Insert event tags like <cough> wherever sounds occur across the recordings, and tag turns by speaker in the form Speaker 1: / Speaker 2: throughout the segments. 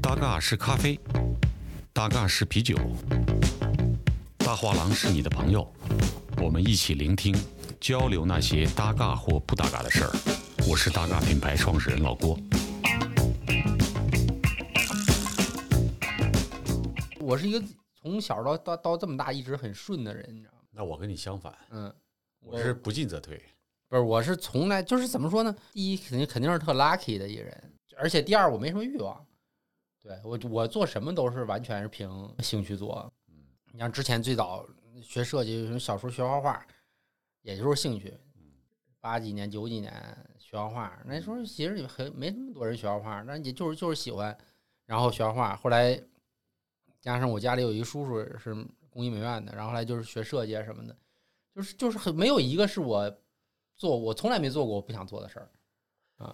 Speaker 1: 大嘎是咖啡，大嘎是啤酒，大画廊是你的朋友，我们一起聆听、交流那些大嘎或不大嘎的事儿。我是大嘎品牌创始人老郭。
Speaker 2: 我是一个从小到到到这么大一直很顺的人，你知道吗？
Speaker 1: 那我跟你相反，
Speaker 2: 嗯，
Speaker 1: 我是不进则退。
Speaker 2: 不是，我是从来就是怎么说呢？第一，肯定肯定是特 lucky 的一个人，而且第二，我没什么欲望。对我，我做什么都是完全是凭兴趣做。你像之前最早学设计，小时候学画画，也就是兴趣。八几年、九几年学画画，那时候其实也很没那么多人学画画，但也就是就是喜欢，然后学画画。后来加上我家里有一个叔叔是工艺美院的，然后后来就是学设计啊什么的，就是就是很没有一个是我做我从来没做过我不想做的事儿，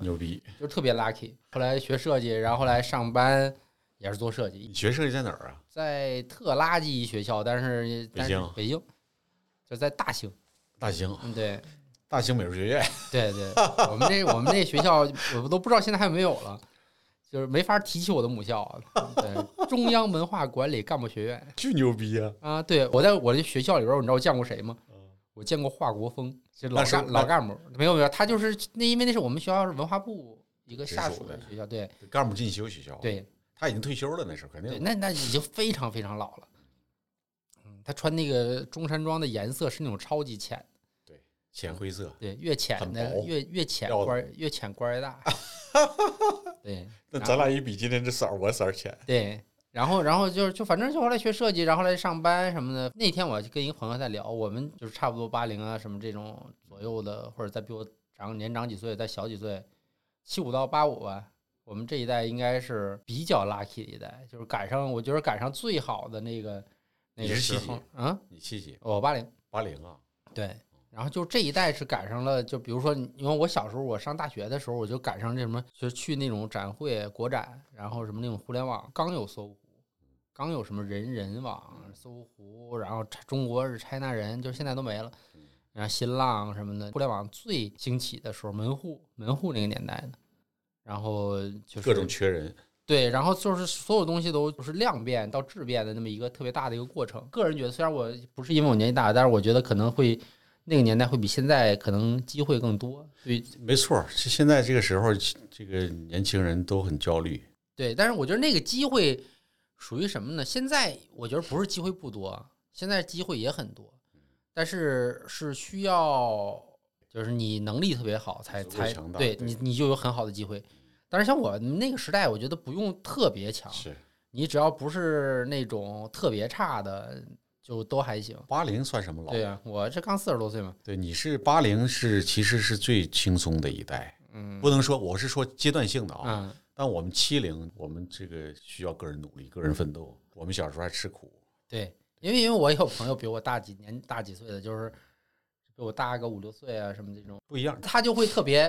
Speaker 1: 牛逼！
Speaker 2: 就特别 lucky。后来学设计，然后后来上班也是做设计，
Speaker 1: 你学设计在哪儿啊？
Speaker 2: 在特垃圾一学校，但是
Speaker 1: 北
Speaker 2: 但是
Speaker 1: 京
Speaker 2: 北京就在大兴，
Speaker 1: 大兴，
Speaker 2: 嗯，对
Speaker 1: 大兴美术学院。 <laughs>
Speaker 2: 对对，我们这我们这学校我都不知道现在还有没有了。就是没法提起我的母校，对中央文化管理干部学院
Speaker 1: 巨牛逼啊！
Speaker 2: 啊，对我在我的学校里边，你知道我见过谁吗？我见过华国锋，这
Speaker 1: 嗯
Speaker 2: 老
Speaker 1: 那是
Speaker 2: 干
Speaker 1: 那
Speaker 2: 老干部，没有没有，他就是那因为那是我们学校是文化部一个下
Speaker 1: 直属
Speaker 2: 属的
Speaker 1: 的
Speaker 2: 学校，对
Speaker 1: 干部进修学校，，啊
Speaker 2: 对，
Speaker 1: 他已经退休了，那时候肯
Speaker 2: 对，
Speaker 1: 定。
Speaker 2: 那那已经非常非常老了。嗯，他穿那个中山装的颜色是那种超级浅，
Speaker 1: 对，浅灰色。
Speaker 2: 对，越浅
Speaker 1: 很
Speaker 2: 的
Speaker 1: 薄
Speaker 2: 越越浅
Speaker 1: 料子
Speaker 2: 官儿越浅官儿越
Speaker 1: <laughs>
Speaker 2: 大。对
Speaker 1: 那咱俩一比，今天这色儿我色儿浅。
Speaker 2: 对，然后然后就就反正就后来学设计，然后来上班什么的。那天我就跟一个朋友在聊，我们就是差不多八零啊什么这种左右的，或者再比我长年长几岁，再小几岁，七五到八五吧。我们这一代应该是比较 lucky 的一代，就是赶上，我觉得赶上最好的那个那
Speaker 1: 你
Speaker 2: 个
Speaker 1: 是
Speaker 2: 时
Speaker 1: 七几
Speaker 2: 候，嗯。
Speaker 1: 你七几？
Speaker 2: 我八零，
Speaker 1: 八零啊？
Speaker 2: 对。然后就这一代是赶上了，就比如说你，因为我小时候我上大学的时候，我就赶上这什么，就是去那种展会、国展，然后什么那种互联网，刚有搜狐，刚有什么人人网、搜狐，然后中国是 China 人，就现在都没了。
Speaker 1: 嗯
Speaker 2: 然后新浪什么的，互联网最兴起的时候，门户门户那个年代的，然后就是
Speaker 1: 各种缺人。
Speaker 2: 对，然后就是所有东西都就是量变到质变的那么一个特别大的一个过程。个人觉得，虽然我不是因为我年纪大，但是我觉得可能会那个年代会比现在可能机会更多。对
Speaker 1: 没错儿，是现在这个时候，这个年轻人都很焦虑。
Speaker 2: 对，但是我觉得那个机会属于什么呢？现在我觉得不是机会不多，现在机会也很多，但是是需要就是你能力特别好才
Speaker 1: 足够
Speaker 2: 才
Speaker 1: 强大
Speaker 2: 对
Speaker 1: 对
Speaker 2: 你你就有很好的机会。但是像我们那个时代，我觉得不用特别强，
Speaker 1: 是
Speaker 2: 你只要不是那种特别差的，就都还行。
Speaker 1: 八零算什么老？
Speaker 2: 对呀、我这刚四十多岁嘛，
Speaker 1: 对你是八零是其实是最轻松的一代。
Speaker 2: 嗯
Speaker 1: 不能说我是说阶段性的啊，
Speaker 2: 嗯，
Speaker 1: 但我们七零，我们这个需要个人努力、个人奋斗。我们小时候还吃苦，
Speaker 2: 对，因为因为我有朋友比我大几年大几岁的，就是比我大个五六岁啊什么这种，
Speaker 1: 不一样。
Speaker 2: 他就会特别，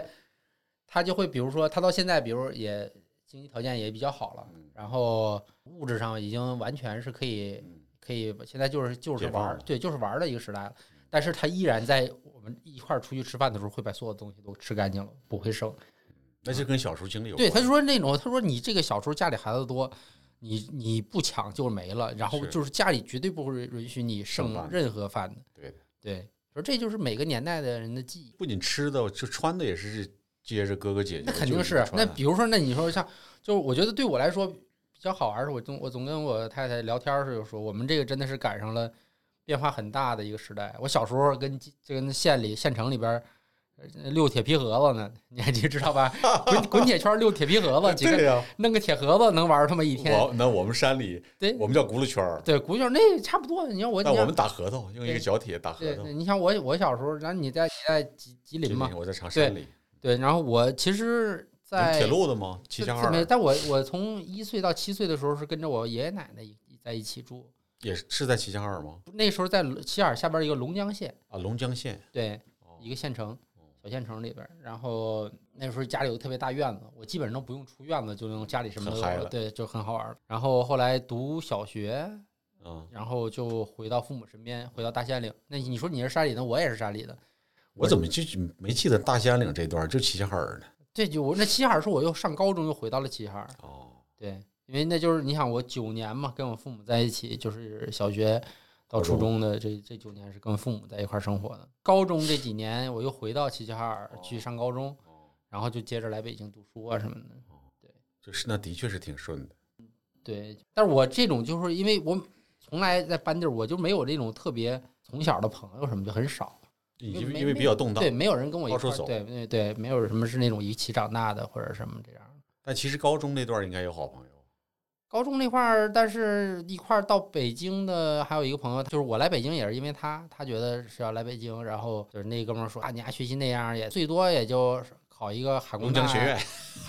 Speaker 2: 他就会比如说他到现在，比如也经济条件也比较好了，然后物质上已经完全是可以可以，现在就是就
Speaker 1: 解
Speaker 2: 是玩
Speaker 1: 放
Speaker 2: 儿
Speaker 1: 了
Speaker 2: 对，就是玩儿的一个时代了。但是他依然在我们一块儿出去吃饭的时候，会把所有东西都吃干净了，不会剩。
Speaker 1: 那就跟小时候经历有关。
Speaker 2: 对，他说那种，他说你这个小时候家里孩子多，你你不抢就没了，然后
Speaker 1: 是
Speaker 2: 就是家里绝对不会允许你
Speaker 1: 剩
Speaker 2: 剩
Speaker 1: 饭
Speaker 2: 任何饭的。
Speaker 1: 对的
Speaker 2: 对，说这就是每个年代的人的记忆。
Speaker 1: 不仅吃的，就穿的也是接着哥哥姐姐。
Speaker 2: 那肯定。
Speaker 1: 就是穿
Speaker 2: 那
Speaker 1: 的
Speaker 2: 比如说，那你说像，就是我觉得对我来说比较好玩儿是，我总我总跟我太太聊天儿时候说，我们这个真的是赶上了变化很大的一个时代。我小时候跟这跟县里县城里边儿。呃遛铁皮盒子呢，你还记知道
Speaker 1: <laughs>
Speaker 2: 吧？滚滚铁圈儿遛铁皮盒子，几个
Speaker 1: 哎对呀、
Speaker 2: <laughs> 弄个铁盒子能玩儿他妈一天。
Speaker 1: 我那我们山里，
Speaker 2: 对
Speaker 1: 我们叫轱辘圈儿，
Speaker 2: 对，鼓角那差不多。你看我，
Speaker 1: 但
Speaker 2: 你
Speaker 1: 我
Speaker 2: 看
Speaker 1: 们打核桃，用一个
Speaker 2: 对
Speaker 1: 脚铁打核
Speaker 2: 对，
Speaker 1: 桃
Speaker 2: 对。你像我，我小时候，然后你在你在吉吉
Speaker 1: 吉
Speaker 2: 林嘛
Speaker 1: 林，我在长山里，
Speaker 2: 对，然后我其实在，
Speaker 1: 有铁路的吗？齐
Speaker 2: 这
Speaker 1: 齐哈
Speaker 2: 这没
Speaker 1: 尔
Speaker 2: 但我我从一岁到七岁的时候是跟着我爷爷奶奶一在一起住，
Speaker 1: 也是是在齐齐哈尔吗？
Speaker 2: 那时候在齐齐哈尔下边一个龙江县，
Speaker 1: 啊，龙江县。
Speaker 2: 对，
Speaker 1: 哦
Speaker 2: 一个县城
Speaker 1: 哦，
Speaker 2: 小县城里边儿。然后那时候家里有个特别大院子，我基本上都不用出院子就能家里什么都
Speaker 1: 很嗨
Speaker 2: 有，
Speaker 1: 了
Speaker 2: 对，就很好玩儿。然后后来读小学，
Speaker 1: 嗯，
Speaker 2: 然后就回到父母身边，回到大县岭。那你说你是山里的，我也是山里的。
Speaker 1: 我怎么就没记得大兴安岭这段，就齐齐哈尔呢？
Speaker 2: 这就我那齐齐哈尔是我又上高中又回到了齐齐哈尔，
Speaker 1: 哦，
Speaker 2: 对，因为那就是你想我九年嘛，跟我父母在一起，就是小学到初中的这这九年是跟父母在一块儿生活的。高中这几年我又回到齐齐哈尔
Speaker 1: 哦
Speaker 2: 去上高中，然后就接着来北京读书啊什么的。
Speaker 1: 就是那的确是挺顺的。
Speaker 2: 对，但是我这种就是因为我从来在班地儿，我就没有这种特别从小的朋友什么就很少。
Speaker 1: 因
Speaker 2: 没
Speaker 1: 为因为比较动荡
Speaker 2: 对，，没有人跟我一
Speaker 1: 到处
Speaker 2: 块儿，
Speaker 1: 走
Speaker 2: 对对对，没有什么是那种一起长大的或者什么这样。
Speaker 1: 但其实高中那段应该有好朋友。
Speaker 2: 高中那块儿，但是一块儿到北京的还有一个朋友，就是我来北京也是因为他，他觉得是要来北京，然后就是那哥们儿说啊，你丫学习那样也最多也就考一个海工
Speaker 1: 龙
Speaker 2: 大
Speaker 1: 江学院，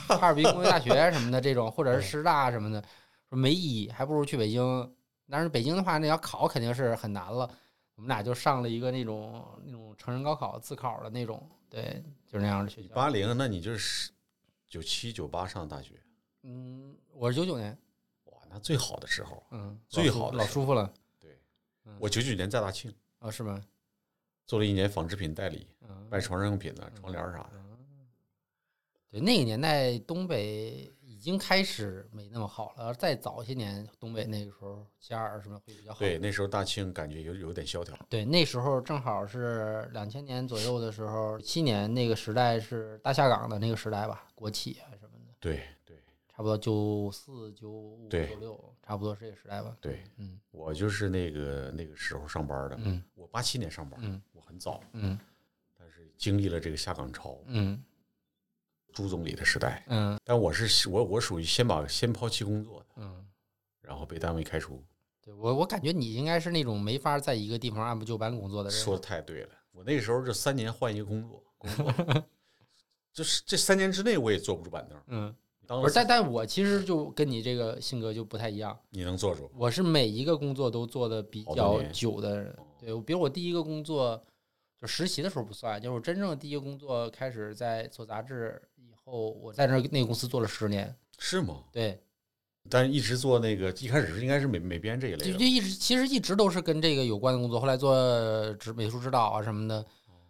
Speaker 2: 哈尔滨工业大
Speaker 1: <laughs>
Speaker 2: 学什么的这种，或者是师大什么的，说没意义，还不如去北京。但是北京的话，那要考肯定是很难了。我们俩就上了一个那种那种成人高考自考的那种，对，就是那样的学
Speaker 1: 你
Speaker 2: 校。
Speaker 1: 八零，那你就是九七九八上大学，
Speaker 2: 嗯，我是九九年，
Speaker 1: 哇，那最好的时候。
Speaker 2: 嗯，
Speaker 1: 最
Speaker 2: 老舒
Speaker 1: 好的
Speaker 2: 老
Speaker 1: 时
Speaker 2: 舒服了
Speaker 1: 对
Speaker 2: 嗯，
Speaker 1: 我九九年在大庆
Speaker 2: 啊，是吗？
Speaker 1: 做了一年纺织品代理，
Speaker 2: 嗯，
Speaker 1: 卖床上用品的窗帘儿啥的。
Speaker 2: 对，那个年代东北已经开始没那么好了，再早些年东北那个时候七二什么会比较好。
Speaker 1: 对，那时候大庆感觉有有点萧条。
Speaker 2: 对，那时候正好是两千年左右的时候，七年那个时代是大下岗的那个时代吧，国企啊什么的，
Speaker 1: 对对
Speaker 2: 差不多九四、九五、
Speaker 1: 对
Speaker 2: 九六，差不多是这个时代吧。
Speaker 1: 对，
Speaker 2: 嗯
Speaker 1: 我就是那个那个时候上班的。
Speaker 2: 嗯
Speaker 1: 我八七年上班，
Speaker 2: 嗯
Speaker 1: 我很早，
Speaker 2: 嗯
Speaker 1: 但是经历了这个下岗潮，
Speaker 2: 嗯
Speaker 1: 朱总理的时代。
Speaker 2: 嗯
Speaker 1: 但我是我我属于先把先抛弃工作的，
Speaker 2: 嗯，
Speaker 1: 然后被单位开除。
Speaker 2: 对我我感觉你应该是那种没法在一个地方按部就班工作的人。
Speaker 1: 说的太对了，我那时候这三年换一个工作，工作，
Speaker 2: <laughs>
Speaker 1: 就是这三年之内我也坐不住板凳。
Speaker 2: 嗯，
Speaker 1: 当
Speaker 2: 不是，
Speaker 1: 时
Speaker 2: 但但我其实就跟你这个性格就不太一样。
Speaker 1: 你能坐住？
Speaker 2: 我是每一个工作都做的比
Speaker 1: 好多
Speaker 2: 较
Speaker 1: 年
Speaker 2: 久的人，对，我比如我第一个工作就实习的时候不算，就是我真正第一个工作开始在做杂志以后，我在那儿那个公司做了十年，
Speaker 1: 是吗？
Speaker 2: 对，
Speaker 1: 但是一直做那个，一开始是应该是美美编这一类
Speaker 2: 就
Speaker 1: 的
Speaker 2: 就
Speaker 1: 吧，
Speaker 2: 一直其实一直都是跟这个有关的工作，后来做指美术指导啊什么的，
Speaker 1: 嗯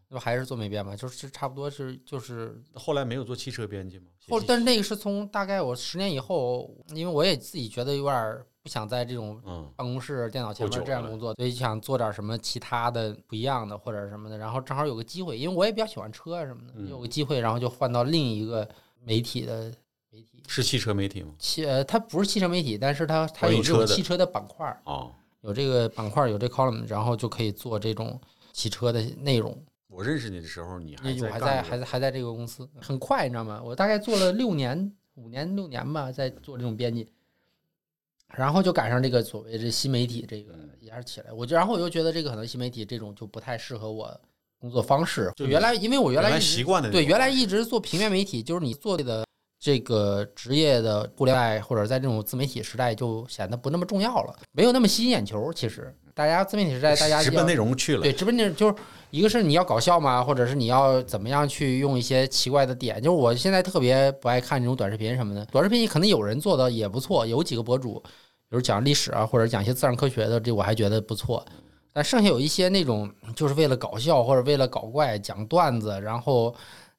Speaker 2: 那不还是做美编嘛，就是差不多是就是
Speaker 1: 后来没有做汽车编辑吗？
Speaker 2: <laughs> 后，
Speaker 1: 写
Speaker 2: 但是那个是从大概我十年以后，因为我也自己觉得有点儿不想在这种
Speaker 1: 嗯，
Speaker 2: 办公室电脑前
Speaker 1: 够
Speaker 2: 面
Speaker 1: 久
Speaker 2: 这样
Speaker 1: 了
Speaker 2: 工作，所以想做点什么其他的不一样的或者什么的。然后正好有个机会，因为我也比较喜欢车啊什么的，
Speaker 1: 嗯
Speaker 2: 有个机会，然后就换到另一个媒体的媒体。
Speaker 1: 是汽车媒体吗？
Speaker 2: 汽呃，它不是汽车媒体，但是它它
Speaker 1: 关于
Speaker 2: 有这种
Speaker 1: 车的
Speaker 2: 汽车的板块儿，
Speaker 1: 啊，
Speaker 2: 有这个板块儿有这 column，然后就可以做这种汽车的内容。
Speaker 1: 我认识你的时候，你还
Speaker 2: 因为我还在
Speaker 1: 干
Speaker 2: 还
Speaker 1: 在
Speaker 2: 在还在这个公司，很快你知道吗？我大概做了六年、五年、六年吧，在做这种编辑，然后就赶上这个所谓这新媒体这个
Speaker 1: 嗯
Speaker 2: 一下起来，我就然后我又觉得这个可能新媒体这种就不太适合我工作方式。
Speaker 1: 就
Speaker 2: 就
Speaker 1: 你
Speaker 2: 原来因为我原来
Speaker 1: 来
Speaker 2: 一直
Speaker 1: 习惯的那
Speaker 2: 对
Speaker 1: 种
Speaker 2: 原来
Speaker 1: 方
Speaker 2: 一直做平面媒体，就是你做的这个职业的互联网或者在这种自媒体时代就显得不那么重要了，没有那么吸引眼球。其实大家自媒体时代，大
Speaker 1: <laughs>
Speaker 2: 家
Speaker 1: 直
Speaker 2: 要
Speaker 1: 奔内容去了，
Speaker 2: 对，直播间就是一个是你要搞笑嘛，或者是你要怎么样去用一些奇怪的点。就是我现在特别不爱看这种短视频什么的，短视频可能有人做的也不错，有几个博主，比如讲历史啊，或者讲一些自然科学的，这我还觉得不错。但剩下有一些那种就是为了搞笑或者为了搞怪讲段子，然后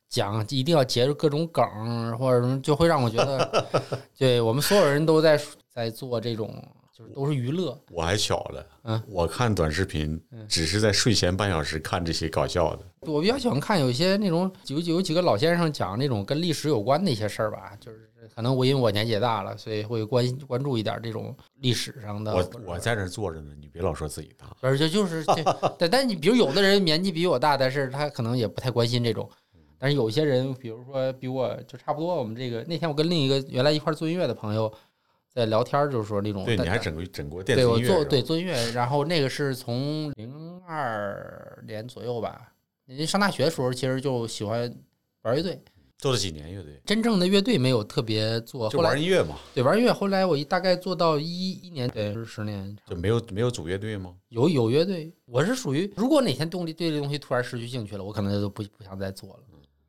Speaker 2: 讲一定要截着各种梗儿或者什么，就会让我觉得， <laughs> 对我们所有人都在在做这种，就是都是娱乐。
Speaker 1: 我还巧了，
Speaker 2: 嗯
Speaker 1: 我看短视频只是在睡前半小时看这些搞笑的，
Speaker 2: 我比较喜欢看有一些那种有有几个老先生讲那种跟历史有关的一些事儿吧，就是可能我因为我年纪也大了，所以会关关注一点这种历史上的。
Speaker 1: 我我在那儿坐着呢，你别老说自己大，
Speaker 2: 而且就是这， <laughs> 但但你比如有的人年纪比我大，但是他可能也不太关心这种。
Speaker 1: 嗯
Speaker 2: 但是有些人，比如说比我就差不多，我们这个那天我跟另一个原来一块儿做音乐的朋友在聊天儿，就是说那种
Speaker 1: 对，
Speaker 2: 大
Speaker 1: 你还
Speaker 2: 家
Speaker 1: 整过整过电子
Speaker 2: 对我
Speaker 1: 音乐是
Speaker 2: 做
Speaker 1: 吧，
Speaker 2: 对做音乐，然后那个是从零二年左右吧，因为上大学的时候其实就喜欢玩乐队，
Speaker 1: 做了几年乐队，
Speaker 2: 真正的乐队没有特别做，
Speaker 1: 就
Speaker 2: 后来
Speaker 1: 玩音乐嘛，
Speaker 2: 对玩音乐，后来我一大概做到一一年，对，就是十年，
Speaker 1: 就没有没有组乐队吗？
Speaker 2: 有有乐队，我是属于如果哪天动力对这东西突然失去兴趣了，我可能就不不想再做了。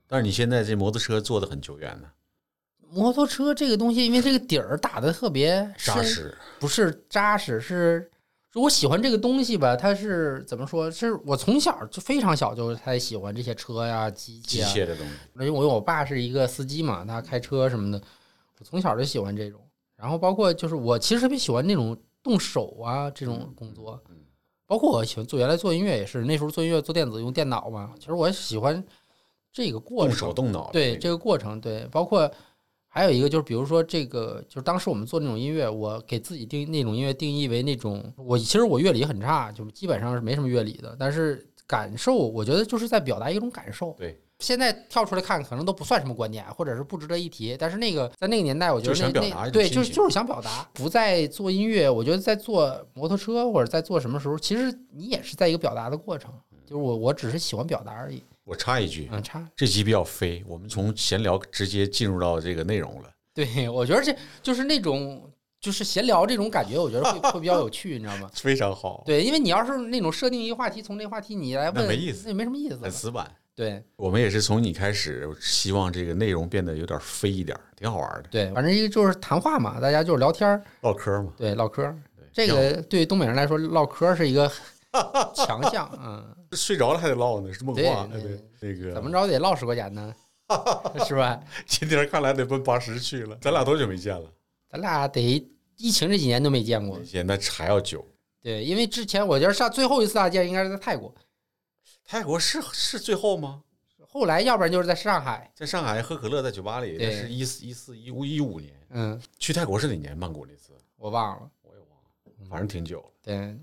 Speaker 1: 但是你现在这摩托车做的很久远呢，
Speaker 2: 摩托车这个东西，因为这个底儿打的特别深
Speaker 1: 扎实，
Speaker 2: 不是扎实，是就我喜欢这个东西吧。它是怎么说？是我从小就非常小就太喜欢这些车呀、机
Speaker 1: 机
Speaker 2: 啊。
Speaker 1: 械的东西，
Speaker 2: 因为我我爸是一个司机嘛，他开车什么的，我从小就喜欢这种。然后包括就是我其实特别喜欢那种动手啊这
Speaker 1: 嗯
Speaker 2: 种工作，包括我喜欢做原来做音乐也是，那时候做音乐做电子用电脑嘛，其实我喜欢这个过
Speaker 1: 动
Speaker 2: 程，
Speaker 1: 手动脑的
Speaker 2: 对
Speaker 1: 那
Speaker 2: 这个过程，对，包括还有一个就是，比如说这个，就是当时我们做那种音乐，我给自己定那种音乐定义为那种，我其实我乐理很差，就基本上是没什么乐理的，但是感受，我觉得就是在表达一种感受。
Speaker 1: 对，
Speaker 2: 现在跳出来看，可能都不算什么观点，或者是不值得一提。但是那个在那个年代，我觉得
Speaker 1: 就
Speaker 2: 那
Speaker 1: 是想表达一
Speaker 2: 那
Speaker 1: 种
Speaker 2: 对，
Speaker 1: 心
Speaker 2: 就是
Speaker 1: 情
Speaker 2: 就是想
Speaker 1: <laughs>
Speaker 2: 表达，不在做音乐，我觉得在做摩托车或者在做什么时候，其实你也是在一个表达的过程。就是我我只是喜欢表达而已。
Speaker 1: 我插一句，
Speaker 2: 嗯，差。
Speaker 1: 这集比较飞，我们从闲聊直接进入到这个内容了。
Speaker 2: <laughs> 对，我觉得这就是那种就是闲聊这种感觉，我觉得
Speaker 1: <laughs>
Speaker 2: 会会比较有趣，你知道吗？
Speaker 1: 非常好，
Speaker 2: 对，因为你要是那种设定一个话题，从这话题你来
Speaker 1: 那
Speaker 2: 问，
Speaker 1: 没意思
Speaker 2: 那没什么意思了
Speaker 1: 很。死板。
Speaker 2: 对
Speaker 1: 我们也是从你开始，希望这个内容变得有点飞一点，挺好玩的，
Speaker 2: 对，反正一个就是谈话嘛，大家就是聊天儿，
Speaker 1: 唠嗑嘛。
Speaker 2: 对，唠嗑儿。
Speaker 1: 对
Speaker 2: 这个对于东北人来说，唠嗑儿是一个
Speaker 1: <laughs>
Speaker 2: 强项，嗯，
Speaker 1: 睡着了还得唠呢，是梦话。啊 <laughs>
Speaker 2: 对嗯
Speaker 1: 对，那个
Speaker 2: 怎么着得唠十块钱呢，是吧？
Speaker 1: <laughs> 今天看来得奔八十去了，咱俩多久没见了？
Speaker 2: 咱俩得疫情这几年都没见过
Speaker 1: 没，见，那还要久。
Speaker 2: 对，因为之前我觉得上最后一次大见应该是在泰国，
Speaker 1: 泰国是是最后吗？
Speaker 2: 后来要不然就是在上海，
Speaker 1: 在上海喝可乐，在酒吧里，
Speaker 2: 对
Speaker 1: 那是一四一四一五一五年。
Speaker 2: 嗯，
Speaker 1: 去泰国是哪年？曼谷那次，
Speaker 2: 我忘了，
Speaker 1: 我也忘了，反正挺久了。
Speaker 2: 对，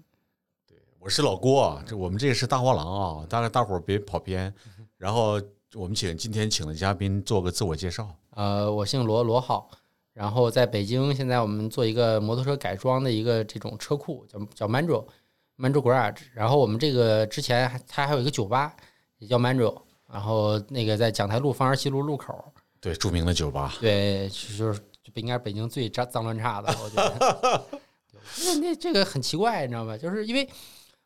Speaker 1: 我是老郭啊，这我们这个是大话廊啊，大家大伙儿别跑偏。然后我们请今天请的嘉宾做个自我介绍，
Speaker 2: 呃，我姓罗，罗浩。然后在北京，现在我们做一个摩托车改装的一个这种车库，叫叫 Mandro Mandro Garage。然后我们这个之前还它还有一个酒吧，也叫 Mandro。然后那个在讲台路方二七路路口，
Speaker 1: 对著名的酒吧，
Speaker 2: 对，就是就应该是北京最脏脏乱差的，我觉得。 <laughs> 那那这个很奇怪，你知道吗？就是因为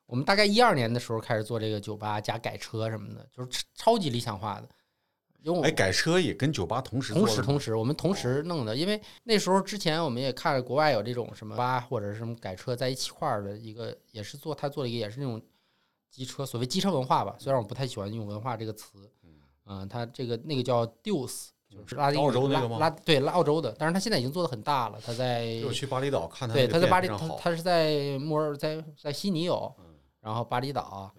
Speaker 2: 我们大概一二年的时候开始做这个酒吧加改车什么的，就是超超级理想化的。因为我
Speaker 1: 哎，改车也跟酒吧同时
Speaker 2: 哦同
Speaker 1: 做
Speaker 2: 时
Speaker 1: 了吗
Speaker 2: 同时，我们
Speaker 1: 哦
Speaker 2: 同时弄的，因为那时候之前我们也看国外有这种什么吧或者是什么改车在一起块儿的一个，也是做他做了一个也是那种机车，所谓机车文化吧。虽然我不太喜欢用文化这个词，嗯，他这个那个叫 Deuce，就是拉
Speaker 1: 嗯
Speaker 2: 丁
Speaker 1: 澳
Speaker 2: 语
Speaker 1: 洲那
Speaker 2: 拉
Speaker 1: 个吗
Speaker 2: 拉对，拉澳洲的，但是他现在已经做的很大了，他在
Speaker 1: 我去巴厘岛看他
Speaker 2: 对，
Speaker 1: 那个
Speaker 2: 他在
Speaker 1: 店
Speaker 2: 巴厘，
Speaker 1: 非常
Speaker 2: 他
Speaker 1: 好
Speaker 2: 他是在墨尔，在在悉尼有
Speaker 1: 嗯，
Speaker 2: 然后巴厘岛，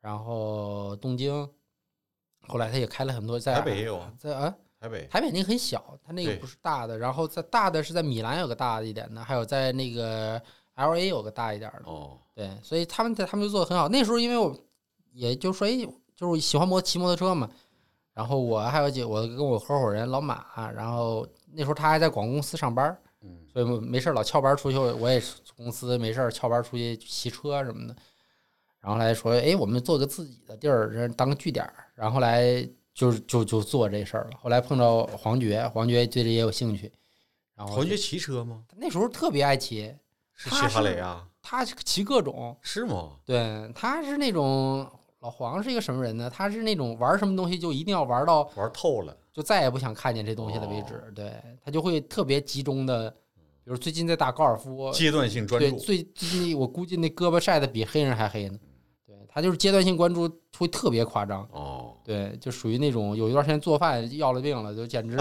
Speaker 2: 然后东京，后来他也开了很多在
Speaker 1: 台北也有啊
Speaker 2: 在啊。
Speaker 1: 台北
Speaker 2: 台北那个很小，它那个
Speaker 1: 对
Speaker 2: 不是大的，然后在大的是在米兰有个大的一点的，还有在那个 L A 有个大一点的，
Speaker 1: 哦，
Speaker 2: 对，所以他们在他们就做的很好。那时候因为我也就说，哎，就是喜欢摩骑摩托车嘛，然后我还有几我跟我合伙人老马，然后那时候他还在广告公司上班，
Speaker 1: 嗯，
Speaker 2: 所以我没事儿老翘班儿出去，我也是公司没事儿翘班儿出去骑车什么的。然后来说，哎，我们做个自己的地儿，这当个据点儿。然后来就就就做这事儿了。后来碰到黄觉，黄觉对这也有兴趣。然后
Speaker 1: 黄觉骑车吗？
Speaker 2: 他那时候特别爱骑，
Speaker 1: 是骑
Speaker 2: 他
Speaker 1: 哈
Speaker 2: 是
Speaker 1: 雷啊？
Speaker 2: 他骑各种。
Speaker 1: 是吗？
Speaker 2: 对，他是那种老黄是一个什么人呢？他是那种玩什么东西就一定要玩到
Speaker 1: 玩透了，
Speaker 2: 就再也不想看见这东西了为止。对他就会特别集中的，比如最近在打高尔夫，
Speaker 1: 阶段性专
Speaker 2: 哦对，
Speaker 1: 注，
Speaker 2: 最最近我估计那胳膊晒得比黑人还黑呢。对他就是阶段性关注会特别夸张，
Speaker 1: 哦，
Speaker 2: 对，就属于那种有一段时间做饭要了病了，就简直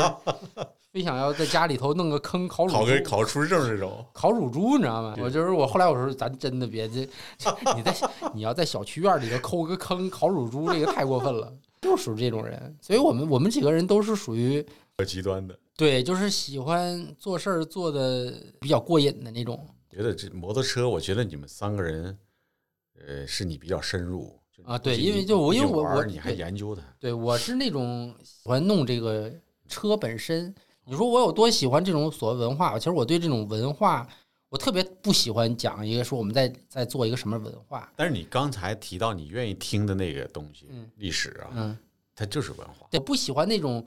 Speaker 2: 非想要在家里头弄个坑烤乳
Speaker 1: 考个
Speaker 2: 猪。
Speaker 1: 考出证这种，
Speaker 2: 烤乳猪，你知道吗？
Speaker 1: 对
Speaker 2: 我就是我后来我说咱真的别这， <laughs> 你在你要在小区院里头抠个坑烤乳猪，这个太过分了， <laughs> 就属于这种人。所以我们我们几个人都是属于
Speaker 1: 比较极端的。
Speaker 2: 对，就是喜欢做事儿做的比较过瘾的那种。
Speaker 1: 觉得这摩托车，我觉得你们三个人，呃，是你比较深入就
Speaker 2: 啊对
Speaker 1: 不仅
Speaker 2: 因为
Speaker 1: 你
Speaker 2: 就我
Speaker 1: 不仅
Speaker 2: 因为我
Speaker 1: 玩
Speaker 2: 我
Speaker 1: 你还
Speaker 2: 对
Speaker 1: 研究它，
Speaker 2: 对，我是那种喜欢弄这个车本身。你说我有多喜欢这种所谓文化？其实我对这种文化，我特别不喜欢讲一个说我们在在做一个什么文化。
Speaker 1: 但是你刚才提到你愿意听的那个东西，
Speaker 2: 嗯
Speaker 1: 历史啊，
Speaker 2: 嗯，
Speaker 1: 它就是文化。
Speaker 2: 对，不喜欢那种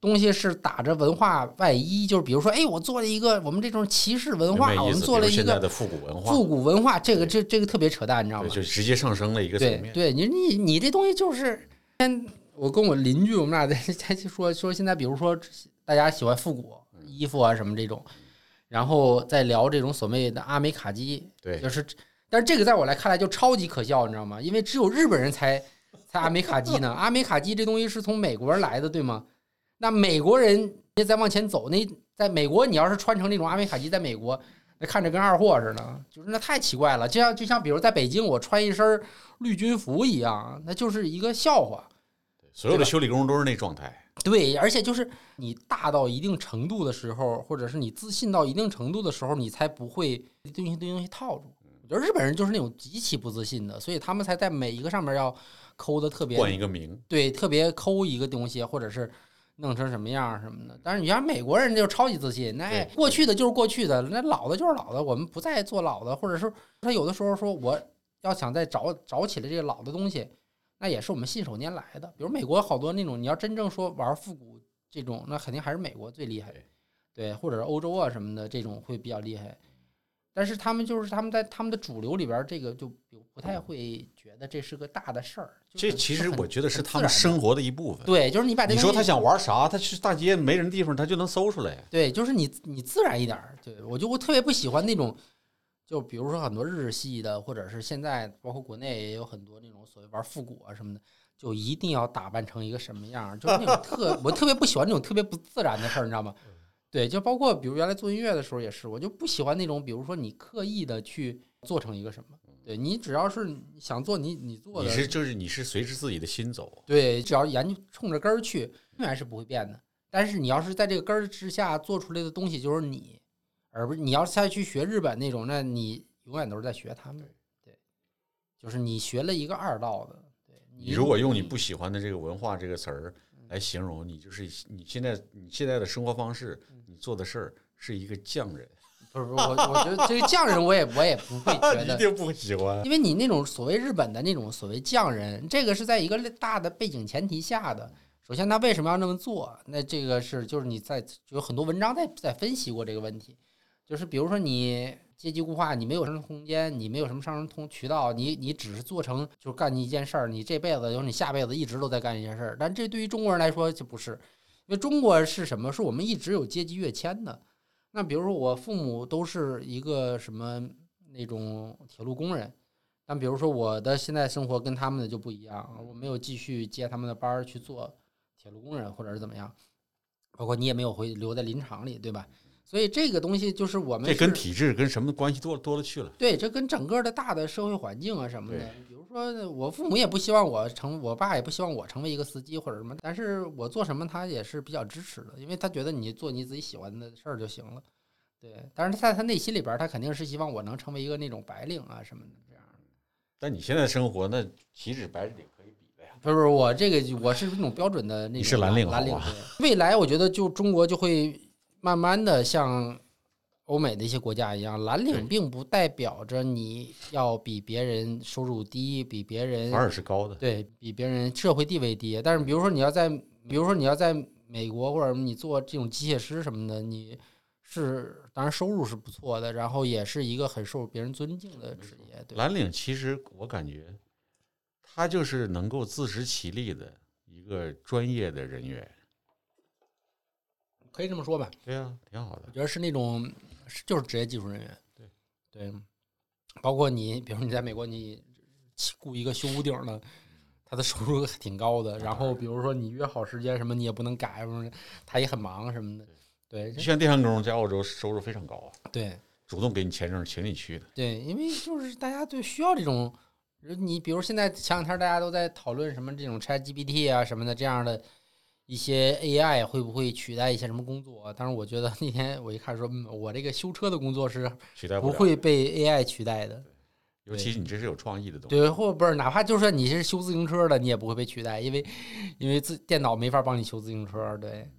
Speaker 2: 东西是打着文化外衣，就是比如说，哎，我做了一个我们这种骑士文化，
Speaker 1: 有没有
Speaker 2: 我
Speaker 1: 意
Speaker 2: 们
Speaker 1: 思
Speaker 2: 做
Speaker 1: 比
Speaker 2: 了
Speaker 1: 如
Speaker 2: 一
Speaker 1: 现在
Speaker 2: 个
Speaker 1: 的复古文化，
Speaker 2: 复古文化，这个这这个特别扯淡，你知道
Speaker 1: 对，
Speaker 2: 吗？
Speaker 1: 就直接上升了一个层
Speaker 2: 对
Speaker 1: 面。
Speaker 2: 对，你你你这东西就是，先我跟我邻居，我们俩在 <laughs> 在说说现在，比如说大家喜欢复古衣服啊什么这种，然后再聊这种所谓的阿美卡基，
Speaker 1: 对
Speaker 2: 就是，但是这个在我来看来就超级可笑，你知道吗？因为只有日本人才才阿美卡基呢，阿美卡基这东西是从美国人来的，对吗？那美国人，你再往前走，那在美国，你要是穿成那种阿美卡基，在美国那看着跟二货似的，就是那太奇怪了。就像就像比如在北京，我穿一身绿军服一样，那就是一个笑话。
Speaker 1: 所有的修理工都是那状态。
Speaker 2: 对，而且就是你大到一定程度的时候，或者是你自信到一定程度的时候，你才不会对东西对东西套住。我觉得日本人就是那种极其不自信的，所以他们才在每一个上面要抠的特别
Speaker 1: 换一个名，
Speaker 2: 对，特别抠一个东西，或者是弄成什么样儿什么的。但是你像美国人就超级自信，那
Speaker 1: 对
Speaker 2: 过去的就是过去的，那老的就是老的，我们不再做老的，或者是他有的时候说我要想再找找起来这个老的东西，那也是我们信手拈来的。比如美国好多那种，你要真正说玩复古这种，那肯定还是美国最厉害
Speaker 1: 对，
Speaker 2: 对，或者是欧洲啊什么的这种会比较厉害。但是他们就是他们在他们的主流里边儿，这个就不不太会觉得这是个大的事儿。就
Speaker 1: 这
Speaker 2: 很
Speaker 1: 其
Speaker 2: 是
Speaker 1: 实
Speaker 2: 很
Speaker 1: 我觉得是
Speaker 2: 很自
Speaker 1: 他们
Speaker 2: 然的
Speaker 1: 生活的一部分。
Speaker 2: 对，就是你把这
Speaker 1: 你说
Speaker 2: 东
Speaker 1: 他
Speaker 2: 西
Speaker 1: 想玩啥，他去大街没人地方，他就能搜出来呀。
Speaker 2: 对，就是你你自然一点儿。对我就我特别不喜欢那种，就比如说很多日系的，或者是现在包括国内也有很多那种所谓玩复古啊什么的，就一定要打扮成一个什么样儿，就是那种特我特别不喜欢那种特别不自然的事儿，你知道吗？
Speaker 1: 嗯
Speaker 2: 对，就包括比如原来做音乐的时候也是，我就不喜欢那种，比如说你刻意的去做成一个什么，对你只要是你想做你你做
Speaker 1: 嗯你
Speaker 2: 的，
Speaker 1: 是就是你是随着自己的心走，
Speaker 2: 对，只要研究冲着根儿去，永远是不会变的。但是你要是在这个根儿之下做出来的东西就是你，而不是你要是再去学日本那种，那你永远都是在学他们。对，就是你学了一个二道的。对，
Speaker 1: 你如果用你不喜欢的这个文化这个词儿
Speaker 2: 嗯
Speaker 1: 来形容，你就是你现在你现在的生活方式，
Speaker 2: 嗯
Speaker 1: 你做的事儿是一个匠人，
Speaker 2: 不是不是我，我觉得这个匠人我也我也不会
Speaker 1: <laughs>
Speaker 2: 觉
Speaker 1: 一
Speaker 2: 得。
Speaker 1: 定不喜欢。
Speaker 2: 因为你那种所谓日本的那种所谓匠人，这个是在一个大的背景前提下的。首先，他为什么要那么做？那这个是就是你在有很多文章在在分析过这个问题，就是比如说你阶级固化，你没有上升空间，你没有什么上升通渠道，你你只是做成就是干一件事儿，你这辈子有你下辈子一直都在干一件事儿。但这对于中国人来说就不是，因为中国是什么？是我们一直有阶级跃迁的。那比如说我父母都是一个什么那种铁路工人，但比如说我的现在生活跟他们的就不一样，我没有继续接他们的班儿去做铁路工人或者是怎么样，包括你也没有回留在林场里，对吧？所以这个东西就是我们
Speaker 1: 这跟
Speaker 2: 是
Speaker 1: 体制跟什么关系多多了去了。
Speaker 2: 对，这跟整个的大的社会环境啊什么的，比如说我父母也不希望我成，我爸也不希望我成为一个司机或者什么，但是我做什么他也是比较支持的，因为他觉得你做你自己喜欢的事儿就行了。对，但是在他内心里边儿，他肯定是希望我能成为一个那种白领啊什么的这样。
Speaker 1: 但你现在生活那岂止白领可以比的呀？
Speaker 2: 不是不是，我这个我是那种标准的那种
Speaker 1: 你是蓝领
Speaker 2: 蓝
Speaker 1: 好
Speaker 2: 领
Speaker 1: 吧
Speaker 2: 对未来我觉得就中国就会慢慢的像欧美的一些国家一样，蓝
Speaker 1: 对
Speaker 2: 领并不代表着你要比别人收入低，比别人
Speaker 1: 反而是高的。
Speaker 2: 对比别人社会地位低。但是比如说你要在，比如说你要在美国或者你做这种机械师什么的，你是当然收入是不错的，然后也是一个很受别人尊敬的职业，对吧
Speaker 1: 蓝领其实我感觉，他就是能够自食其力的一个专业的人员。
Speaker 2: 可以这么说吧。
Speaker 1: 对呀、挺好的
Speaker 2: 我。觉得是那种是就是职业技术人员，
Speaker 1: 对
Speaker 2: 对，包括你，比如你在美国，你雇一个修屋顶儿的，他的收入挺高的。然后比如说你约好时间什么，你也不能改，什么他也很忙什么的。对
Speaker 1: 就像电焊工在澳洲收入非常高啊，
Speaker 2: 对
Speaker 1: 主动给你签证请你去的。
Speaker 2: 对，因为就是大家就需要这种，你比如现在前两天大家都在讨论什么这种 ChatGPT 啊什么的这样的。一些 AI 会不会取代一些什么工作？啊但是我觉得那天我一看说，嗯我这个修车的工作是
Speaker 1: 取代
Speaker 2: 不
Speaker 1: 了，
Speaker 2: 会被 AI 取代的。
Speaker 1: 尤其你这是有创意的东西。
Speaker 2: 对，或不是，哪怕就算你是修自行车的，你也不会被取代，因为因为自电脑没法帮你修自行车。对，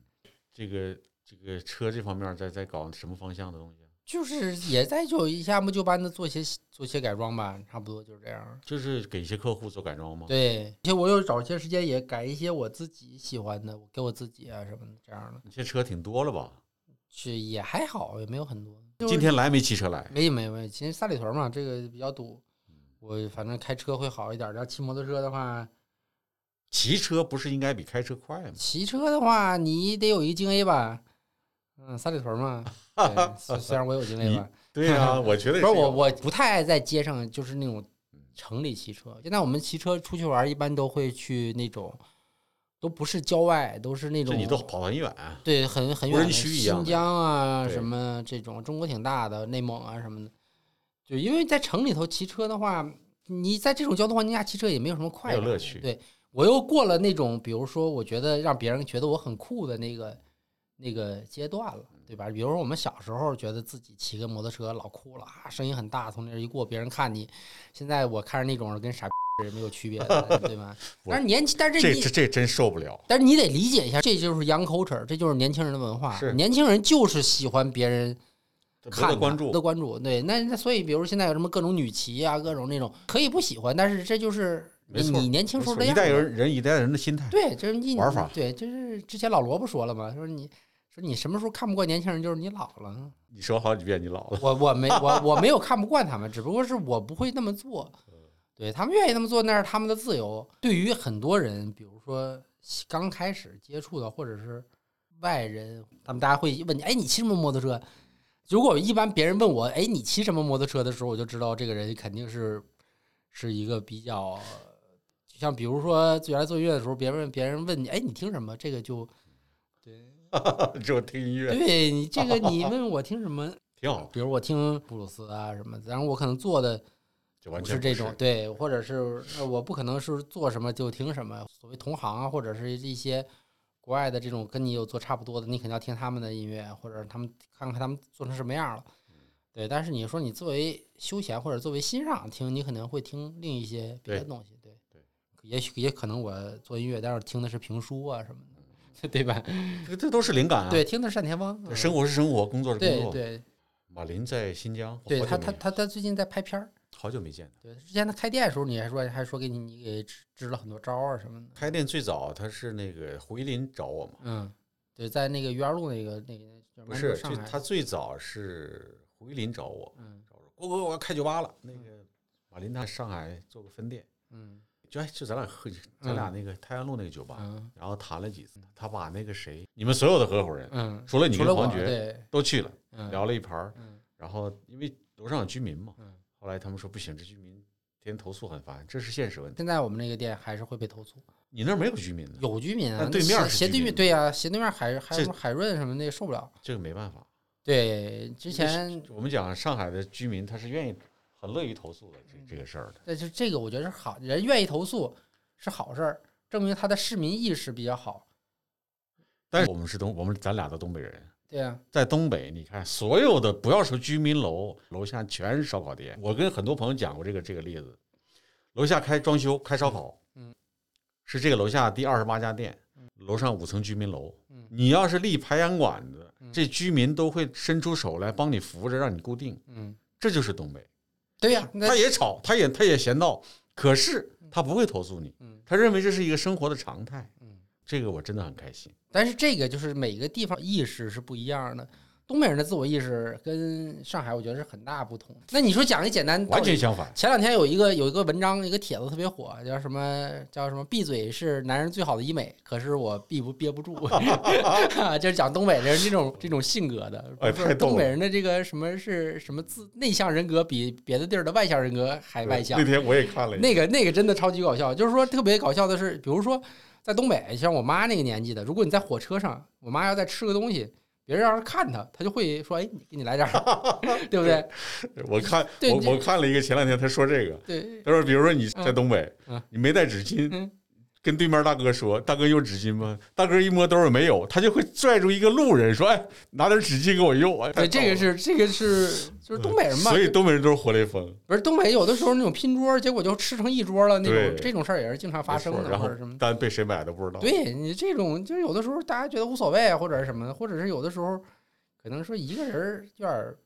Speaker 1: 这个这个车这方面在在搞什么方向的东西啊？
Speaker 2: 就是也在就一下不就班的做些做些改装吧，差不多就是这样。
Speaker 1: 就是给一些客户做改装吗？
Speaker 2: 对，而且我有找些时间也改一些我自己喜欢的，我给我自己啊什么的这样的，
Speaker 1: 你这车挺多了吧？
Speaker 2: 是也还好，也没有很多。就是
Speaker 1: 今天来没骑车来？
Speaker 2: 没没没，其实三里屯嘛，这个比较堵，
Speaker 1: 嗯
Speaker 2: 我反正开车会好一点儿。要骑摩托车的话，
Speaker 1: 骑车不是应该比开车快
Speaker 2: <laughs>
Speaker 1: 吗？
Speaker 2: 骑车的话，你得有一京 A 吧？嗯，三里
Speaker 1: <laughs>
Speaker 2: 屯嘛。对虽虽然我有京 A 吧，
Speaker 1: 对呀、我觉得
Speaker 2: 不
Speaker 1: 也
Speaker 2: 是
Speaker 1: 有
Speaker 2: 我，我不太爱在街上，就是那种城里骑车。现在我们骑车出去玩儿，一般都会去那种都不是郊外，都是那
Speaker 1: 这
Speaker 2: 种
Speaker 1: 你都跑很远，啊
Speaker 2: 对很很
Speaker 1: 无
Speaker 2: 远
Speaker 1: 人
Speaker 2: 的
Speaker 1: 区一样
Speaker 2: 新
Speaker 1: 的
Speaker 2: 疆啊
Speaker 1: 对
Speaker 2: 什么这种，中国挺大的，内蒙啊什么的。就因为在城里头骑车的话，你在这种交通环境下骑车也没有什么快
Speaker 1: 没有
Speaker 2: 乐。
Speaker 1: 乐趣。
Speaker 2: 对我又过了那种，比如说，我觉得让别人觉得我很酷的那个那个阶段了，对吧？比如说我们小时候觉得自己骑个摩托车老酷了啊，声音很大，从那儿一过，别人看你。现在我看着那种人跟傻逼人没有区别的，
Speaker 1: <laughs>
Speaker 2: 对吗？
Speaker 1: 我
Speaker 2: 但是年轻，但是
Speaker 1: 这
Speaker 2: 你
Speaker 1: 这这真受不了。
Speaker 2: 但是你得理解一下，这就是 young culture，这就是年轻人的文化。
Speaker 1: 是
Speaker 2: 年轻人就是喜欢别人
Speaker 1: 不
Speaker 2: 看
Speaker 1: 得
Speaker 2: 他
Speaker 1: 关
Speaker 2: 不得
Speaker 1: 注，
Speaker 2: 关注。对，那那所以，比如现在有什么各种女骑啊，各种那种可以不喜欢，但是这就是
Speaker 1: 没错
Speaker 2: 你年轻时候
Speaker 1: 没
Speaker 2: 的
Speaker 1: 错一代
Speaker 2: 样子。
Speaker 1: 人人一代人的心态。
Speaker 2: 对，就是你
Speaker 1: 玩法
Speaker 2: 对，就是之前老罗不说了嘛，说你说你什么时候看不惯年轻人，就是你老了。
Speaker 1: 你说好几遍，你老 <laughs> 了。
Speaker 2: 我我没我我没有看不惯他们，只不过是我不会那么做。对他们愿意那么做，那是他们的自由。对于很多人，比如说刚开始接触的，或者是外人，他们大家会问你：“哎，你骑什么摩托车？”如果一般别人问我：“哎，你骑什么摩托车？”的时候，我就知道这个人肯定是是一个比较，就像比如说原来做音乐的时候，别人别人问你：“哎，你听什么？”这个就
Speaker 1: 只有听音乐，
Speaker 2: 对你这个你问我听什么，
Speaker 1: 挺好，
Speaker 2: 比如我听布鲁斯啊什么的，然后我可能做的。
Speaker 1: 就完
Speaker 2: 不
Speaker 1: 全
Speaker 2: 是
Speaker 1: 不
Speaker 2: 这种，对，或者是呃我不可能是做什么就听什么，所谓同行啊，或者是一些国外的这种跟你有做差不多的，你肯定要听他们的音乐，或者他们看看他们做成什么样了。
Speaker 1: 嗯
Speaker 2: 对，但是你说你作为休闲或者作为欣赏听，你可能会听另一些别的
Speaker 1: 对
Speaker 2: 东西，对
Speaker 1: 对，
Speaker 2: 也许也可能我做音乐，但是听的是评书啊什么的， <laughs> 对吧？
Speaker 1: 这这都是灵感啊。
Speaker 2: 对，听的是单田芳，嗯
Speaker 1: 嗯生活是生活，工作是工
Speaker 2: 对
Speaker 1: 作。
Speaker 2: 对
Speaker 1: 马林在新疆，我
Speaker 2: 对，
Speaker 1: 好
Speaker 2: 他
Speaker 1: 久
Speaker 2: 他
Speaker 1: 没
Speaker 2: 他他最近在拍片儿，
Speaker 1: 好久没见他。
Speaker 2: 对，之前他开店的时候，你还说还说给你你给支支了很多招儿啊什么的。
Speaker 1: 开店最早他是那个回林找我嘛，
Speaker 2: 嗯，对，在那个园路那个那个叫什
Speaker 1: 不
Speaker 2: 么
Speaker 1: 是，
Speaker 2: 上
Speaker 1: 最
Speaker 2: 海，
Speaker 1: 他最早是回林找我，
Speaker 2: 嗯
Speaker 1: 找我说，郭哥我要开酒吧了。那个马林他上海做个分店，
Speaker 2: 嗯
Speaker 1: 就哎就咱俩喝，咱俩那个太阳路那个酒吧，
Speaker 2: 嗯
Speaker 1: 然后谈了几次，他把那个谁，你们所有的合伙人，
Speaker 2: 嗯，
Speaker 1: 除了你
Speaker 2: 除
Speaker 1: 跟
Speaker 2: 了我
Speaker 1: 黄觉
Speaker 2: 对，
Speaker 1: 都去了，
Speaker 2: 嗯
Speaker 1: 聊了一盘儿，
Speaker 2: 嗯
Speaker 1: 然后因为楼上有居民嘛，
Speaker 2: 嗯，
Speaker 1: 后来他们说不行，这居民天天投诉很烦，这是现实问题。
Speaker 2: 现在我们那个店还是会被投诉，
Speaker 1: 你那儿没有居民的，
Speaker 2: 有居民啊，
Speaker 1: 但对
Speaker 2: 那
Speaker 1: 面
Speaker 2: 斜
Speaker 1: 是
Speaker 2: 斜
Speaker 1: 居
Speaker 2: 对面，
Speaker 1: 民
Speaker 2: 对呀，斜对面海还有
Speaker 1: 这
Speaker 2: 什么海润什么那个受不了。
Speaker 1: 这个没办法。
Speaker 2: 对，之前
Speaker 1: 我们讲上海的居民，他是愿意很乐于投诉的这
Speaker 2: 嗯
Speaker 1: 这个事儿的。
Speaker 2: 但是这个我觉得是好，人愿意投诉是好事儿，证明他的市民意识比较好。
Speaker 1: 但是我们是东，我们咱俩都东北人，
Speaker 2: 对啊，
Speaker 1: 在东北，你看所有的不要说居民楼，楼下全是烧烤店。我跟很多朋友讲过这个这个例子，楼下开装修开烧烤，
Speaker 2: 嗯，
Speaker 1: 是这个楼下第二十八家店，楼上五层居民楼，
Speaker 2: 嗯
Speaker 1: 你要是立排烟管子
Speaker 2: 嗯，
Speaker 1: 这居民都会伸出手来帮你扶着，让你固定，
Speaker 2: 嗯，
Speaker 1: 这就是东北。
Speaker 2: 对啊呀，那
Speaker 1: 他也吵，他也他也闲闹，可是他不会投诉你
Speaker 2: 嗯，
Speaker 1: 他认为这是一个生活的常态
Speaker 2: 嗯。
Speaker 1: 这个我真的很开心。
Speaker 2: 但是这个就是每个地方意识是不一样的，东北人的自我意识跟上海我觉得是很大不同。那你说讲一简单道理，
Speaker 1: 完全相反，
Speaker 2: 前两天有一个有一个文章，一个帖子特别火，叫什么叫什么？闭嘴是男人最好的医美，可是我闭不憋不住，
Speaker 1: <laughs>
Speaker 2: 就是讲东北人这种这种性格的，
Speaker 1: 哎
Speaker 2: 不是
Speaker 1: 太逗了
Speaker 2: 东北人的这个什么是什么自内向人格比别的地儿的外向人格还外向
Speaker 1: 那，天我也看了一
Speaker 2: 那个那个真的超级搞笑，就是说特别搞笑的是，比如说在东北，像我妈那个年纪的，如果你在火车上，我妈要再吃个东西，别人要是看她，她就会说：“哎，你给你来点儿，
Speaker 1: <laughs>
Speaker 2: 对不对
Speaker 1: 我看
Speaker 2: 对
Speaker 1: 我
Speaker 2: 你
Speaker 1: 我看了一个，前两天他说这个，？” <laughs>
Speaker 2: 对，
Speaker 1: 他说，比如说你在东北
Speaker 2: 嗯嗯，
Speaker 1: 你没带纸巾
Speaker 2: 嗯，
Speaker 1: 跟对面大哥说，大哥有纸巾吗？大哥一摸兜里没有，他就会拽住一个路人说，哎，拿点纸巾给我用。哎嗯
Speaker 2: 对，这个是这
Speaker 1: <laughs>
Speaker 2: 个是就是东北人嘛，
Speaker 1: 所以东北人都是活雷锋，
Speaker 2: 不是东北有的时候那种拼桌，结果就吃成一桌了，那
Speaker 1: 对
Speaker 2: 种这种事儿也是经常发生
Speaker 1: 没错
Speaker 2: 的，
Speaker 1: 然
Speaker 2: 或
Speaker 1: 后
Speaker 2: 者什么。
Speaker 1: 但被谁买的不知道。
Speaker 2: 对你这种，就是有的时候大家觉得无所谓啊，或者是什么的，或者是有的时候可能说一个人儿有点儿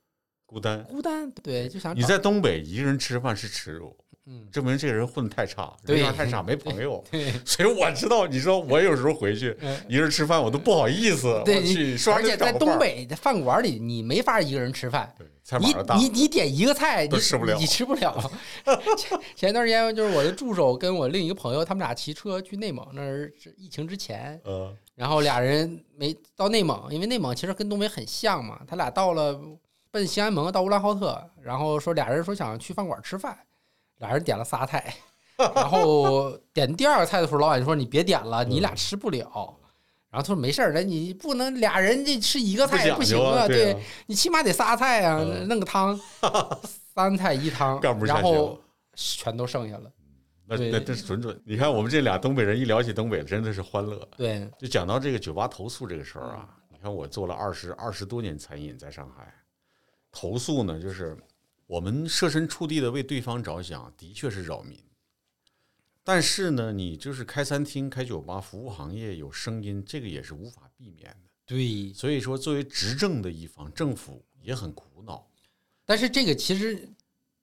Speaker 1: 孤单。
Speaker 2: 孤单，对，就想
Speaker 1: 你
Speaker 2: 找
Speaker 1: 在东北一个人吃饭是耻辱，
Speaker 2: 嗯，
Speaker 1: 证明这个人混得太差，
Speaker 2: 对
Speaker 1: 人缘太差，没朋友。
Speaker 2: <laughs> 对。
Speaker 1: 所以我知道，你说我有时候回去
Speaker 2: <laughs> 嗯
Speaker 1: 一个人吃饭，我都不好意思。
Speaker 2: 对
Speaker 1: 我去
Speaker 2: 你，
Speaker 1: 刷
Speaker 2: 而
Speaker 1: 着
Speaker 2: 且
Speaker 1: 找
Speaker 2: 在
Speaker 1: 个
Speaker 2: 东
Speaker 1: 伴儿，
Speaker 2: 北的饭馆里，你没法一个人吃饭。
Speaker 1: 对菜
Speaker 2: 你
Speaker 1: 码儿大，
Speaker 2: 你你点一个菜，
Speaker 1: 都
Speaker 2: 你
Speaker 1: 吃不了
Speaker 2: 你吃不
Speaker 1: <laughs>
Speaker 2: 了。前前段时间就是我的助手跟我另一个朋友，他们俩骑车去内蒙，那是疫情之前，
Speaker 1: 呃，
Speaker 2: 然后俩人没到内蒙，因为内蒙其实跟东北很像嘛。他俩到了奔西安
Speaker 1: <laughs>
Speaker 2: 盟，到乌兰浩特，然后说俩人说想去饭馆吃饭，俩人点了仨菜，然后点第二个菜的时候，老板说你别点了，你
Speaker 1: 嗯
Speaker 2: 俩吃不了。然后他说没事儿，那你不能俩人这吃一个菜
Speaker 1: 讲
Speaker 2: 不行
Speaker 1: 究啊，
Speaker 2: 对
Speaker 1: 啊
Speaker 2: 你起码得仨菜啊，
Speaker 1: 嗯
Speaker 2: 弄
Speaker 1: <laughs>
Speaker 2: 个汤，三菜一汤
Speaker 1: 干不，下去
Speaker 2: 然后全都剩下了。
Speaker 1: 那
Speaker 2: 对
Speaker 1: 那真是准准。你看我们这俩东北人一聊起东北，真的是欢乐。
Speaker 2: 对，
Speaker 1: 就讲到这个酒吧投诉这个事儿啊，你看我做了二十二十多年餐饮，在上海，投诉呢就是我们设身处地的为对方着想，的确是扰民。但是呢，你就是开餐厅、开酒吧，服务行业有声音，这个也是无法避免的。
Speaker 2: 对，
Speaker 1: 所以说，作为执政的一方，政府也很苦恼。
Speaker 2: 但是这个其实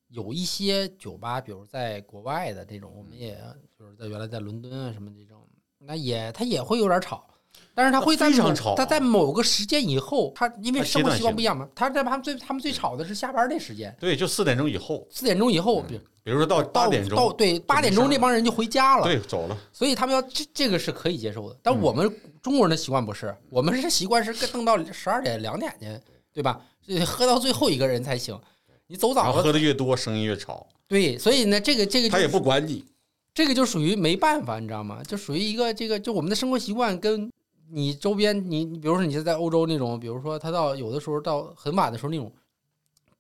Speaker 2: 有一些酒吧，比如在国外的这种，我们
Speaker 1: 嗯
Speaker 2: 也就是在原来在伦敦啊什么这种，那也它也会有点吵，但是它会在
Speaker 1: 非常
Speaker 2: 某
Speaker 1: 吵啊
Speaker 2: 它在某个时间以后，它因为
Speaker 1: 它阶
Speaker 2: 生活
Speaker 1: 段
Speaker 2: 习惯
Speaker 1: 性嗯
Speaker 2: 不一样嘛，它在他们最他们最吵的是下班那时间，
Speaker 1: 对，就四点钟以后，
Speaker 2: 四点钟以后，比如
Speaker 1: 比如说到
Speaker 2: 到
Speaker 1: 嗯八点
Speaker 2: 到
Speaker 1: 钟，
Speaker 2: 对八点钟
Speaker 1: 事儿
Speaker 2: 那帮人就回家了，
Speaker 1: 对，嗯走了。
Speaker 2: 所以他们要这这个是可以接受的，但我们中国人的习惯不是，我们是习惯是跟弄到十二点两点去，对吧？这喝到最后一个人才行，你走
Speaker 1: 然
Speaker 2: 早
Speaker 1: 后
Speaker 2: 了，
Speaker 1: 喝的越多，声音越吵，
Speaker 2: 对，所以呢，这个这个
Speaker 1: 他
Speaker 2: 就
Speaker 1: 也不管你。
Speaker 2: 这个就属于没办法，你知道吗？就属于一个这个就我们的生活习惯跟你周边你你比如说你在欧洲那种，比如说他到有的时候到很晚的时候那种。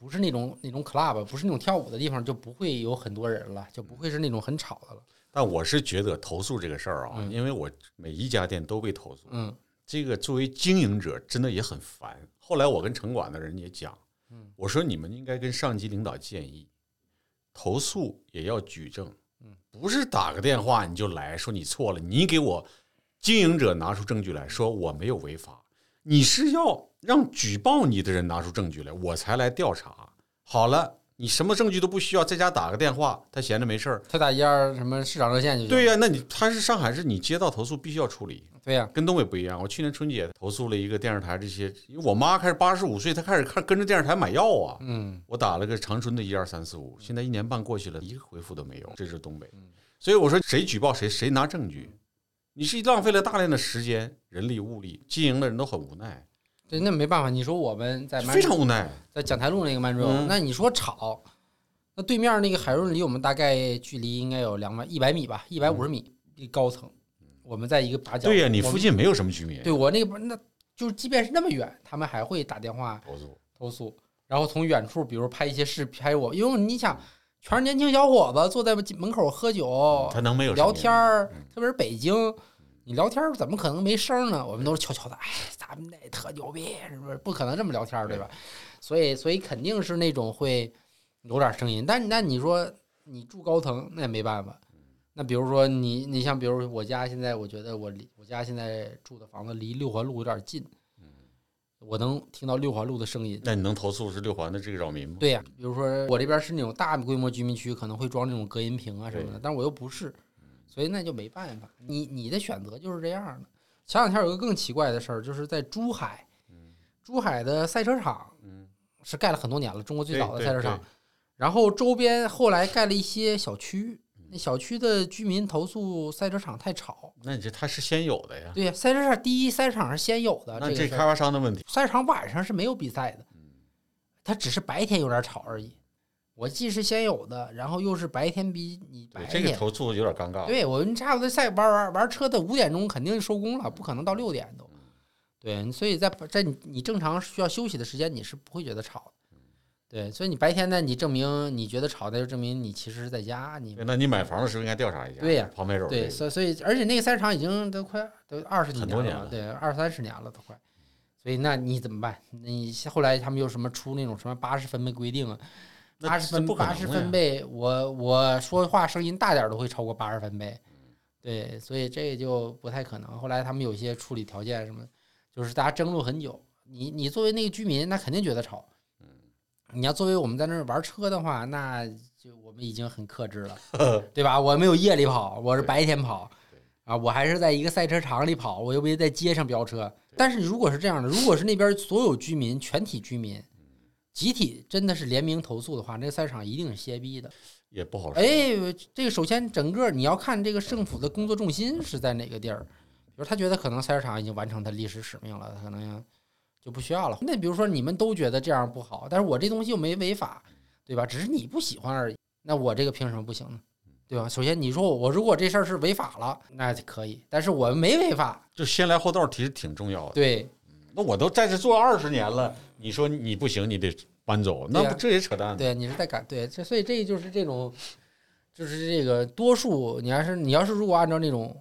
Speaker 2: 不是那种那种 club，不是那种跳舞的地方，就不会有很多人了，就不会是那种很吵的了。
Speaker 1: 但我是觉得投诉这个事儿啊，
Speaker 2: 嗯
Speaker 1: 因为我每一家店都被投诉，
Speaker 2: 嗯
Speaker 1: 这个作为经营者真的也很烦。后来我跟城管的人也讲，
Speaker 2: 嗯
Speaker 1: 我说你们应该跟上级领导建议，投诉也要举证
Speaker 2: 嗯，
Speaker 1: 不是打个电话你就来说你错了，你给我经营者拿出证据来说我没有违法，你是要让举报你的人拿出证据来，我才来调查。好了，你什么证据都不需要，在家打个电话，他闲着没事儿。
Speaker 2: 他打一二什么市长热线就行
Speaker 1: 对呀、那你他是上海市，你接到投诉必须要处理，
Speaker 2: 对呀、
Speaker 1: 跟东北不一样。我去年春节投诉了一个电视台，这些因为我妈开始八十五岁，她开始看跟着电视台买药啊。
Speaker 2: 嗯
Speaker 1: 我打了个长春的一二三四五，现在一年半过去了，一个回复都没
Speaker 2: 嗯
Speaker 1: 有，这是东北。所以我说谁举报谁，谁拿证据。你是浪费了大量的时间、人力、物力，经营的人都很无奈，
Speaker 2: 对，那没办法。你说我们在曼
Speaker 1: 非常无奈。
Speaker 2: 在讲台路那个曼州，
Speaker 1: 嗯
Speaker 2: 那你说吵，那对面那个海润离我们大概距离应该有两百一百米吧，一百五十米，一个高层。我们在一个把
Speaker 1: 嗯
Speaker 2: 角，
Speaker 1: 对呀、你
Speaker 2: 我
Speaker 1: 附
Speaker 2: 们
Speaker 1: 近没有什么居民
Speaker 2: 对我那个那就是即便是那么远，他们还会打电话
Speaker 1: 投诉，
Speaker 2: 投诉，然后从远处比如拍一些视频拍我，因为你想全是年轻小伙子坐在门口喝酒
Speaker 1: 嗯他能没有
Speaker 2: 哦聊
Speaker 1: 声音
Speaker 2: 天儿
Speaker 1: 嗯，
Speaker 2: 特别是北京，你聊天儿怎么可能没声儿呢？我们都是悄悄的，哎，咱们那特牛逼，是不是？不可能这么聊天儿，对吧？所以，所以肯定是那种会有点声音。但那你说你住高层，那也没办法。那比如说你，你像比如我家现在，我觉得我离我家现在住的房子离六环路有点近，
Speaker 1: 嗯
Speaker 2: 我能听到六环路的声音。
Speaker 1: 那你能投诉是六环的这个扰民吗？
Speaker 2: 对呀、比如说我这边是那种大规模居民区，可能会装那种隔音屏啊什么的，但是我又不是，
Speaker 1: 嗯
Speaker 2: 所以那就没办法。你你的选择就是这样的。前两天有个更奇怪的事儿，就是在珠海，珠海的赛车场
Speaker 1: 嗯，
Speaker 2: 是盖了很多年了，中国最
Speaker 1: 对
Speaker 2: 早的
Speaker 1: 对
Speaker 2: 赛车
Speaker 1: 对
Speaker 2: 场。然后周边后来盖了一些小区，
Speaker 1: 嗯
Speaker 2: 那小区的居民投诉赛车场太吵。
Speaker 1: 那你这他是先有的呀，
Speaker 2: 对呀，赛车场第一，赛车场是先有的，
Speaker 1: 那
Speaker 2: 这
Speaker 1: 这
Speaker 2: 个事儿
Speaker 1: 开发商的问题。
Speaker 2: 赛场晚上是没有比赛的，
Speaker 1: 嗯
Speaker 2: 它只是白天有点吵而已。我既是先有的，然后又是白天比你白
Speaker 1: 对，
Speaker 2: 天。
Speaker 1: 这个投诉有点尴尬。
Speaker 2: 对我们差不多赛玩玩玩车的五点钟肯定收工了，不可能到六点都。
Speaker 1: 嗯
Speaker 2: 对，所以在在你你正常需要休息的时间，你是不会觉得吵
Speaker 1: 嗯
Speaker 2: 的。对，所以你白天呢，你证明你觉得吵，那就证明你其实是在家，你
Speaker 1: 对，那你买房的时候应该调查一下。
Speaker 2: 对呀
Speaker 1: 旁边有
Speaker 2: 对，所以所以而且那个赛车场已经都快都二十几
Speaker 1: 很
Speaker 2: 年
Speaker 1: 多
Speaker 2: 了，
Speaker 1: 年了
Speaker 2: 对，二三十年了都快。所以那你怎么办？你后来他们又什么出那种什么八十分贝规定啊？
Speaker 1: 那
Speaker 2: 八十
Speaker 1: 这
Speaker 2: 分
Speaker 1: 不可
Speaker 2: 八
Speaker 1: 能
Speaker 2: 十
Speaker 1: 的
Speaker 2: 分
Speaker 1: 呀
Speaker 2: 贝，我我说话声音大点儿都会超过八十分贝，
Speaker 1: 嗯
Speaker 2: 对，所以这就不太可能。后来他们有一些处理条件什么，就是大家争论很久。你你作为那个居民，那肯定觉得吵。
Speaker 1: 嗯
Speaker 2: 你要作为我们在那儿玩车的话，那就我们已经很克制了。
Speaker 1: <laughs>
Speaker 2: 对吧？我没有夜里跑，我是
Speaker 1: 对
Speaker 2: 白天跑
Speaker 1: 对，
Speaker 2: 啊，我还是在一个赛车场里跑，我又没在街上飙车。但是如果是这样的，如果是那边所有居民全体居民集体真的是联名投诉的话，那个赛车场一定是歇逼的。
Speaker 1: 也不好说。
Speaker 2: 哎，这个首先整个你要看这个政府的工作重心是在哪个地儿，比如他觉得可能赛车场已经完成他历史使命了，他可能要就不需要了。那比如说你们都觉得这样不好，但是我这东西又没违法，对吧？只是你不喜欢而已，那我这个凭什么不行呢？对吧？首先你说我我如果这事儿是违法了，那可以，但是我没违法，
Speaker 1: 就先来后到其实挺重要的。
Speaker 2: 对
Speaker 1: 那我都在这做二十年了，你说你不行，你得搬走，那
Speaker 2: 对呀
Speaker 1: 不这也扯淡吗？
Speaker 2: 对，你是在赶对，这所以这就是这种，就是这个多数，你要是你要是如果按照那种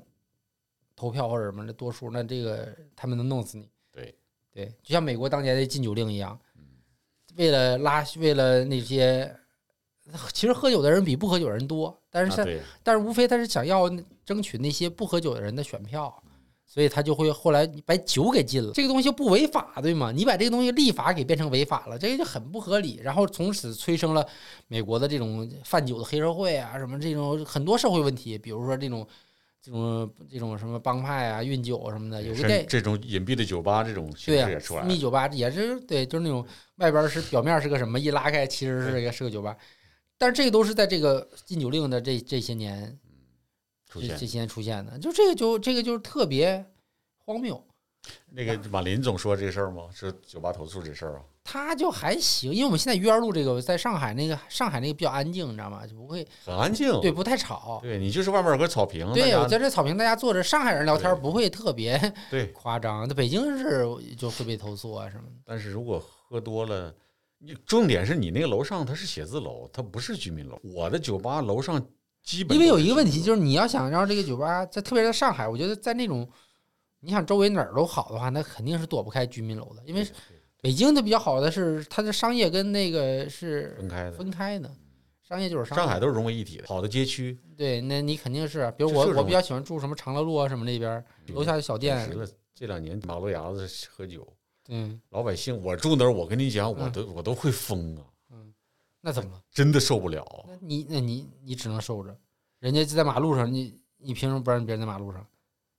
Speaker 2: 投票或者什么的多数，那这个他们能弄死你。
Speaker 1: 对嗯
Speaker 2: 对，就像美国当年的禁酒令一样，为了拉为了那些，其实喝酒的人比不喝酒的人多，但是
Speaker 1: 啊
Speaker 2: 他、
Speaker 1: 对，
Speaker 2: 但是无非他是想要那争取那些不喝酒的人的选票，所以他就会后来你把酒给禁了，这个东西不违法，对吗？你把这个东西立法给变成违法了，这个就很不合理。然后从此催生了美国的这种贩酒的黑社会啊，什么这种很多社会问题，比如说这种这种这种什么帮派啊、运酒什么的，有个
Speaker 1: 甚
Speaker 2: 电
Speaker 1: 至这种隐蔽的酒吧这种形
Speaker 2: 对呀
Speaker 1: 式也出来
Speaker 2: 密
Speaker 1: 了。
Speaker 2: 酒吧也是对，就是那种外边是表面是个什么，一拉开其实是一个是个酒吧，但是这个都是在这个禁酒令的这这些年
Speaker 1: 出
Speaker 2: 这
Speaker 1: 现
Speaker 2: 这些年出现的，就这个就这个就是特别荒谬。
Speaker 1: 那个马林总说这事儿吗？是酒吧投诉这事儿啊？
Speaker 2: 他就还行，因为我们现在鱼儿路这个在上海那个上海那个比较安静，你知道吗？就不会
Speaker 1: 很安静。
Speaker 2: 对不太吵。
Speaker 1: 对，你就是外面有个草坪，
Speaker 2: 对，
Speaker 1: 大
Speaker 2: 我
Speaker 1: 家
Speaker 2: 在这草坪大家坐着，上海人聊天
Speaker 1: 对
Speaker 2: 不会特别 <laughs>
Speaker 1: 对。
Speaker 2: 夸张。那北京是就会被投诉啊什么的。
Speaker 1: 但是如果喝多了，你重点是你那个楼上它是写字楼，它不是居民楼。我的酒吧楼上基本
Speaker 2: 因为有
Speaker 1: 都是
Speaker 2: 一个问
Speaker 1: 居
Speaker 2: 题
Speaker 1: 民
Speaker 2: 就是，你要想让这个酒吧在特别在上海，我觉得在那种你想周围哪儿都好的话，那肯定是躲不开居民楼的。因为
Speaker 1: 对
Speaker 2: 北京的比较好的是它的商业跟那个
Speaker 1: 楼
Speaker 2: 是
Speaker 1: 分开的。
Speaker 2: 分开的，商业就是商业。
Speaker 1: 上海都是融为一体的，好的街区
Speaker 2: 对，那你肯定是，比如
Speaker 1: 这
Speaker 2: 我
Speaker 1: 就是
Speaker 2: 我
Speaker 1: 我嗯
Speaker 2: 比较喜欢住什么长乐路啊什么那边儿，楼下的小
Speaker 1: 确
Speaker 2: 店
Speaker 1: 实，了。这两年马路牙子喝酒，
Speaker 2: 嗯，
Speaker 1: 老百姓我住那儿，我跟你讲，我
Speaker 2: 嗯
Speaker 1: 都我都会疯啊，
Speaker 2: 那怎么了？
Speaker 1: 真的受不了。
Speaker 2: 那你那你你只能受着，人家就在马路上，你你凭什么不让别人在马路上？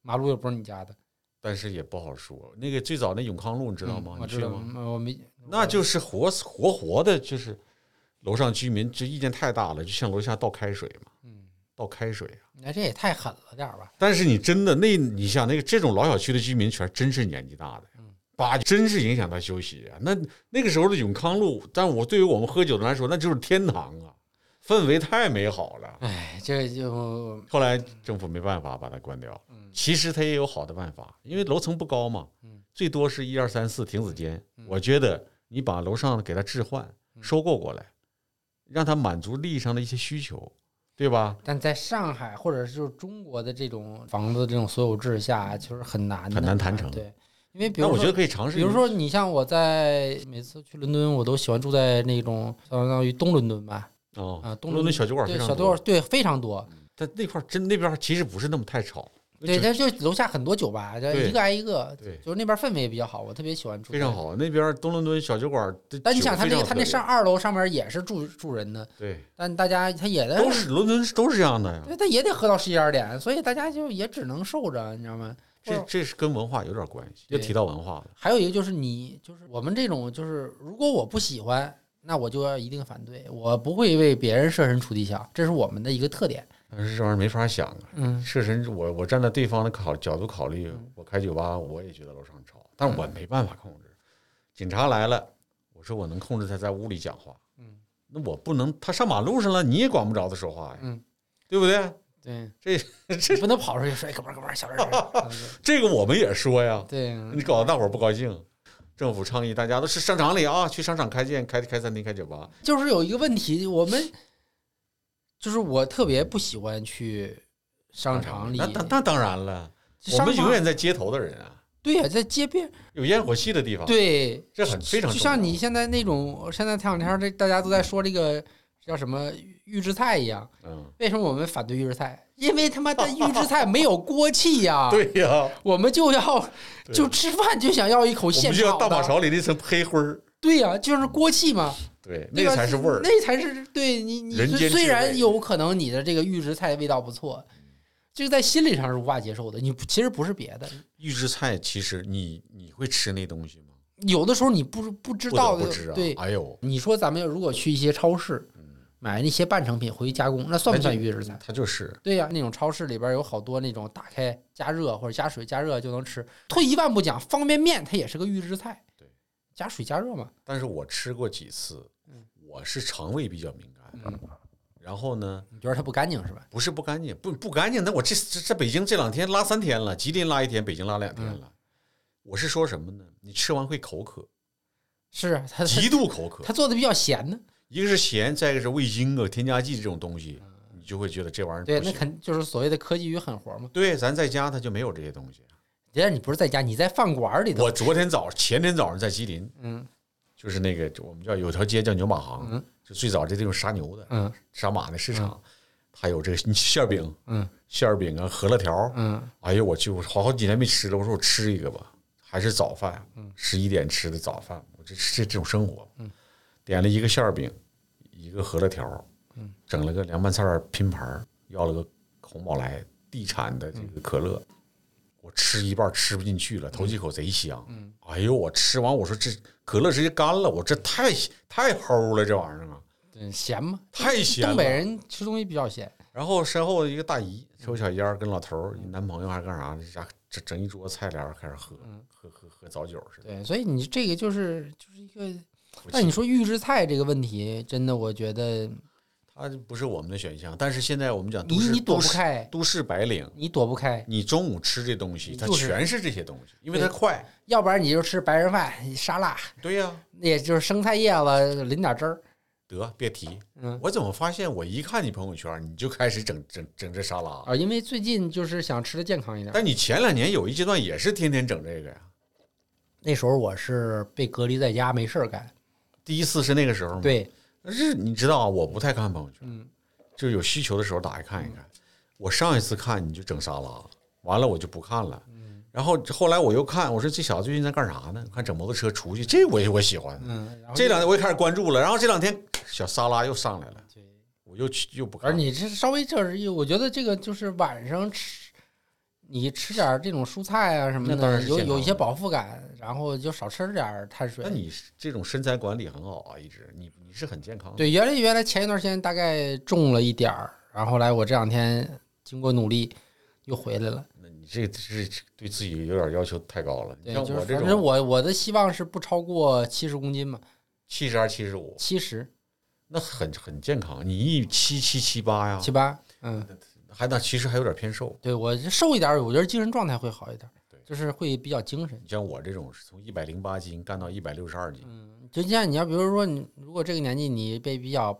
Speaker 2: 马路又不是你家的，
Speaker 1: 但是也不好说。那个最早那永康路你知道吗？
Speaker 2: 嗯
Speaker 1: 你
Speaker 2: 我知
Speaker 1: 去了
Speaker 2: 道，
Speaker 1: 吗？
Speaker 2: 嗯我没，
Speaker 1: 那就是活死活活的，就是楼上居民这意见太大了，就向楼下倒开水嘛，
Speaker 2: 嗯，
Speaker 1: 倒开水啊。
Speaker 2: 那这也太狠了点儿吧？
Speaker 1: 但是你真的那，你想那个这种老小区的居民全真是年纪大的
Speaker 2: 嗯，
Speaker 1: 八真是影响他休息啊。那那个时候的永康路，但我对于我们喝酒的来说，那就是天堂啊，氛围太美好了。
Speaker 2: 哎，这就
Speaker 1: 后来政府没办法把它关掉了
Speaker 2: 嗯。
Speaker 1: 其实它也有好的办法，因为楼层不高嘛
Speaker 2: 嗯，
Speaker 1: 最多是一二三四亭子间
Speaker 2: 嗯。
Speaker 1: 我觉得你把楼上给它置换、
Speaker 2: 嗯
Speaker 1: 收购过来，让它满足利益上的一些需求，对吧？
Speaker 2: 但在上海或者是就是中国的这种房子这种所有制下，就是很难的
Speaker 1: 很难谈成
Speaker 2: 对，因为比
Speaker 1: 那
Speaker 2: 如
Speaker 1: 我
Speaker 2: 说
Speaker 1: 觉得可以尝试。
Speaker 2: 比如，说，你像我在每次去伦敦，我都喜欢住在那种相当于东伦敦吧，
Speaker 1: 哦，
Speaker 2: 啊，东
Speaker 1: 伦敦
Speaker 2: 敦
Speaker 1: 小酒馆非
Speaker 2: 对
Speaker 1: 常
Speaker 2: 小
Speaker 1: 多嗯
Speaker 2: 多，对非常多，
Speaker 1: 但那块儿真那边儿其实不是那么太吵，
Speaker 2: 对，
Speaker 1: 就
Speaker 2: 但就楼下很多酒吧，这
Speaker 1: 对
Speaker 2: 一个挨一个，
Speaker 1: 对
Speaker 2: 就是那边氛围也比较好，我特别喜欢住，
Speaker 1: 非常。好。那边儿东伦敦小酒馆的酒非常特别，
Speaker 2: 但你想，他那个他那上二楼上面也是住住人的，
Speaker 1: 对，
Speaker 2: 但大家他也在
Speaker 1: 都是伦敦都是这样的呀。
Speaker 2: 嗯对，他也得喝到十一二点，所以大家就也只能受着，你知道吗？
Speaker 1: 这这是跟文化有点关系，又
Speaker 2: 嗯对
Speaker 1: 提到文化了。
Speaker 2: 还有一个就是你，就是我们这种，就是如果我不喜欢，那我就要一定反对，我不会为别人设身处地想，这是我们的一个特点。
Speaker 1: 但是这玩意儿没法想啊。
Speaker 2: 嗯，
Speaker 1: 设身处我我站在对方的考角度考虑
Speaker 2: 嗯，
Speaker 1: 我开酒吧我也觉得楼上吵，但我没办法控制。警察来了，我说我能控制他在屋里讲话，
Speaker 2: 嗯，
Speaker 1: 那我不能他上马路上了，你也管不着他说话呀，
Speaker 2: 嗯，
Speaker 1: 对不对？
Speaker 2: 对，
Speaker 1: 这
Speaker 2: 你不能跑出去说，哎，哥们儿，哥们儿，小点声。
Speaker 1: <laughs> 这个我们也说呀，
Speaker 2: 对，嗯
Speaker 1: 你搞得大伙儿不高兴。政府倡议大家都是商场里啊，去商场开店、开开餐厅、开酒吧，
Speaker 2: 就是有一个问题，我们就是我特别不喜欢去商场里，
Speaker 1: 那那那当然了，我
Speaker 2: 商场
Speaker 1: 们永远在街头的人啊，
Speaker 2: 对呀、在街边，
Speaker 1: 有烟火气的地方，
Speaker 2: 对，
Speaker 1: 这很啊非常
Speaker 2: 就
Speaker 1: 重要
Speaker 2: 像你现在那种，现在前两天这大家都在说这个叫什么预制菜一样。
Speaker 1: 嗯，
Speaker 2: 为什么我们反对预制菜？因为他妈的预制菜没有锅气
Speaker 1: <laughs>
Speaker 2: 呀、，
Speaker 1: 对呀，
Speaker 2: 我们就要
Speaker 1: 对
Speaker 2: 就吃饭就想要一口
Speaker 1: 我
Speaker 2: 现
Speaker 1: 们就
Speaker 2: 炒
Speaker 1: 要大马
Speaker 2: 的，
Speaker 1: 勺里那层黑灰儿，
Speaker 2: 对呀、就是锅气嘛，
Speaker 1: 对，
Speaker 2: 对
Speaker 1: 那
Speaker 2: 吧
Speaker 1: 才是味儿。
Speaker 2: 那才是对你你
Speaker 1: 人间至
Speaker 2: 虽虽然
Speaker 1: 味
Speaker 2: 有可能你的这个预制菜味道不错，就是在心理上是无法接受的。你不其实不是别的，
Speaker 1: 预制菜其实你你会吃那东西吗？
Speaker 2: 有的时候你不不知
Speaker 1: 不
Speaker 2: 道
Speaker 1: 得
Speaker 2: 的，
Speaker 1: 不吃啊！
Speaker 2: 对。
Speaker 1: 哎呦，
Speaker 2: 你说咱们要如果去一些超市买那些半成品回去加工，那算不算预制菜？
Speaker 1: 它就是
Speaker 2: 对呀、那种超市里边有好多那种打开加热或者加水加热就能吃。退一万步讲，方便面它也是个预制菜，
Speaker 1: 对，
Speaker 2: 加水加热嘛。
Speaker 1: 但是我吃过几次
Speaker 2: 嗯，
Speaker 1: 我是肠胃比较敏感，
Speaker 2: 嗯，
Speaker 1: 然后呢，
Speaker 2: 你觉得它不干净是吧？
Speaker 1: 不是不干净，不不干净。那我这这这北京这两天拉三天了，吉林拉一天，北京拉两天了。
Speaker 2: 嗯
Speaker 1: 我是说什么呢？你吃完会口渴，
Speaker 2: 是啊，它
Speaker 1: 极度口渴。
Speaker 2: 它做的比较咸呢。
Speaker 1: 一个是咸，再一个是味精啊、添加剂这种东西，你就会觉得这玩意儿
Speaker 2: 嗯对，
Speaker 1: 不
Speaker 2: 那
Speaker 1: 行
Speaker 2: 肯就是所谓的科技与狠活嘛。
Speaker 1: 对，咱在家它就没有这些东西。
Speaker 2: 人家你不是在家，你在饭馆里头。
Speaker 1: 我昨天早前天早上在吉林，
Speaker 2: 嗯
Speaker 1: 就是那个我们叫有条街叫牛马行，
Speaker 2: 嗯
Speaker 1: 就最早这地方杀牛的、
Speaker 2: 嗯
Speaker 1: 杀马的市场，它有这个馅儿饼、
Speaker 2: 嗯
Speaker 1: 馅儿饼啊、饸饹条儿。
Speaker 2: 嗯
Speaker 1: 哎呦，我去，我好好几年没吃了，我说我吃一个吧，还是早饭，
Speaker 2: 嗯
Speaker 1: 十一点吃的早饭，我这这这种生活，点了一个馅儿饼，一个饸饹条儿，
Speaker 2: 嗯
Speaker 1: 整了个凉拌菜儿拼盘儿，要了个红宝来地产的这
Speaker 2: 嗯
Speaker 1: 个可乐。我吃一半儿吃不进去了，头几口贼香。
Speaker 2: 嗯
Speaker 1: 哎呦，我吃完我说这可乐直接干了，我这太太齁了，这玩意儿啊，
Speaker 2: 对，咸嘛。
Speaker 1: 太咸了。
Speaker 2: 东北人吃东西比较咸。
Speaker 1: 然后身后一个大姨
Speaker 2: 嗯
Speaker 1: 抽小烟儿，跟老头儿、男朋友还是干啥的，家整整一桌菜帘儿开始喝，
Speaker 2: 嗯
Speaker 1: 喝喝喝早酒似的。
Speaker 2: 对，所以你这个就是就是一个。
Speaker 1: 不
Speaker 2: 但你
Speaker 1: 气
Speaker 2: 说预制菜这个问题，真的我觉得
Speaker 1: 他不是我们的选项，但是现在我们讲
Speaker 2: 你
Speaker 1: 都市
Speaker 2: 你躲
Speaker 1: 都
Speaker 2: 不
Speaker 1: 市
Speaker 2: 开，
Speaker 1: 都市白领，
Speaker 2: 你躲不开。
Speaker 1: 你中午吃这东西，它
Speaker 2: 嗯就是
Speaker 1: 全是这些东西，因为它
Speaker 2: 对
Speaker 1: 快。
Speaker 2: 要不然你就吃白人饭、沙拉，
Speaker 1: 对呀、
Speaker 2: 也就是生菜叶子淋点汁儿。
Speaker 1: 得别提，
Speaker 2: 嗯
Speaker 1: 我怎么发现我一看你朋友圈，你就开始整整整这沙拉？
Speaker 2: 啊，因为最近就是想吃的健康一点。
Speaker 1: 但你前两年有一阶段也是天天整这个呀。
Speaker 2: 那时候我是被隔离在家，没事儿干。
Speaker 1: 第一次是那个时候吗？，
Speaker 2: 对，
Speaker 1: 但是你知道啊，我不太看朋友圈。
Speaker 2: 嗯，
Speaker 1: 就是有需求的时候打开看一看。我上一次看你就整沙拉，完了我就不看了。
Speaker 2: 嗯
Speaker 1: 然后后来我又看，我说这小子最近在干啥呢？看整摩托车出去，这我也我喜欢。
Speaker 2: 嗯，然后
Speaker 1: 这两天我也开始关注了，然后这两天小沙拉又上来了，
Speaker 2: 对，
Speaker 1: 我又去又不
Speaker 2: 而
Speaker 1: 看。
Speaker 2: 你这稍微这是一，我觉得这个就是晚上吃，你吃点儿这种蔬菜啊什么
Speaker 1: 那当然
Speaker 2: 的，
Speaker 1: 是
Speaker 2: 有
Speaker 1: 健康
Speaker 2: 有一些
Speaker 1: 的
Speaker 2: 饱腹感，然后就少吃点儿碳水
Speaker 1: 那。你这种身材管理很好啊，一直你你是很健康的。
Speaker 2: 对，原来原来前一段时间大概重了一点儿，然后后来我这两天经过努力又回来了。
Speaker 1: 那你这这这对自己有点要求太高了。你
Speaker 2: 对，
Speaker 1: 像
Speaker 2: 就是
Speaker 1: 我这
Speaker 2: 反正
Speaker 1: 种
Speaker 2: 我我的希望是不超过七十公斤嘛，
Speaker 1: 七十二、七十五，
Speaker 2: 七十
Speaker 1: 那很很健康。你一七七七八呀，
Speaker 2: 七八，嗯，
Speaker 1: 还那其实还有点偏瘦。
Speaker 2: 对我瘦一点儿，我觉得精神状态会好一点儿
Speaker 1: 对，
Speaker 2: 就是会比较精神。
Speaker 1: 你像我这种是从一百零八斤干到一百六十二斤，
Speaker 2: 嗯，就像你要比如说你如果这个年纪你被比较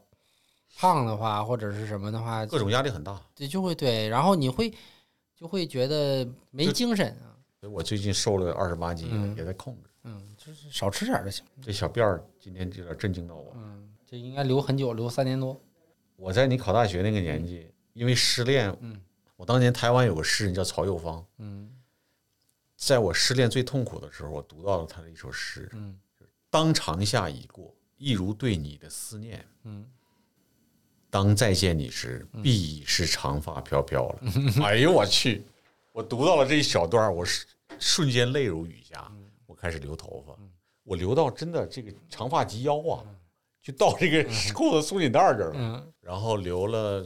Speaker 2: 胖的话，或者是什么的话，
Speaker 1: 各种压力很大。
Speaker 2: 对就会对，然后你会就会觉得没
Speaker 1: 就
Speaker 2: 精神啊，
Speaker 1: 所以我最近瘦了二十八斤，
Speaker 2: 嗯
Speaker 1: 也在控制。
Speaker 2: 嗯，就是少吃点儿就行。
Speaker 1: 这小辫儿今天有点震惊到我。
Speaker 2: 嗯，这应该留很久，留三年多。
Speaker 1: 我在你考大学那个年纪，因为失恋，
Speaker 2: 嗯
Speaker 1: 我当年台湾有个诗人叫曹幼芳，
Speaker 2: 嗯
Speaker 1: 在我失恋最痛苦的时候，我读到了他的一首诗：
Speaker 2: 嗯
Speaker 1: 当长夏已过，一如对你的思念。
Speaker 2: 嗯，
Speaker 1: 当再见你时，必已是长发飘飘了。
Speaker 2: <laughs>
Speaker 1: 哎呦我去！我读到了这一小段儿，我是瞬间泪如雨下，
Speaker 2: 嗯
Speaker 1: 我开始留头发，我留到真的这个长发及腰啊，就到这个裤子松紧带儿这儿了，
Speaker 2: 嗯
Speaker 1: 然后留了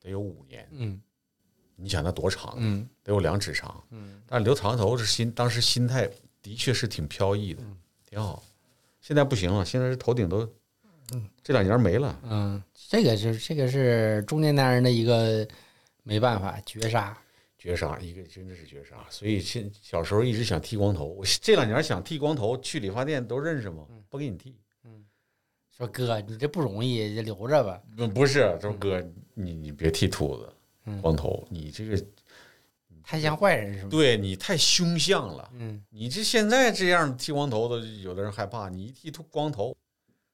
Speaker 1: 得有五年。
Speaker 2: 嗯
Speaker 1: 你想那多长？
Speaker 2: 嗯
Speaker 1: 得有两指长。
Speaker 2: 嗯
Speaker 1: 但留长头是心，当时心态的确是挺飘逸的，
Speaker 2: 嗯
Speaker 1: 挺好。现在不行了，现在是头顶都，这两年没了。
Speaker 2: 嗯，这个是这个是中年男人的一个没办法绝杀。
Speaker 1: 绝杀，一个真的是绝杀。所以现小时候一直想剃光头，我这两年想剃光头，去理发店都认识吗？
Speaker 2: 嗯
Speaker 1: 不给你剃。
Speaker 2: 说哥，你这不容易，就留着吧。
Speaker 1: 不嗯不是，周哥，你你别剃秃子
Speaker 2: 嗯，
Speaker 1: 光头，你这个
Speaker 2: 太像坏人是吗？
Speaker 1: 对你太凶相了。
Speaker 2: 嗯，
Speaker 1: 你这现在这样剃光头的，有的人害怕。你一剃秃光头，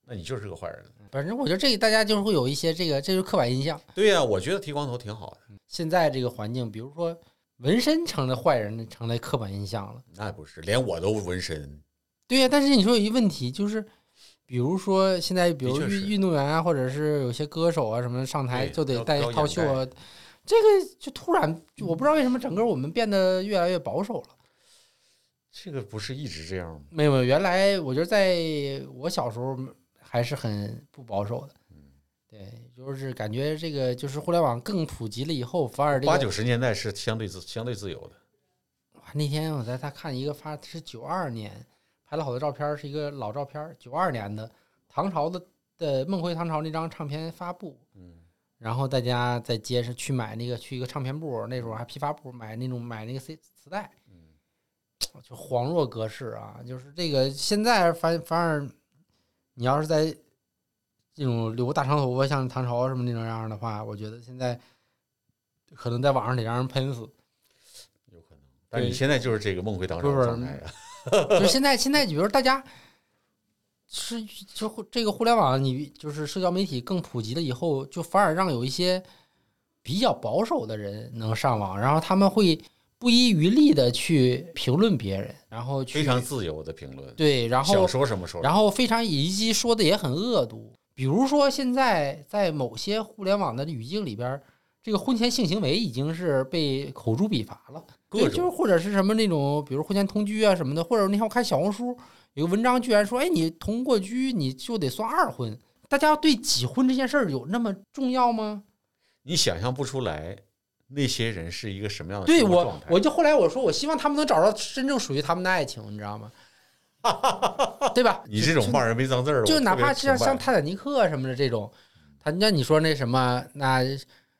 Speaker 1: 那你就是个坏人。
Speaker 2: 反正我觉得这个大家就是会有一些这个，这就是刻板印象。
Speaker 1: 对呀、我觉得剃光头挺好的。
Speaker 2: 现在这个环境，比如说纹身成了坏人，成了刻板印象了。
Speaker 1: 那也不是，连我都纹身。
Speaker 2: 对呀、但是你说有一问题就是，比如说现在，比如
Speaker 1: 的确是
Speaker 2: 运运动员啊，或者是有些歌手啊什么上台
Speaker 1: 对
Speaker 2: 就得
Speaker 1: 要
Speaker 2: 戴
Speaker 1: 要
Speaker 2: 套
Speaker 1: 掩
Speaker 2: 袖啊，这个就突然，就我不知道为什么整个我们变得越来越保守了。
Speaker 1: 这个不是一直这样吗？
Speaker 2: 没有，原来我觉得在我小时候还是很不保守的。
Speaker 1: 嗯
Speaker 2: 对，就是感觉这个就是互联网更普及了以后，反而这
Speaker 1: 八
Speaker 2: 个
Speaker 1: 九十年代是相对自相对自由的。
Speaker 2: 哇那天我在他看一个发是九二年拍了好多照片儿，是一个老呃照片儿，九二年的唐朝的的《梦回唐朝》那张唱片发布，
Speaker 1: 嗯，
Speaker 2: 然后大家在街上去买那个去一个唱片部，那时候还批发部买那种买那个 C 磁带，就恍若隔世啊！就是这个现在反反而，你要是在这种留大长头发，像唐朝什么那种样儿的话，我觉得现在可能在网上得让人喷死。
Speaker 1: 有可能。但你现在就是这个梦回唐朝
Speaker 2: 不
Speaker 1: 的
Speaker 2: 是
Speaker 1: 状态啊呀， <laughs>
Speaker 2: 就是现在，现在比如说大家是就互这个互联网，你就是社交媒体更普及了以后，就反而让有一些比较保守的人能上网，然后他们会不遗余力的去评论别人，然后去
Speaker 1: 非常自由的评论，
Speaker 2: 对，然后
Speaker 1: 想说什么说什么。
Speaker 2: 然后非常以及说的也很恶毒，比如说现在在某些互联网的语境里边儿，这个婚前性行为已经是被口诛笔伐了，
Speaker 1: 各
Speaker 2: 对，
Speaker 1: 种
Speaker 2: 就是或者是什么那种，比如婚前同居啊什么的，或者那天我看小红书有个文章，居然说，哎，你同过居你就得算二婚，大家对几婚这件事儿有那么重要吗？
Speaker 1: 你想象不出来那些人啊是一个什么样的
Speaker 2: 对
Speaker 1: 生活
Speaker 2: 我
Speaker 1: 状，态。
Speaker 2: 我就后来我说，我希望他们能找到真正属于他们的爱情，你知道吗？ <laughs> 对吧？
Speaker 1: 你这种骂人没脏字儿，
Speaker 2: 就
Speaker 1: 我
Speaker 2: 哪
Speaker 1: 特别
Speaker 2: 怕像
Speaker 1: 崇拜
Speaker 2: 像泰坦尼克什么的这种，他那你说那什么那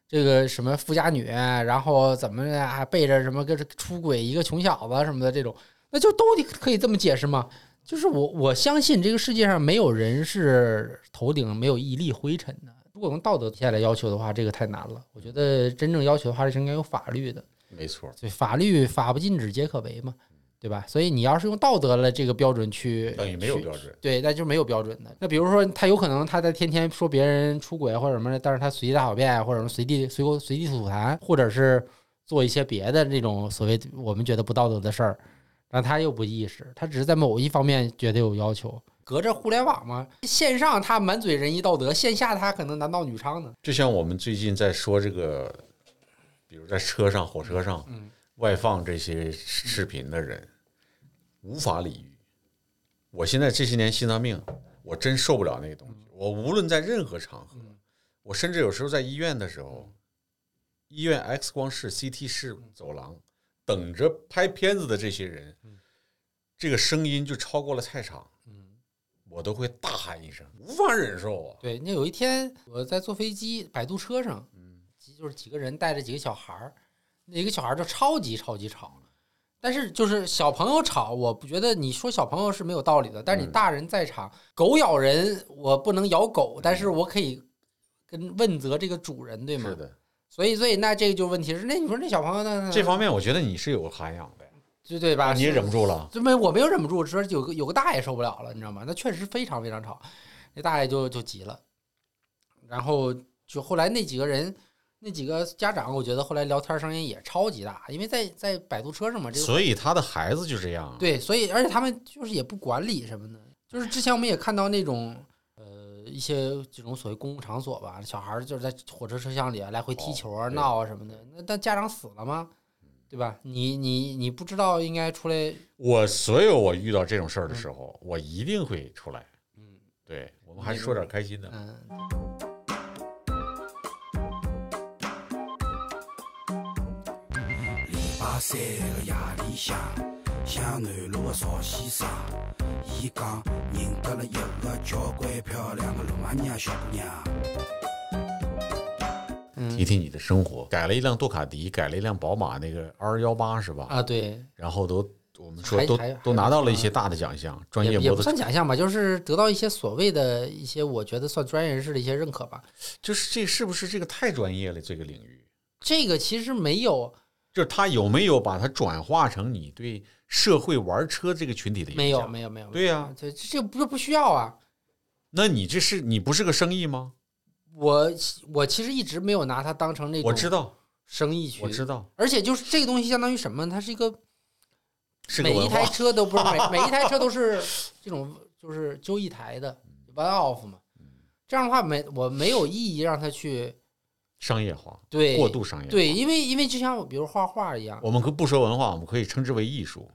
Speaker 2: 这个什么富家女，然后怎么的还背着什么跟着出轨一个穷小子什么的这种，那就都可以这么解释吗？就是我我相信这个世界上没有人是头顶没有一粒灰尘的。如果用道德下来要求的话，这个太难了。我觉得真正要求的话，是应该有法律的。
Speaker 1: 没错，
Speaker 2: 所以法律法不禁止皆可为嘛，对吧？所以你要是用道德的这个标准去
Speaker 1: 等于没有
Speaker 2: 去
Speaker 1: 标准。
Speaker 2: 对，那就是没有标准的。那比如说，他有可能他在天天说别人出轨或者什么的，但是他随地大小便啊或者什么随地随口随地吐痰，或者是做一些别的这种所谓我们觉得不道德的事儿，但他又不意识，他只是在某一方面觉得有要求。隔着互联网嘛，线上他满嘴仁义道德，线下他可能男盗女娼呢。
Speaker 1: 就像我们最近在说这个，比如在车上、火车上、
Speaker 2: 嗯
Speaker 1: 外放这些视频的人，无法理喻。我现在这些年心脏病，我真受不了那个东
Speaker 2: 嗯
Speaker 1: 西。我无论在任何场合，我甚至有时候在医院的时候，医院 X 光室、CT 室走廊等着拍片子的这些人，
Speaker 2: 嗯
Speaker 1: 这个声音就超过了菜场，我都会大喊一声，无法忍受啊！
Speaker 2: 对，那有一天我在坐飞机，摆渡车上，
Speaker 1: 嗯
Speaker 2: 几就是几个人带着几个小孩儿，那一个小孩儿就超级超级吵，但是就是小朋友吵，我不觉得你说小朋友是没有道理的，但是你
Speaker 1: 嗯
Speaker 2: 大人在场，狗咬人我不能咬狗，但是我可以跟问责这个主人，对吗
Speaker 1: 嗯是？的。
Speaker 2: 所以所以那这个就问题是，那你说那小朋友那
Speaker 1: 这方面我觉得你是有涵养的呀，
Speaker 2: 对对吧？
Speaker 1: 你也
Speaker 2: 啊是
Speaker 1: 忍不住了。
Speaker 2: 就没我没有忍不住，说有个有个大爷受不了了，你知道吗？那确实非常非常吵，那大爷就就急了，然后就后来那几个人。那几个家长，我觉得后来聊天声音也超级大，因为在在摆渡车上嘛，这个
Speaker 1: 所以他的孩子就这样，
Speaker 2: 对，所以而且他们就是也不管理什么的，就是之前我们也看到那种呃一些这种所谓公共场所吧，小孩儿就是在火车车厢里啊来回踢
Speaker 1: 哦
Speaker 2: 球啊、
Speaker 1: 对
Speaker 2: 闹啊什么的，那但家长死了吗？对吧？你你你不知道应该出来
Speaker 1: 我所有我遇到这种事儿的时候，我一定会出来。
Speaker 2: 嗯
Speaker 1: 嗯，对，我们还是说点开心的。
Speaker 2: 嗯。
Speaker 3: 礼拜三个夜里向，向南路个邵先生，伊讲认得了一个交关漂亮个罗马尼亚小姑娘。
Speaker 2: 嗯
Speaker 1: 提提你的生活，改了一辆杜卡迪，改了一辆宝马，那个 R 幺八是吧？
Speaker 2: 啊，对，
Speaker 1: 然后都我们说
Speaker 2: 还
Speaker 1: 都
Speaker 2: 还啊
Speaker 1: 都拿到了一些大的奖项，专
Speaker 2: 也
Speaker 1: 业
Speaker 2: 也
Speaker 1: 摩
Speaker 2: 不
Speaker 1: 托
Speaker 2: 算
Speaker 1: 车，
Speaker 2: 奖项吧，就是得到一些所谓的一些，我觉得算专业人士的一些认可吧。
Speaker 1: 就是这是不是这个太专业了？这个领域，
Speaker 2: 这个其实没有
Speaker 1: 就是他有没有把它转化成你对社会玩车这个群体的影响？
Speaker 2: 没有没有没有，
Speaker 1: 对呀、
Speaker 2: 这这不不需要啊。
Speaker 1: 那你这是你不是个生意吗？
Speaker 2: 我我其实一直没有拿它当成那
Speaker 1: 我知
Speaker 2: 种
Speaker 1: 道，
Speaker 2: 生意去，
Speaker 1: 我知道，
Speaker 2: 而且就是这个东西相当于什么？它是一个
Speaker 1: 是个
Speaker 2: 每一
Speaker 1: 文
Speaker 2: 台
Speaker 1: 化。
Speaker 2: 车都不是每每一台车
Speaker 1: <laughs>
Speaker 2: 都是这种就是揪一台的 one off 嘛。这样的话没我没有意义让它去
Speaker 1: 商业化，
Speaker 2: 对
Speaker 1: 过度商业化。
Speaker 2: 对，因为因为就像比如画画一样，
Speaker 1: 我们可不说文化，我们可以称之为艺术。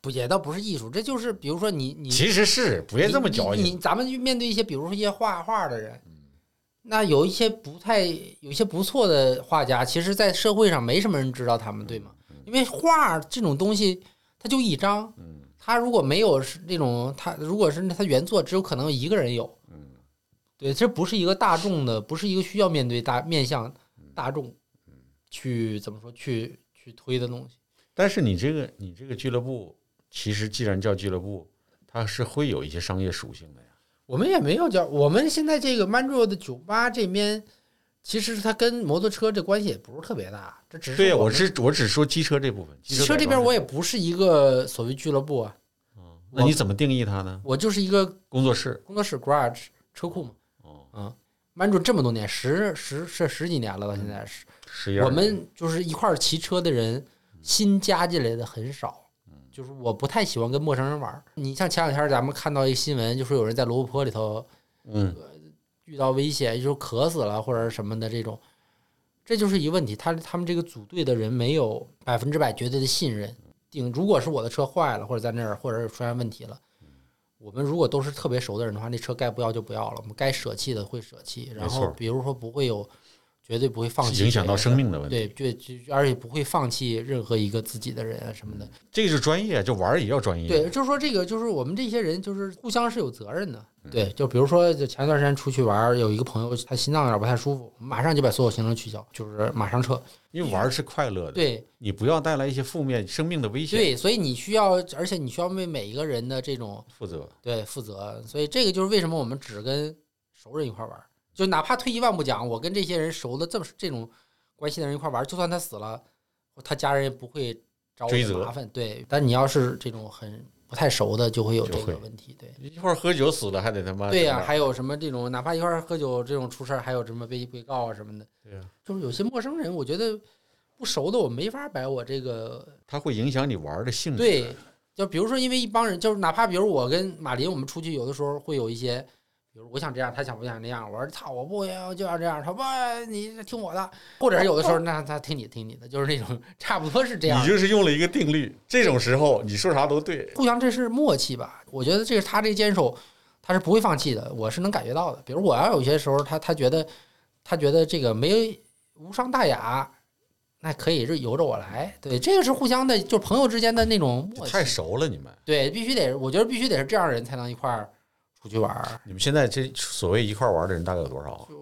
Speaker 2: 不也倒不是艺术，这就是比如说你你
Speaker 1: 其实是别这么矫
Speaker 2: 你你
Speaker 1: 情，嗯
Speaker 2: 咱们面对一些，比如说一些画画的人，那有一些不太有一些不错的画家，其实，在社会上没什么人知道他们，对吗？
Speaker 1: 嗯
Speaker 2: 因为画这种东西，它就一张，
Speaker 1: 嗯嗯
Speaker 2: 他如果没有是那种他如果是他原作，只有可能一个人有，对，这不是一个大众的，不是一个需要面对大面向
Speaker 1: 嗯
Speaker 2: 大众去怎么说去去推的东西。
Speaker 1: 但是你这个你这个俱乐部，其实既然叫俱乐部，它是会有一些商业属性的呀。
Speaker 2: 我们也没有叫，我们现在这个 Manro 的酒吧这边，其实它跟摩托车这关系也不是特别大，这只是
Speaker 1: 对呀，
Speaker 2: 我
Speaker 1: 我
Speaker 2: 们
Speaker 1: 只我只说机车这部分，
Speaker 2: 汽车这边我
Speaker 1: 也，
Speaker 2: 也不是一个所谓俱乐部啊，
Speaker 1: 那你怎么定义它呢？
Speaker 2: 我就是一个
Speaker 1: 工作室
Speaker 2: 工作室 garage 车库嘛。
Speaker 1: 哦，
Speaker 2: 嗯，Manro 这么多年，十十是十几年了，到现在是，
Speaker 1: 实验，
Speaker 2: 我们就是一块儿骑车的人，新加进来的很少。就是我不太喜欢跟陌生人玩儿。你像前两天咱们看到一新闻，就说有人在罗布泊里头
Speaker 1: 嗯
Speaker 2: 遇到危险，就说渴死了或者什么的这种，这就是一个问题。他他们这个组队的人没有百分之百绝对的信任。顶，如果是我的车坏了，或者在那儿，或者是出现问题了，我们如果都是特别熟的人的话，那车该不要就不要了，我们该舍弃的会舍弃。然
Speaker 1: 没
Speaker 2: 后
Speaker 1: 错
Speaker 2: 比如说不会有，绝对不会放弃
Speaker 1: 影响到
Speaker 2: 谁
Speaker 1: 生
Speaker 2: 的
Speaker 1: 命的问题。
Speaker 2: 对对，就而且不会放弃任何一个自己的人啊什么的。
Speaker 1: 这个是专业，啊就玩儿也要专业。
Speaker 2: 对，，就是说这个就是我们这些人就是互相是有责任的。
Speaker 1: 嗯
Speaker 2: 对，就比如说就前一段时间出去玩儿，有一个朋友他心脏有点不太舒服，马上就把所有行程取消，就是马上撤。
Speaker 1: 因为玩儿是快乐的，
Speaker 2: 对
Speaker 1: 你不要带来一些负面生命的危险，
Speaker 2: 对，所以你需要，而且你需要为每一个人的这种
Speaker 1: 负责。
Speaker 2: 对负责。所以这个就是为什么我们只跟熟人一块儿玩儿，就哪怕退一万步讲，我跟这些人熟的这么这种关系的人一块儿玩儿，就算他死了，他家人也不会找我
Speaker 1: 追
Speaker 2: 的
Speaker 1: 责
Speaker 2: 麻烦。对，但你要是这种很不太熟的，就会有
Speaker 1: 就
Speaker 2: 这个
Speaker 1: 会
Speaker 2: 问题。对。
Speaker 1: 一会儿喝酒死了还得他妈
Speaker 2: 对呀、
Speaker 1: 整点儿
Speaker 2: 还有什么这种哪怕一块儿喝酒这种出事儿，还有什么被被告啊什么的，
Speaker 1: 对呀
Speaker 2: 就是有些陌生人，我觉得不熟的我没法摆我这个
Speaker 1: 它会影响你玩嗯儿的兴致。
Speaker 2: 对，就比如说，因为一帮人，就是哪怕比如我跟马林，我们出去有的时候会有一些，比如我想这样，他想不想那样，我说操，我不要就要这样，他不，你听我的，或者是有的时候
Speaker 1: <laughs>
Speaker 2: 那他听你听你的，就是那种差不多是这样
Speaker 1: 你，就是用了一个定律，这种时候你说啥都对。
Speaker 2: 互相这是默契吧？我觉得这是他这坚守，他是不会放弃的，我是能感觉到的。比如我要有些时候他他觉得他觉得这个没无伤大雅。那可以，就由着我来。对，这个是互相的，就是朋友之间的那种默契。
Speaker 1: 太熟了，你们，
Speaker 2: 对，必须得，我觉得必须得是这样的人才能一块儿出去玩儿，
Speaker 1: 你们现在这所谓一块儿玩儿的人大概有多少啊？
Speaker 2: 就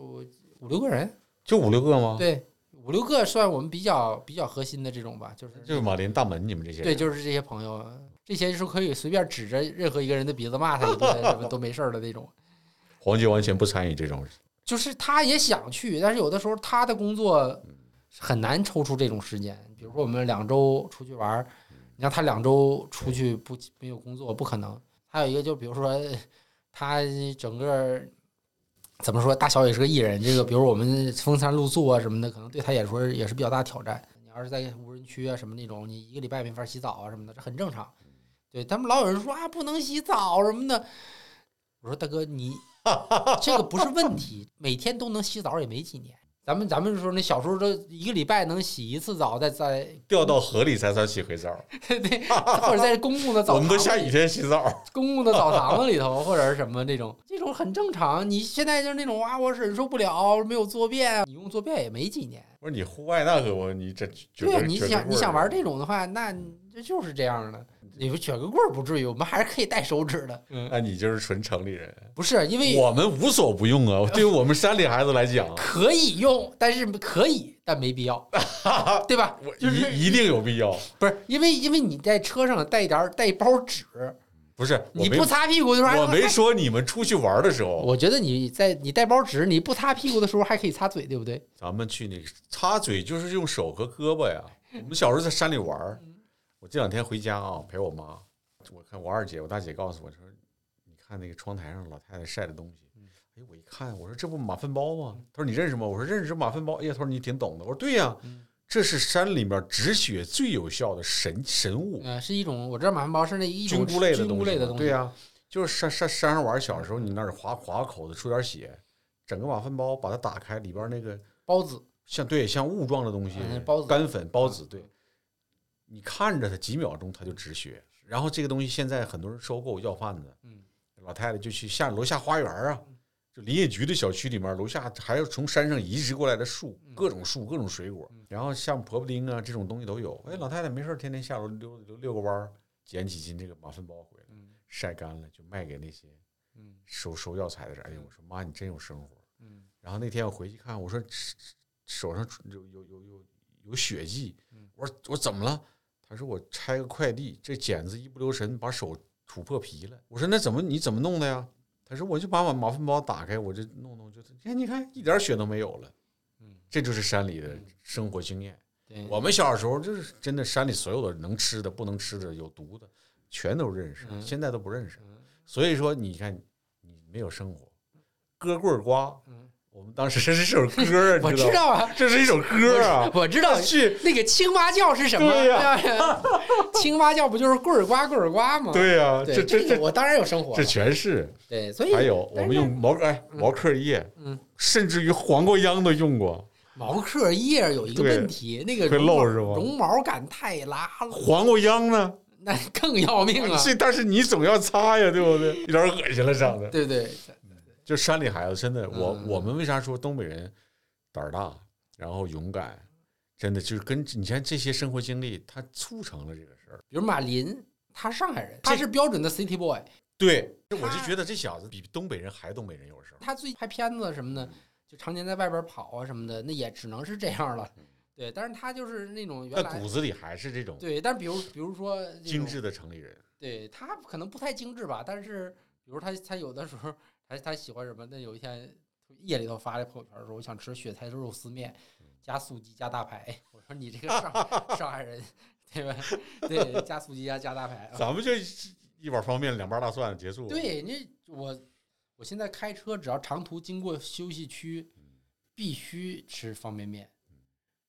Speaker 2: 五六个人，
Speaker 1: 就五六个吗？，
Speaker 2: 对，五六个算我们比较比较核心的这种吧，就是
Speaker 1: 就是马林、大门，你们这些人。
Speaker 2: 对，就是这些朋友，这些是可以随便指着任何一个人的鼻子
Speaker 1: <laughs>
Speaker 2: 骂他一顿，什么都没事儿的那种。
Speaker 1: 黄杰完全不参与这种。
Speaker 2: 就是他也想去，但是有的时候他的工作很难抽出这种时间。比如说我们两周出去玩儿，你让他两周出去不没有工作不可能。还有一个就比如说他整个怎么说，大小也是个艺人，这个比如我们风餐露宿啊什么的，可能对他也说也是比较大挑战。你要是在无人区啊什么那种，你一个礼拜没法洗澡啊什么的，这很正常。对他们老有人说啊不能洗澡什么的，我说大哥你这个不是问题，每天都能洗澡也没几年。咱们咱们说那小时候都一个礼拜能洗一次澡，在在
Speaker 1: 掉到河里才算洗回澡，
Speaker 2: <laughs> 对，或者在公共的 <laughs> 澡堂，
Speaker 1: 我们都下雨天洗澡。
Speaker 2: 公共的澡堂子里头，或者是什么这种，这种很正常。你现在就是那种啊，我忍受不了，没有坐便，你用坐便也没几年。
Speaker 1: 不是你户外那个我你这绝
Speaker 2: 对，啊你
Speaker 1: 绝
Speaker 2: 想
Speaker 1: 棍
Speaker 2: 你
Speaker 1: 儿
Speaker 2: 想玩这种的话，那这就是这样的。你们卷个棍儿不至于，我们还是可以带手指的。嗯，
Speaker 1: 啊那你就是纯城里人。
Speaker 2: 不是因为
Speaker 1: 我们无所不用
Speaker 2: <laughs>
Speaker 1: 啊，对于我们山里孩子来讲，
Speaker 2: 可以用，但是可以，但没必
Speaker 1: <laughs>
Speaker 2: 要，对吧
Speaker 1: 我？
Speaker 2: 就是
Speaker 1: 一一定有必要。
Speaker 2: 不是因为因为你在车上带一点儿带一包纸，
Speaker 1: 不是，我
Speaker 2: 你
Speaker 1: 没
Speaker 2: 不擦屁股的时候还
Speaker 1: 我没说你们出去玩的时候，
Speaker 2: 我觉得你在你带包纸，你不擦屁股的时候还可以擦嘴，对不对？
Speaker 1: 咱们去那个擦嘴就是用手和胳膊
Speaker 2: <laughs>
Speaker 1: 呀。我们小时候在山里玩儿，我这两天回家啊，陪我妈，我看我二姐，我大姐告诉我说，你看那个窗台上老太太晒的东西。
Speaker 2: 嗯
Speaker 1: 哎，我一看，我说这不马粪包吗？她说你认识吗？我说认识马粪包。哎呀，她说你挺懂的。我说对呀
Speaker 2: 嗯，
Speaker 1: 这是山里面止血最有效的神神物。
Speaker 2: 嗯、是一种我知道马粪包是那一
Speaker 1: 菌
Speaker 2: 种
Speaker 1: 菇类的
Speaker 2: 菌
Speaker 1: 东
Speaker 2: 菇
Speaker 1: 西
Speaker 2: 类
Speaker 1: 嘛，
Speaker 2: 的东西，
Speaker 1: 对呀、就是山山山上玩儿，小时候你那儿划划口子出点血，整个马粪包把它打开，里边儿那个
Speaker 2: 包子
Speaker 1: 像对像雾状的东西
Speaker 2: 嗯，孢子嗯
Speaker 1: 干粉孢子，对，你看着它几秒钟它就止血，然后这个东西现在很多人收购要贩子，
Speaker 2: 嗯，
Speaker 1: 老太太就去下楼下花园儿啊，就林业局的小区里面，楼下还有从山上移植过来的树，
Speaker 2: 嗯
Speaker 1: 各种树，各种水果，然后像婆婆丁啊这种东西都有。哎，老太太没事儿天天下楼溜溜溜个弯儿，捡几斤这个马粪包回来
Speaker 2: 嗯，
Speaker 1: 晒干了就卖给那些
Speaker 2: 嗯
Speaker 1: 收收药材的人，哎呦，我说妈，你真有生活。
Speaker 2: 嗯
Speaker 1: 然后那天我回去看，我说手手上有有有有有血迹
Speaker 2: 嗯，
Speaker 1: 我说我怎么了？他说我拆个快递，这剪子一不留神把手吐破皮了。我说那怎么你怎么弄的呀？他说我就把我马粪包打开，我这弄弄就，你看你看一点血都没有了。
Speaker 2: 嗯，
Speaker 1: 这就是山里的生活经验。
Speaker 2: 对，
Speaker 1: 我们小时候就是真的，山里所有的能吃的、不能吃的、有毒的，全都认识，
Speaker 2: 嗯
Speaker 1: 现在都不认识。
Speaker 2: 嗯
Speaker 1: 所以说，你看你没有生活，割棍儿瓜，
Speaker 2: 嗯，我们
Speaker 1: 当时这是一首歌啊，
Speaker 2: <laughs> 我
Speaker 1: 你
Speaker 2: 知
Speaker 1: 知道吗，
Speaker 2: 道啊，。
Speaker 1: 这是一首歌啊
Speaker 2: 我知道
Speaker 1: 去，
Speaker 2: 那个青蛙叫是什么？
Speaker 1: 对呀
Speaker 2: 对吧青蛙叫不就是棍儿瓜棍儿瓜吗？
Speaker 1: 对呀，
Speaker 2: 对，
Speaker 1: 这这
Speaker 2: 个
Speaker 1: 这
Speaker 2: 我当然有生活了
Speaker 1: 这，全是。哎
Speaker 2: 对，所以
Speaker 1: 还有，我
Speaker 2: 但
Speaker 1: 们
Speaker 2: 是
Speaker 1: 用毛哎毛嗑叶，
Speaker 2: 嗯，
Speaker 1: 甚至于黄瓜秧都用过，
Speaker 2: 毛嗑叶有一个
Speaker 1: 对
Speaker 2: 问题，那个
Speaker 1: 会
Speaker 2: 绒
Speaker 1: 漏
Speaker 2: 毛
Speaker 1: 是吗
Speaker 2: 绒毛感太拉了，
Speaker 1: 黄瓜秧呢，
Speaker 2: 那更要命了。
Speaker 1: 这但是你总要擦呀，对不
Speaker 2: <laughs>
Speaker 1: 对？有点恶心了，长得。
Speaker 2: 对对，
Speaker 1: 就山里孩子真的，我
Speaker 2: 嗯
Speaker 1: 我们为啥说东北人胆儿大，然后勇敢，真的就是跟你看这些生活经历，它促成了这个事儿。
Speaker 2: 比如马林，他上海人，他是标准的 city boy，
Speaker 1: 对，我就觉得这小子比东北人还东北人有事儿。
Speaker 2: 他最拍片子什么的，就常年在外边跑啊什么的，那也只能是这样了。
Speaker 1: 嗯
Speaker 2: 对，但是他就是那种
Speaker 1: 在
Speaker 2: 原来
Speaker 1: 骨子里还是这种
Speaker 2: 对，但比如比如说这种
Speaker 1: 精致的城里人。
Speaker 2: 对他可能不太精致吧，但是比如他他有的时候他他喜欢什么，那有一天夜里头发了朋友圈说我想吃雪菜肉丝面，加素鸡加大排。 <laughs> 我说你这个上上海人对吧？ <laughs> 对，加素鸡加加大排啊。
Speaker 1: 咱们就一碗方便面，两瓣大蒜结束。，
Speaker 2: 对你我我现在开车只要长途经过休息区，必须吃方便面，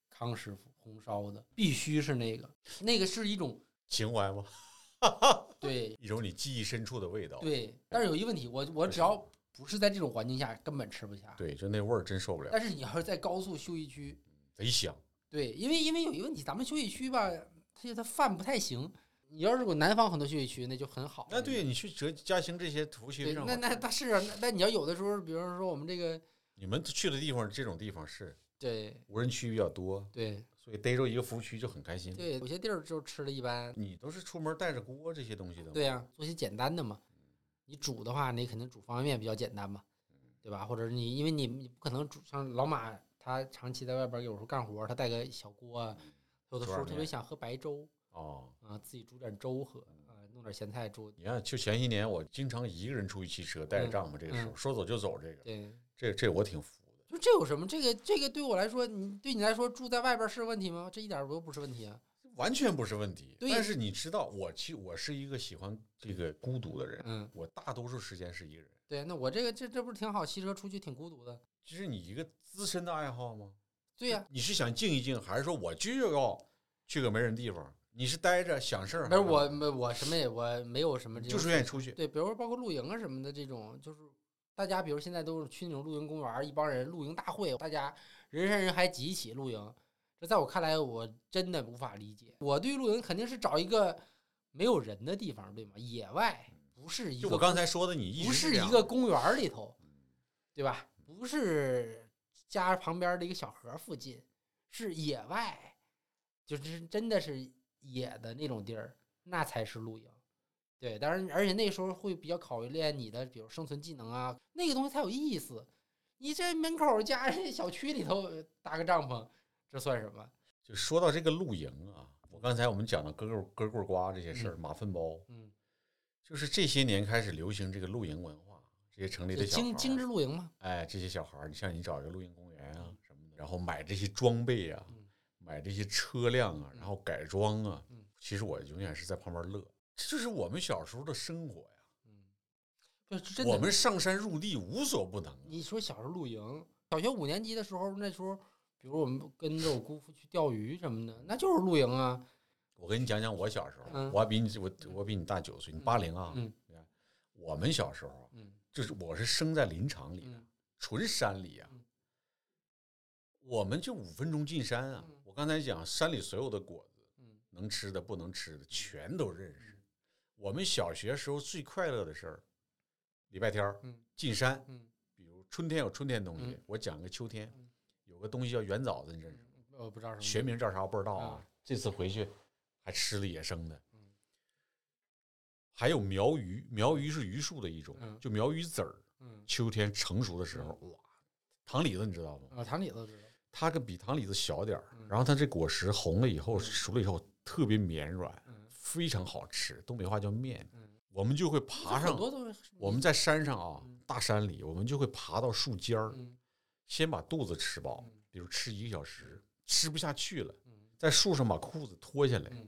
Speaker 2: 康师傅红烧的必须是那个，那个是一种
Speaker 1: 情怀吗？
Speaker 2: 对
Speaker 1: 一种你记忆深处的味道。
Speaker 2: 对，但是有一问题，我我只要不是在这种环境下，根本吃不下。
Speaker 1: 对，就那味儿真受不了，
Speaker 2: 但是嗯你要是在高速休息区，
Speaker 1: 贼香。
Speaker 2: 对，因为因为有一个问题，咱们休息区吧，它它饭不太行。你要是我南方很多休息区，那就很好。
Speaker 1: 那对你去浙嘉兴这些服务区
Speaker 2: 对，
Speaker 1: 上，
Speaker 2: 那那那是啊，那那你要有的时候，比如说我们这个，
Speaker 1: 你们去的地方，这种地方是
Speaker 2: 对
Speaker 1: 无人区比较多，
Speaker 2: 对
Speaker 1: 所以逮着一个服务区就很开心。
Speaker 2: 对，有些地儿就吃的一般。
Speaker 1: 你都是出门带着锅这些东西的吗，
Speaker 2: 对呀、啊做些简单的嘛。你煮的话，你肯定煮方便面比较简单嘛，对吧？或者你因为你你不可能煮像老马他长期在外边儿有时候干活儿，他带个小锅啊，有的时
Speaker 1: 煮点
Speaker 2: 候特别
Speaker 1: 面
Speaker 2: 想喝白粥
Speaker 1: 哦，
Speaker 2: 啊，自己煮点粥喝啊，弄点咸菜粥。
Speaker 1: 你看，就前些年我经常一个人出去骑车，带着帐篷，这个时候、
Speaker 2: 嗯
Speaker 1: 说走就走，这个
Speaker 2: 对，
Speaker 1: 这这我挺服的。
Speaker 2: 就这有什么？这个这个对我来说，你对你来说住在外边儿是问题吗？这一点儿都不是问题啊。
Speaker 1: 完全不是问题，
Speaker 2: 对
Speaker 1: 但是你知道，我其我是一个喜欢这个孤独的人，
Speaker 2: 嗯，
Speaker 1: 我大多数时间是一个人。
Speaker 2: 对，那我这个这这不是挺好？骑车出去挺孤独的。
Speaker 1: 这是你一个资深的爱好吗？
Speaker 2: 对呀、
Speaker 1: 你是想静一静，还是说我就要去个没人地方？你是待着想事儿，
Speaker 2: 但是
Speaker 1: 还
Speaker 2: 我没我什么也我没有什么这种
Speaker 1: 就是愿意出去。
Speaker 2: 对，比如说包括露营啊什么的这种，就是大家比如现在都是去那种露营公园儿，一帮人露营大会，大家人山人海挤一起露营。这在我看来，我真的无法理解。我对露营肯定是找一个没有人的地方，对吗？野外不是一
Speaker 1: 嗯就
Speaker 2: 个
Speaker 1: 我刚才说的，嗯你一
Speaker 2: 不
Speaker 1: 直
Speaker 2: 是
Speaker 1: 这
Speaker 2: 一
Speaker 1: 样
Speaker 2: 个公园儿里头，对吧？不是家旁边的一个小河附近，是野外，就是真的是野的那种地儿，那才是露营。对，当然，而且那时候会比较考验你的，比如生存技能啊，那个东西才有意思。你这门口儿家 <laughs> 小区里头搭个帐篷，这算什么？
Speaker 1: 就说到这个露营啊，我刚才我们讲到割肉割棍瓜这些事儿，马粪包，
Speaker 2: 嗯，
Speaker 1: 就是这些年开始流行这个露营文化，这些城里
Speaker 2: 就
Speaker 1: 的小
Speaker 2: 精精
Speaker 1: 孩
Speaker 2: 致
Speaker 1: 儿，
Speaker 2: 露营嘛，
Speaker 1: 哎，这些小孩儿，你像你找一个露营公园啊什么的，然后买这些装备啊
Speaker 2: 嗯，
Speaker 1: 买这些车辆啊，然后改装啊
Speaker 2: 嗯，
Speaker 1: 其实我永远是在旁边乐，这就是我们小时候的生活呀，
Speaker 2: 嗯，对，是真的
Speaker 1: 我们上山入地无所不能啊，
Speaker 2: 你说小时候露营，小学五年级的时候，那时候，比如我们跟着我姑父去钓鱼什么的，那就是露营啊。
Speaker 1: 我跟你讲讲我小时候，
Speaker 2: 嗯
Speaker 1: 我还比你我我比你大九岁，你八零啊，
Speaker 2: 嗯
Speaker 1: 你看我们小时候啊
Speaker 2: 嗯
Speaker 1: 就是我是生在林场里的。
Speaker 2: 嗯
Speaker 1: 纯山里啊
Speaker 2: 嗯，
Speaker 1: 我们就五分钟进山啊
Speaker 2: 嗯。
Speaker 1: 我刚才讲山里所有的果子，
Speaker 2: 嗯
Speaker 1: 能吃的不能吃的全都认识。我们小学时候最快乐的事儿，礼拜天儿
Speaker 2: 嗯
Speaker 1: 进山，
Speaker 2: 嗯，
Speaker 1: 比如春天有春天东西
Speaker 2: 嗯，
Speaker 1: 我讲个秋天
Speaker 2: 嗯，
Speaker 1: 有个东西叫圆枣子，你认识吗？
Speaker 2: 我不知道什么
Speaker 1: 学名
Speaker 2: 嗯
Speaker 1: 叫啥我不知道啊
Speaker 2: 啊。
Speaker 1: 这次回去还吃了野生的
Speaker 2: 嗯，
Speaker 1: 还有苗榆，苗榆是榆树的一种
Speaker 2: 嗯，
Speaker 1: 就苗榆籽儿，
Speaker 2: 嗯，
Speaker 1: 秋天成熟的时候，哇，糖李子你知道吗？
Speaker 2: 啊，堂里头知道，
Speaker 1: 它跟比糖李子小点儿
Speaker 2: 嗯，
Speaker 1: 然后它这果实红了以后，熟了以后特别绵软，
Speaker 2: 嗯
Speaker 1: 非常好吃。东北话叫面
Speaker 2: 嗯，
Speaker 1: 我们就会爬
Speaker 2: 很
Speaker 1: 上，
Speaker 2: 多都是
Speaker 1: 我们在山上啊
Speaker 2: 嗯，
Speaker 1: 大山里，我们就会爬到树尖儿，
Speaker 2: 嗯
Speaker 1: 先把肚子吃饱
Speaker 2: 嗯，
Speaker 1: 比如吃一个小时，吃不下去了，
Speaker 2: 嗯，
Speaker 1: 在树上把裤子脱下来
Speaker 2: 嗯，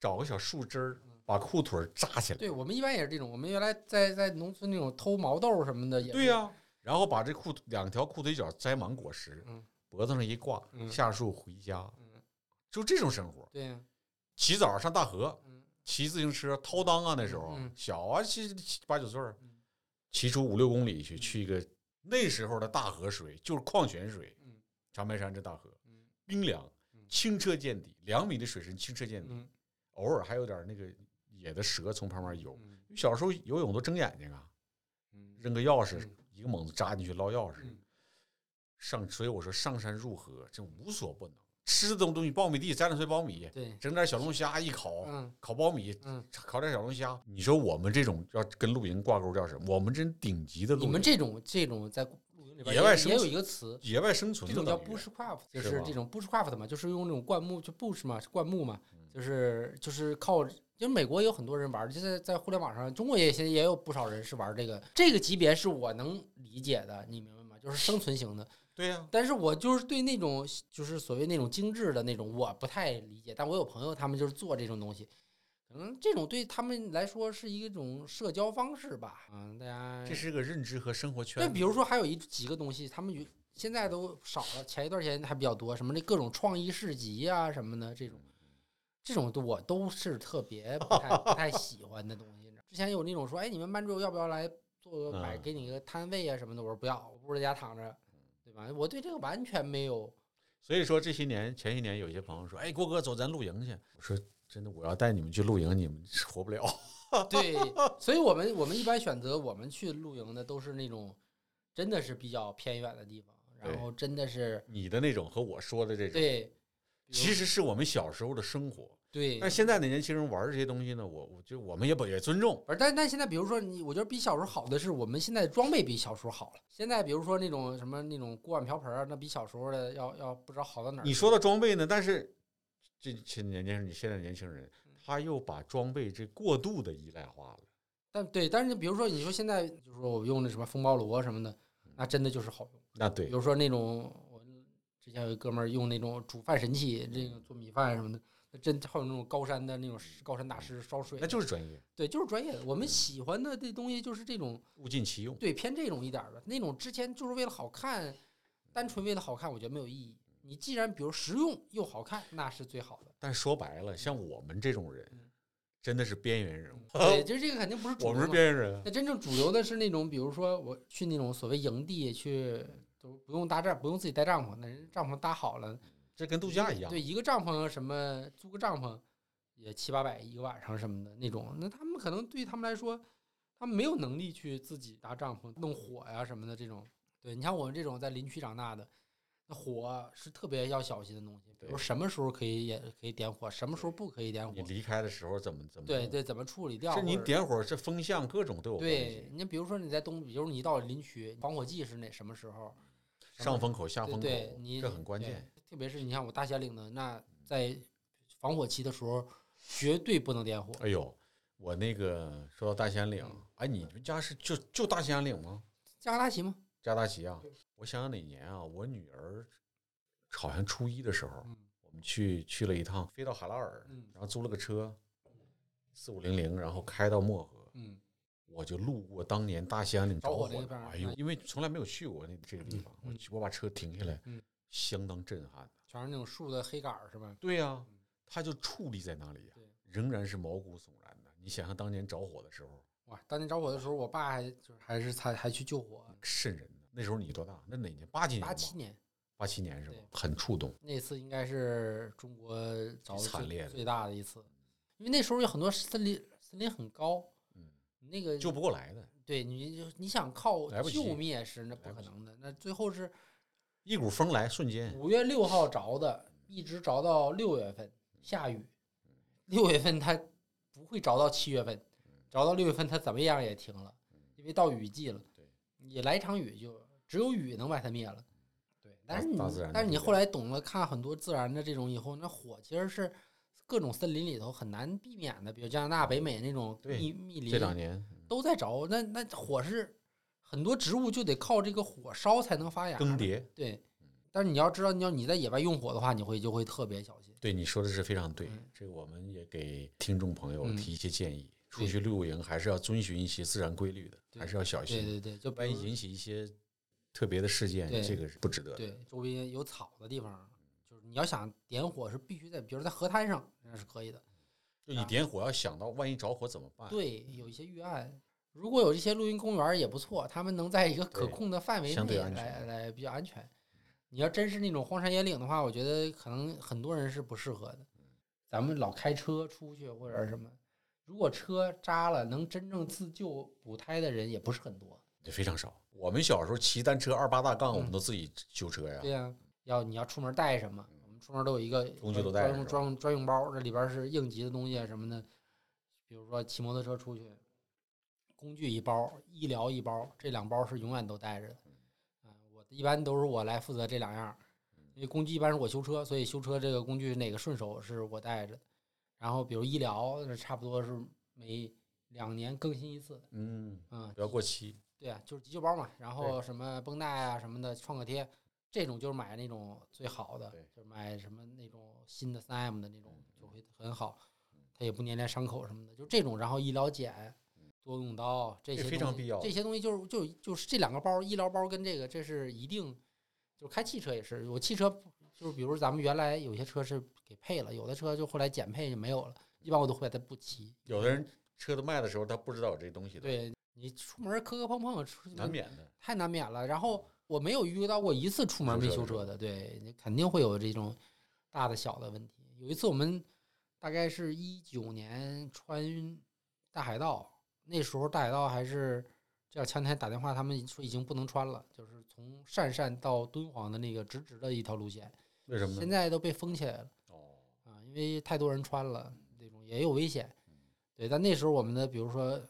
Speaker 1: 找个小树枝儿
Speaker 2: 嗯，
Speaker 1: 把裤腿儿扎起来。
Speaker 2: 对我们一般也是这种，我们原来在在农村那种偷毛豆什么的也是
Speaker 1: 对呀、然后把这裤两条裤腿脚摘满果实，
Speaker 2: 嗯
Speaker 1: 脖子上一挂，
Speaker 2: 嗯
Speaker 1: 下树回家，
Speaker 2: 嗯，
Speaker 1: 就这种生活。
Speaker 2: 对呀，
Speaker 1: 起早上大河，
Speaker 2: 嗯
Speaker 1: 骑自行车掏裆啊，那时候、
Speaker 2: 嗯嗯
Speaker 1: 小啊，七七八九岁儿
Speaker 2: 嗯，
Speaker 1: 骑出五六公里去，去一个那时候的大河水就是矿泉水，
Speaker 2: 嗯
Speaker 1: 长白山这大河
Speaker 2: 嗯
Speaker 1: 冰凉
Speaker 2: 嗯，
Speaker 1: 清澈见底，两米的水深清澈见底，
Speaker 2: 嗯
Speaker 1: 偶尔还有点那个野的蛇从旁边游。
Speaker 2: 嗯
Speaker 1: 小时候游泳都睁眼睛啊，
Speaker 2: 嗯
Speaker 1: 扔个钥匙
Speaker 2: 嗯，
Speaker 1: 一个猛子扎进去捞钥匙。
Speaker 2: 嗯
Speaker 1: 上，所以我说上山入河，这无所不能。吃的东东西，苞米地摘两穗苞米，
Speaker 2: 对，
Speaker 1: 整点小龙虾一烤，
Speaker 2: 嗯
Speaker 1: 烤苞米，
Speaker 2: 嗯，
Speaker 1: 烤点小龙虾。你说我们这种要跟露营挂钩叫什么？我们这顶级的露
Speaker 2: 你
Speaker 1: 营，
Speaker 2: 们这种这种在露营里边
Speaker 1: 野外
Speaker 2: 也
Speaker 1: 生
Speaker 2: 也有
Speaker 1: 存
Speaker 2: 一个词，
Speaker 1: 野外生存
Speaker 2: 这
Speaker 1: 的
Speaker 2: 种叫
Speaker 1: 等于
Speaker 2: bushcraft，就是是
Speaker 1: 吧
Speaker 2: 这种 bushcraft 嘛，就是用这种灌木，就 bush 嘛，是灌木嘛，就是就是靠，因为美国也有很多人玩儿，就在在互联网上，中国也现在也有不少人是玩儿这个，这个级别是我能理解的，你明白吗？就是生存型的，
Speaker 1: 对呀、
Speaker 2: 但是我就是对那种就是所谓那种精致的那种我不太理解，但我有朋友他们就是做这种东西。可能这种对他们来说是一种社交方式吧，嗯，大家
Speaker 1: 这是个认知和生活圈
Speaker 2: 对，
Speaker 1: 子。
Speaker 2: 比如说还有一几个东西，他们有现在都少了，前一段时间还比较多，什么那各种创意市集啊什么的这种，这种都我都是特别不太不太喜欢的东西。你知道之前有那种说，哎，你们班主任要不要来做个摆，
Speaker 1: 嗯
Speaker 2: 给你个摊位啊什么的？我说不要，我不如在家躺着，对吧？我对这个完全没
Speaker 1: <laughs>
Speaker 2: 有，
Speaker 1: 所以说这些年前些年有一些朋友说：“哎，郭哥，走，咱露营去。”我说：“真的，我要带你们去露营，你们是活不了。
Speaker 2: 对，所以我们我们一般选择我们去露营的都是那种真的是比较偏远的地方，然
Speaker 1: 对
Speaker 2: 后真的是
Speaker 1: 你的那种和我说的这种，
Speaker 2: 对，比如
Speaker 1: 其实是我们小时候的生活。
Speaker 2: 对，
Speaker 1: 但现在的年轻人玩这些东西呢，我我就我们也不也尊重。
Speaker 2: 而但但现在，比如说你，我觉得比小时候好的是，我们现在装备比小时候好了。现在比如说那种什么那种锅碗瓢盆儿，那比小时候的要要不知道好到哪儿去。
Speaker 1: 你说的装备呢？但是这现年轻人，你现在年轻人
Speaker 2: 嗯
Speaker 1: 他又把装备这过度的依赖化了。
Speaker 2: 但对，但是比如说你说现在就是说我用的什么风暴螺什么的，
Speaker 1: 嗯
Speaker 2: 那真的就是好用。
Speaker 1: 那
Speaker 2: 比
Speaker 1: 对，
Speaker 2: 如说那种我之前有一哥们儿用那种煮饭神器，这个做米饭什么的，那真还有那种高山的那种高山大师烧水
Speaker 1: 嗯
Speaker 2: 的，
Speaker 1: 那就是专业，
Speaker 2: 对，就是专业的。我们喜欢的这东西就是这种
Speaker 1: 物尽其用。
Speaker 2: 对，偏这种一点儿的那种，之前就是为了好看，单纯为了好看，我觉得没有意义。你既然比如实用又好看，那是最好的。
Speaker 1: 但说白了，像我们这种人
Speaker 2: 嗯，
Speaker 1: 真的是边缘人物。
Speaker 2: 对，就是这个肯定不是
Speaker 1: 嗯
Speaker 2: 主
Speaker 1: <laughs> 我
Speaker 2: 流
Speaker 1: 们是
Speaker 2: 嘛。
Speaker 1: 边缘人啊。
Speaker 2: 那真正主流的是那种，比如说我去那种所谓营地去，都不用搭帐，不用自己带帐篷，那人帐篷搭好了，
Speaker 1: 这跟度假一样。
Speaker 2: 嗯对，一个帐篷什么租个帐篷也七八百一个晚上什么的那种，那他们可能对他们来说，他们没有能力去自己搭帐篷、弄火呀、什么的这种。对你像我们这种在林区长大的，那火是特别要小心的东西，比如
Speaker 1: 对
Speaker 2: 什么时候可以也可以点火，什么时候不可以点火
Speaker 1: 你，离开的时候怎么怎么
Speaker 2: 对
Speaker 1: 弄，
Speaker 2: 对，怎么处理掉？
Speaker 1: 是你
Speaker 2: 或者
Speaker 1: 点火，这风向各种都有关
Speaker 2: 对，
Speaker 1: 系，
Speaker 2: 你比如说你在东，比如你一到林区，防火剂是哪什么时候？什么
Speaker 1: 上风口下
Speaker 2: 对
Speaker 1: 风口
Speaker 2: 对，你，
Speaker 1: 这很关键。
Speaker 2: 对。特别是你像我大兴岭的，那在防火期的时候，绝对不能点火。
Speaker 1: 哎呦，我那个说到大兴安岭
Speaker 2: 嗯，
Speaker 1: 哎，你们家是就就大兴安岭吗？
Speaker 2: 加拉奇吗？
Speaker 1: 加大旗啊！我想想哪年啊，我女儿好像初一的时候，
Speaker 2: 嗯
Speaker 1: 我们去去了一趟，飞到海拉尔，
Speaker 2: 嗯
Speaker 1: 然后租了个车，四五零零，然后开到漠河，
Speaker 2: 嗯，
Speaker 1: 我就路过当年大兴安岭着火
Speaker 2: 着火那
Speaker 1: 的
Speaker 2: 一片儿
Speaker 1: 哎呦，因为从来没有去过那这个地方，
Speaker 2: 嗯
Speaker 1: 我去我把车停下来，
Speaker 2: 嗯
Speaker 1: 相当震撼的。
Speaker 2: 全是那种树的黑杆儿是吧？
Speaker 1: 对呀、
Speaker 2: 嗯
Speaker 1: 它就矗立在那里呀、
Speaker 2: 对
Speaker 1: 仍然是毛骨悚然的。你想想当年着火的时候，
Speaker 2: 哇，当年着火的时候，我爸还就是还是才还去救火，
Speaker 1: 瘆人的。那时候你多大？那哪年？八几年吧？
Speaker 2: 八七年
Speaker 1: 八七年是吧
Speaker 2: 对？
Speaker 1: 很触动。
Speaker 2: 那次应该是中国着的
Speaker 1: 惨
Speaker 2: 最
Speaker 1: 烈的
Speaker 2: 最大的一次，因为那时候有很多森林，森林很高，
Speaker 1: 嗯，
Speaker 2: 那个
Speaker 1: 救不过来的，
Speaker 2: 对你就你想靠
Speaker 1: 来不及
Speaker 2: 救灭是那不
Speaker 1: 来
Speaker 2: 可
Speaker 1: 不及
Speaker 2: 能的，那最后是
Speaker 1: 一股风来，瞬间
Speaker 2: 五月六号着的，一直着到六月份，下雨。六月份它不会着到七月份，着到六月份它怎么样也停了，因为到雨季了。
Speaker 4: 对，
Speaker 2: 你来一场雨就只有雨能把它灭了。对，但是你
Speaker 4: 大自然的
Speaker 2: 但是
Speaker 4: 力
Speaker 2: 你
Speaker 4: 量
Speaker 2: 后来懂了看很多自然的这种以后，那火其实是各种森林里头很难避免的，比如加拿大、北美那种
Speaker 4: 对
Speaker 2: 密密林
Speaker 4: 这两年嗯
Speaker 2: 都在着，那那火是很多植物就得靠这个火烧才能发芽的
Speaker 4: 更。迭，
Speaker 2: 对，
Speaker 4: 嗯
Speaker 2: 但是你要知道，你要你在野外用火的话，你会就会特别小心。
Speaker 4: 对你说的是非常对
Speaker 2: 嗯。
Speaker 4: 这个我们也给听众朋友
Speaker 2: 嗯
Speaker 4: 提一些建议，出
Speaker 2: 对
Speaker 4: 去露营还是要遵循一些自然规律的，
Speaker 2: 对
Speaker 4: 还是要小
Speaker 2: 对
Speaker 4: 心，
Speaker 2: 对对，就比
Speaker 4: 万
Speaker 2: 如
Speaker 4: 一引起一些特别的事件
Speaker 2: 对，
Speaker 4: 这个是不值得的。
Speaker 2: 对，周边有草的地方，
Speaker 4: 嗯
Speaker 2: 就是你要想点火是必须在，比如在河滩上那是可以的。
Speaker 4: 就你点火要想到，万一着火怎么办？
Speaker 2: 对，有一些预案，如果有这些露营公园儿也不错，他们能在一个可
Speaker 4: 对
Speaker 2: 控的范围
Speaker 4: 相
Speaker 2: 内
Speaker 4: 对安
Speaker 2: 来
Speaker 4: 全嗯
Speaker 2: 来比较安全。你要真是那种荒山野岭的话，我觉得可能很多人是不适合的。
Speaker 4: 嗯
Speaker 2: 咱们老开车出去或者什么，如果车扎了，能真正自救补胎的人也不是很多。
Speaker 4: 对，非常少。我们小时候骑单车二八大杠，我
Speaker 2: 嗯
Speaker 4: 们都自己修车呀
Speaker 2: 对。呀、要你要出门带什么？我们出门都有一个
Speaker 4: 嗯工具都带
Speaker 2: 专
Speaker 4: 着
Speaker 2: 用
Speaker 4: 是吧
Speaker 2: 专用专用包，这里边是应急的东西啊什么的，比如说骑摩托车出去，工具一包，医疗一包，这两包是永远都带着的。
Speaker 4: 嗯
Speaker 2: 啊、我一般都是我来负责这两样儿，因为工具一般是我修车，所以修车这个工具哪个顺手是我带着的。然后比如医疗，那差不多是每两年更新一次，
Speaker 4: 嗯，
Speaker 2: 嗯，
Speaker 4: 不要过期。
Speaker 2: 对啊，就是急救包嘛，然后什么绷带啊什么的，创可贴，这种就是买那种最好的
Speaker 4: 对，嗯
Speaker 2: 就是买什么那种新的三 M 的那种就会很好，它也不粘连伤口什么的，就这种，然后医疗剪、多用刀这些
Speaker 4: 嗯这非常
Speaker 2: 东西
Speaker 4: 必要
Speaker 2: 这些东西就是就就是这两个包，医疗包跟这个这是一定，就是开汽车也是，我汽车就是比如咱们原来有些车是给配了，有的车就后来减配就没有了，一般我都会把它不骑。
Speaker 4: 有的人车都卖的时候，他不知道有这东西的，
Speaker 2: 对你出门磕磕碰碰，出去
Speaker 4: 难免的。
Speaker 2: 太难免了。然后我没有遇到过一次出门没修车的，对，你肯定会有这种大的小的问题。有一次我们大概是一九年穿大海盗，那时候大海盗还是这两前天打电话，他们说已经不能穿了，就是从鄯善到敦煌的那个直直的一条路线，
Speaker 4: 为什么
Speaker 2: 现
Speaker 4: 呢？
Speaker 2: 在都被封起来了。
Speaker 4: 哦，
Speaker 2: 啊，因为太多人穿了，那种也有危险。
Speaker 4: 嗯
Speaker 2: 对，但那时候我们的，比如说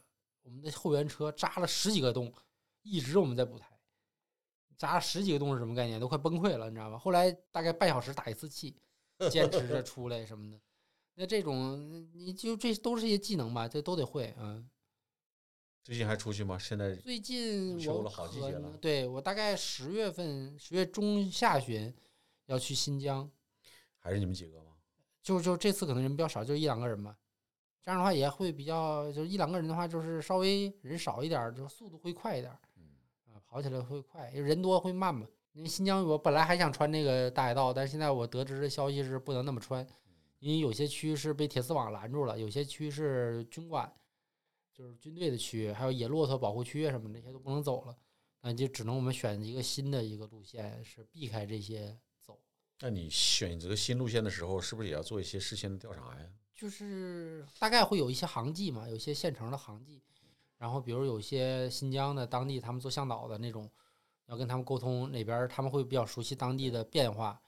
Speaker 2: 我们的后援车扎了十几个洞，一直我们在补胎，扎了十几个洞是什么概念？都快崩溃了，你知道吗？后来大概半小时打一次气，坚持着出来什么的。那这种你就这都是一些技能吧，这都得会啊。
Speaker 4: 最近还出去吗？现在
Speaker 2: 最近
Speaker 4: 修
Speaker 2: 我
Speaker 4: 了好季
Speaker 2: 可
Speaker 4: 节
Speaker 2: 能
Speaker 4: 了
Speaker 2: 对我大概十月份、十月中下旬要去新疆，
Speaker 4: 还是你们几个吗？
Speaker 2: 就就这次可能人比较少，就一两个人吧。这样的话也会比较，就是一两个人的话，就是稍微人少一点儿，就速度会快一点儿
Speaker 4: 嗯，
Speaker 2: 啊，跑起来会快，因为人多会慢嘛。因为新疆我本来还想穿那个大海盗，但是现在我得知的消息是不能那么穿，因为有些区是被铁丝网拦住了，有些区是军管，就是军队的区，还有野骆驼保护区啊什么的这些都不能走了，那就只能我们选一个新的一个路线，是避开这些走。
Speaker 4: 那你选择新路线的时候，是不是也要做一些事先的调查呀？
Speaker 2: 就是大概会有一些行迹嘛，有一些现成的行迹，然后比如有些新疆的当地他们做向导的那种，要跟他们沟通哪边儿他们会比较熟悉当地的变化，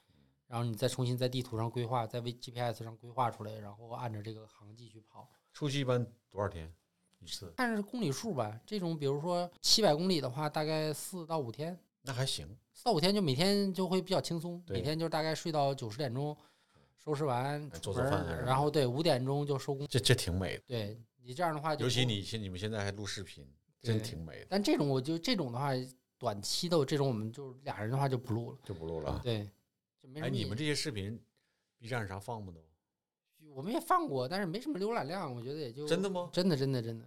Speaker 2: 然后你再重新在地图上规划，在 V GPS 上规划出来，然后按照这个航迹去跑，
Speaker 4: 出去一般多少天一次？
Speaker 2: 看是公里数吧。这种比如说七百公里的话，大概四到五天，
Speaker 4: 那还行，
Speaker 2: 四到五天就每天就会比较轻松，
Speaker 4: 对
Speaker 2: 每天就大概睡到九十点钟，收拾完
Speaker 4: 哎
Speaker 2: 出
Speaker 4: 做做
Speaker 2: 门
Speaker 4: 饭啊
Speaker 2: 儿
Speaker 4: 什么
Speaker 2: 然后对五点钟就收工。
Speaker 4: 这这挺美的。
Speaker 2: 对你这样的话就
Speaker 4: 尤其
Speaker 2: 不
Speaker 4: 你现你们现在还录视频，
Speaker 2: 对
Speaker 4: 真挺美的，
Speaker 2: 但这种我就这种的话，短期的这种我们就是俩人的话就不录了，
Speaker 4: 就不录了啊。
Speaker 2: 对，就没什
Speaker 4: 哎，
Speaker 2: 么意义。
Speaker 4: 你们这些视频，B 站上放不都？
Speaker 2: 我们也放过，但是没什么浏览量，我觉得也就
Speaker 4: 真的吗
Speaker 2: 真的真的真的，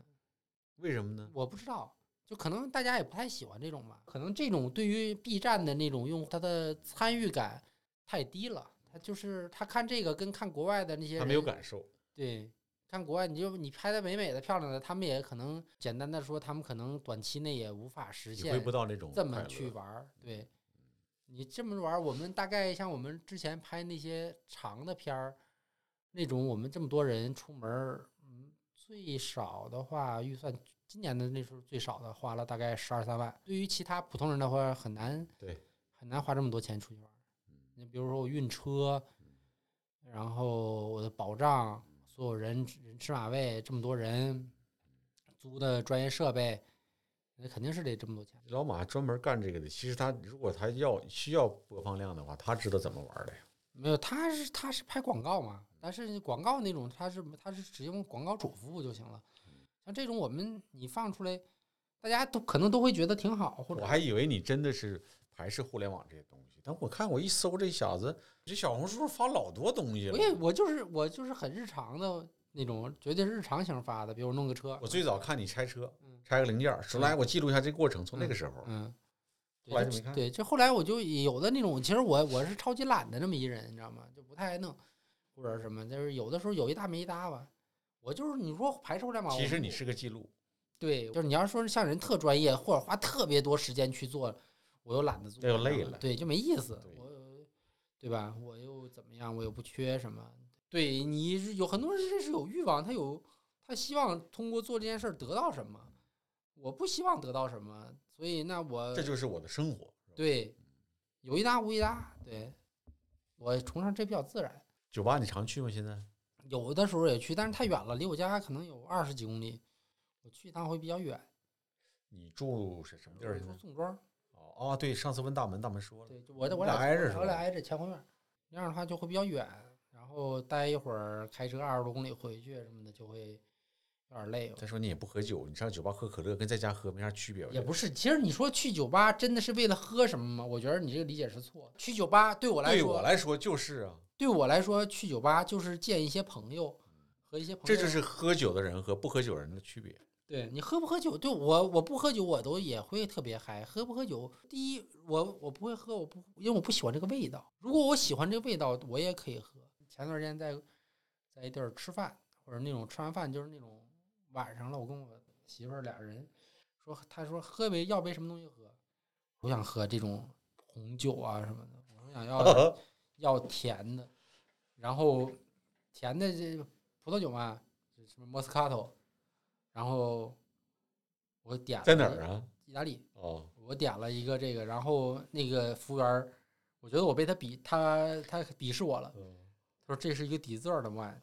Speaker 4: 为什么呢？
Speaker 2: 我不知道，就可能大家也不太喜欢这种吧，可能这种对于 B 站的那种用户，他的参与感太低了，他就是他看这个跟看国外的那些
Speaker 4: 他
Speaker 2: 人
Speaker 4: 没有感受，
Speaker 2: 对，看国外，你就你拍的美美的、漂亮的，他们也可能简单的说，他们可能短期内也无法实
Speaker 4: 体
Speaker 2: 现
Speaker 4: 会不到那种
Speaker 2: 这
Speaker 4: 快
Speaker 2: 么
Speaker 4: 乐嗯
Speaker 2: 去玩儿。对，你这么玩儿，我们大概像我们之前拍那些长的片儿，那种我们这么多人出门儿，嗯，最少的话预算，今年的那时候最少的花了大概十二三万。对于其他普通人的话，很难
Speaker 4: 对嗯
Speaker 2: 很难花这么多钱出去玩儿。你比如说我运车，
Speaker 4: 嗯
Speaker 2: 然后我的保障，所有人人吃马喂，这么多人，
Speaker 4: 嗯
Speaker 2: 租的专业设备，那肯定是得这么多钱。
Speaker 1: 老马专门干这个的，其实他如果他要需要播放量的话，他知道怎么玩的呀。
Speaker 2: 没有，他是他是拍广告嘛，但是广告那种他是他是只用广告主服务就行了。像这种我们你放出来，大家都可能都会觉得挺好，或者
Speaker 1: 我还以为你真的是排斥互联网这些东西，但我看我一搜，这小子这小红书上发老多东西
Speaker 2: 我也
Speaker 1: 了。
Speaker 2: 我就是我就是很日常的那种，绝对是日常型发的，比如弄个车，
Speaker 1: 我最早看你拆车
Speaker 2: 嗯，
Speaker 1: 拆个零件儿，说来我记录一下这过程，从那个时候。
Speaker 2: 嗯，
Speaker 1: 后来
Speaker 2: 对
Speaker 1: 就
Speaker 2: 就
Speaker 1: 没看
Speaker 2: 对，就后来我就有的那种，其实我我是超级懒的那么一人，你知道吗？就不太爱弄或者什么，就是有的时候有一搭没一搭吧。我就是你说排除来嘛，
Speaker 1: 其
Speaker 2: 我
Speaker 1: 实你是个记录，
Speaker 2: 对，就是你要说是像人特专业或者花特别多时间去做，我又懒得做，
Speaker 1: 这又累了
Speaker 2: 对，就没意思，
Speaker 1: 对
Speaker 2: 我对吧？我又怎么样？我又不缺什么。对你是有很多人这是有欲望，他有他希望通过做这件事儿得到什么，我不希望得到什么，所以那我
Speaker 1: 这就是我的生活。
Speaker 2: 对有一搭无一搭，对我崇尚这比较自然。
Speaker 1: 酒吧你常去吗？现在
Speaker 2: 有的时候也去，但是太远了，离我家可能有二十几公里，我去一趟会比较远。
Speaker 1: 你住是什么地
Speaker 2: 我
Speaker 1: 儿
Speaker 2: 住
Speaker 1: 呢？
Speaker 2: 宋庄，
Speaker 1: 哦哦，对，上次问大门，大门说了，
Speaker 2: 对，就我我
Speaker 1: 俩
Speaker 2: 俩
Speaker 1: 挨着是吧
Speaker 2: 我俩挨着前后院儿，那样的话就会比较远，然后待一会儿开车二十多公里回去什么的就会有点累。
Speaker 1: 再说你也不喝酒，你上酒吧喝可乐跟在家喝没啥区别。我觉
Speaker 2: 也
Speaker 1: 得
Speaker 2: 不是，其实你说去酒吧真的是为了喝什么吗？我觉得你这个理解是错。去酒吧对我来
Speaker 1: 对
Speaker 2: 说，
Speaker 1: 我来说就是啊，
Speaker 2: 对我来说，去酒吧就是见一些朋友和一些朋友。
Speaker 1: 这就是喝酒的人和不喝酒人的
Speaker 2: <laughs>
Speaker 1: 区别。
Speaker 2: 对你喝不喝酒，对我我不喝酒我都也会特别嗨。喝不喝酒，第一我我不会喝，我不因为我不喜欢这个味道。如果我喜欢这个味道，我也可以喝。前段时间在在一地儿吃饭，或者那种吃完饭就是那种晚上了，我跟我媳妇儿俩人说，她说喝杯要杯什么东西喝，我想喝这种红酒啊什么的，我说想要点儿要甜的，然后甜的这葡萄酒嘛，就什么 Moscato，然后我点了
Speaker 1: 在哪儿？啊？
Speaker 2: 意大利，
Speaker 1: 哦，
Speaker 2: 我点了一个这个，然后那个服务员儿，我觉得我被他鄙他他鄙视我了，他说这是一个底字儿的
Speaker 1: <laughs>
Speaker 2: wine，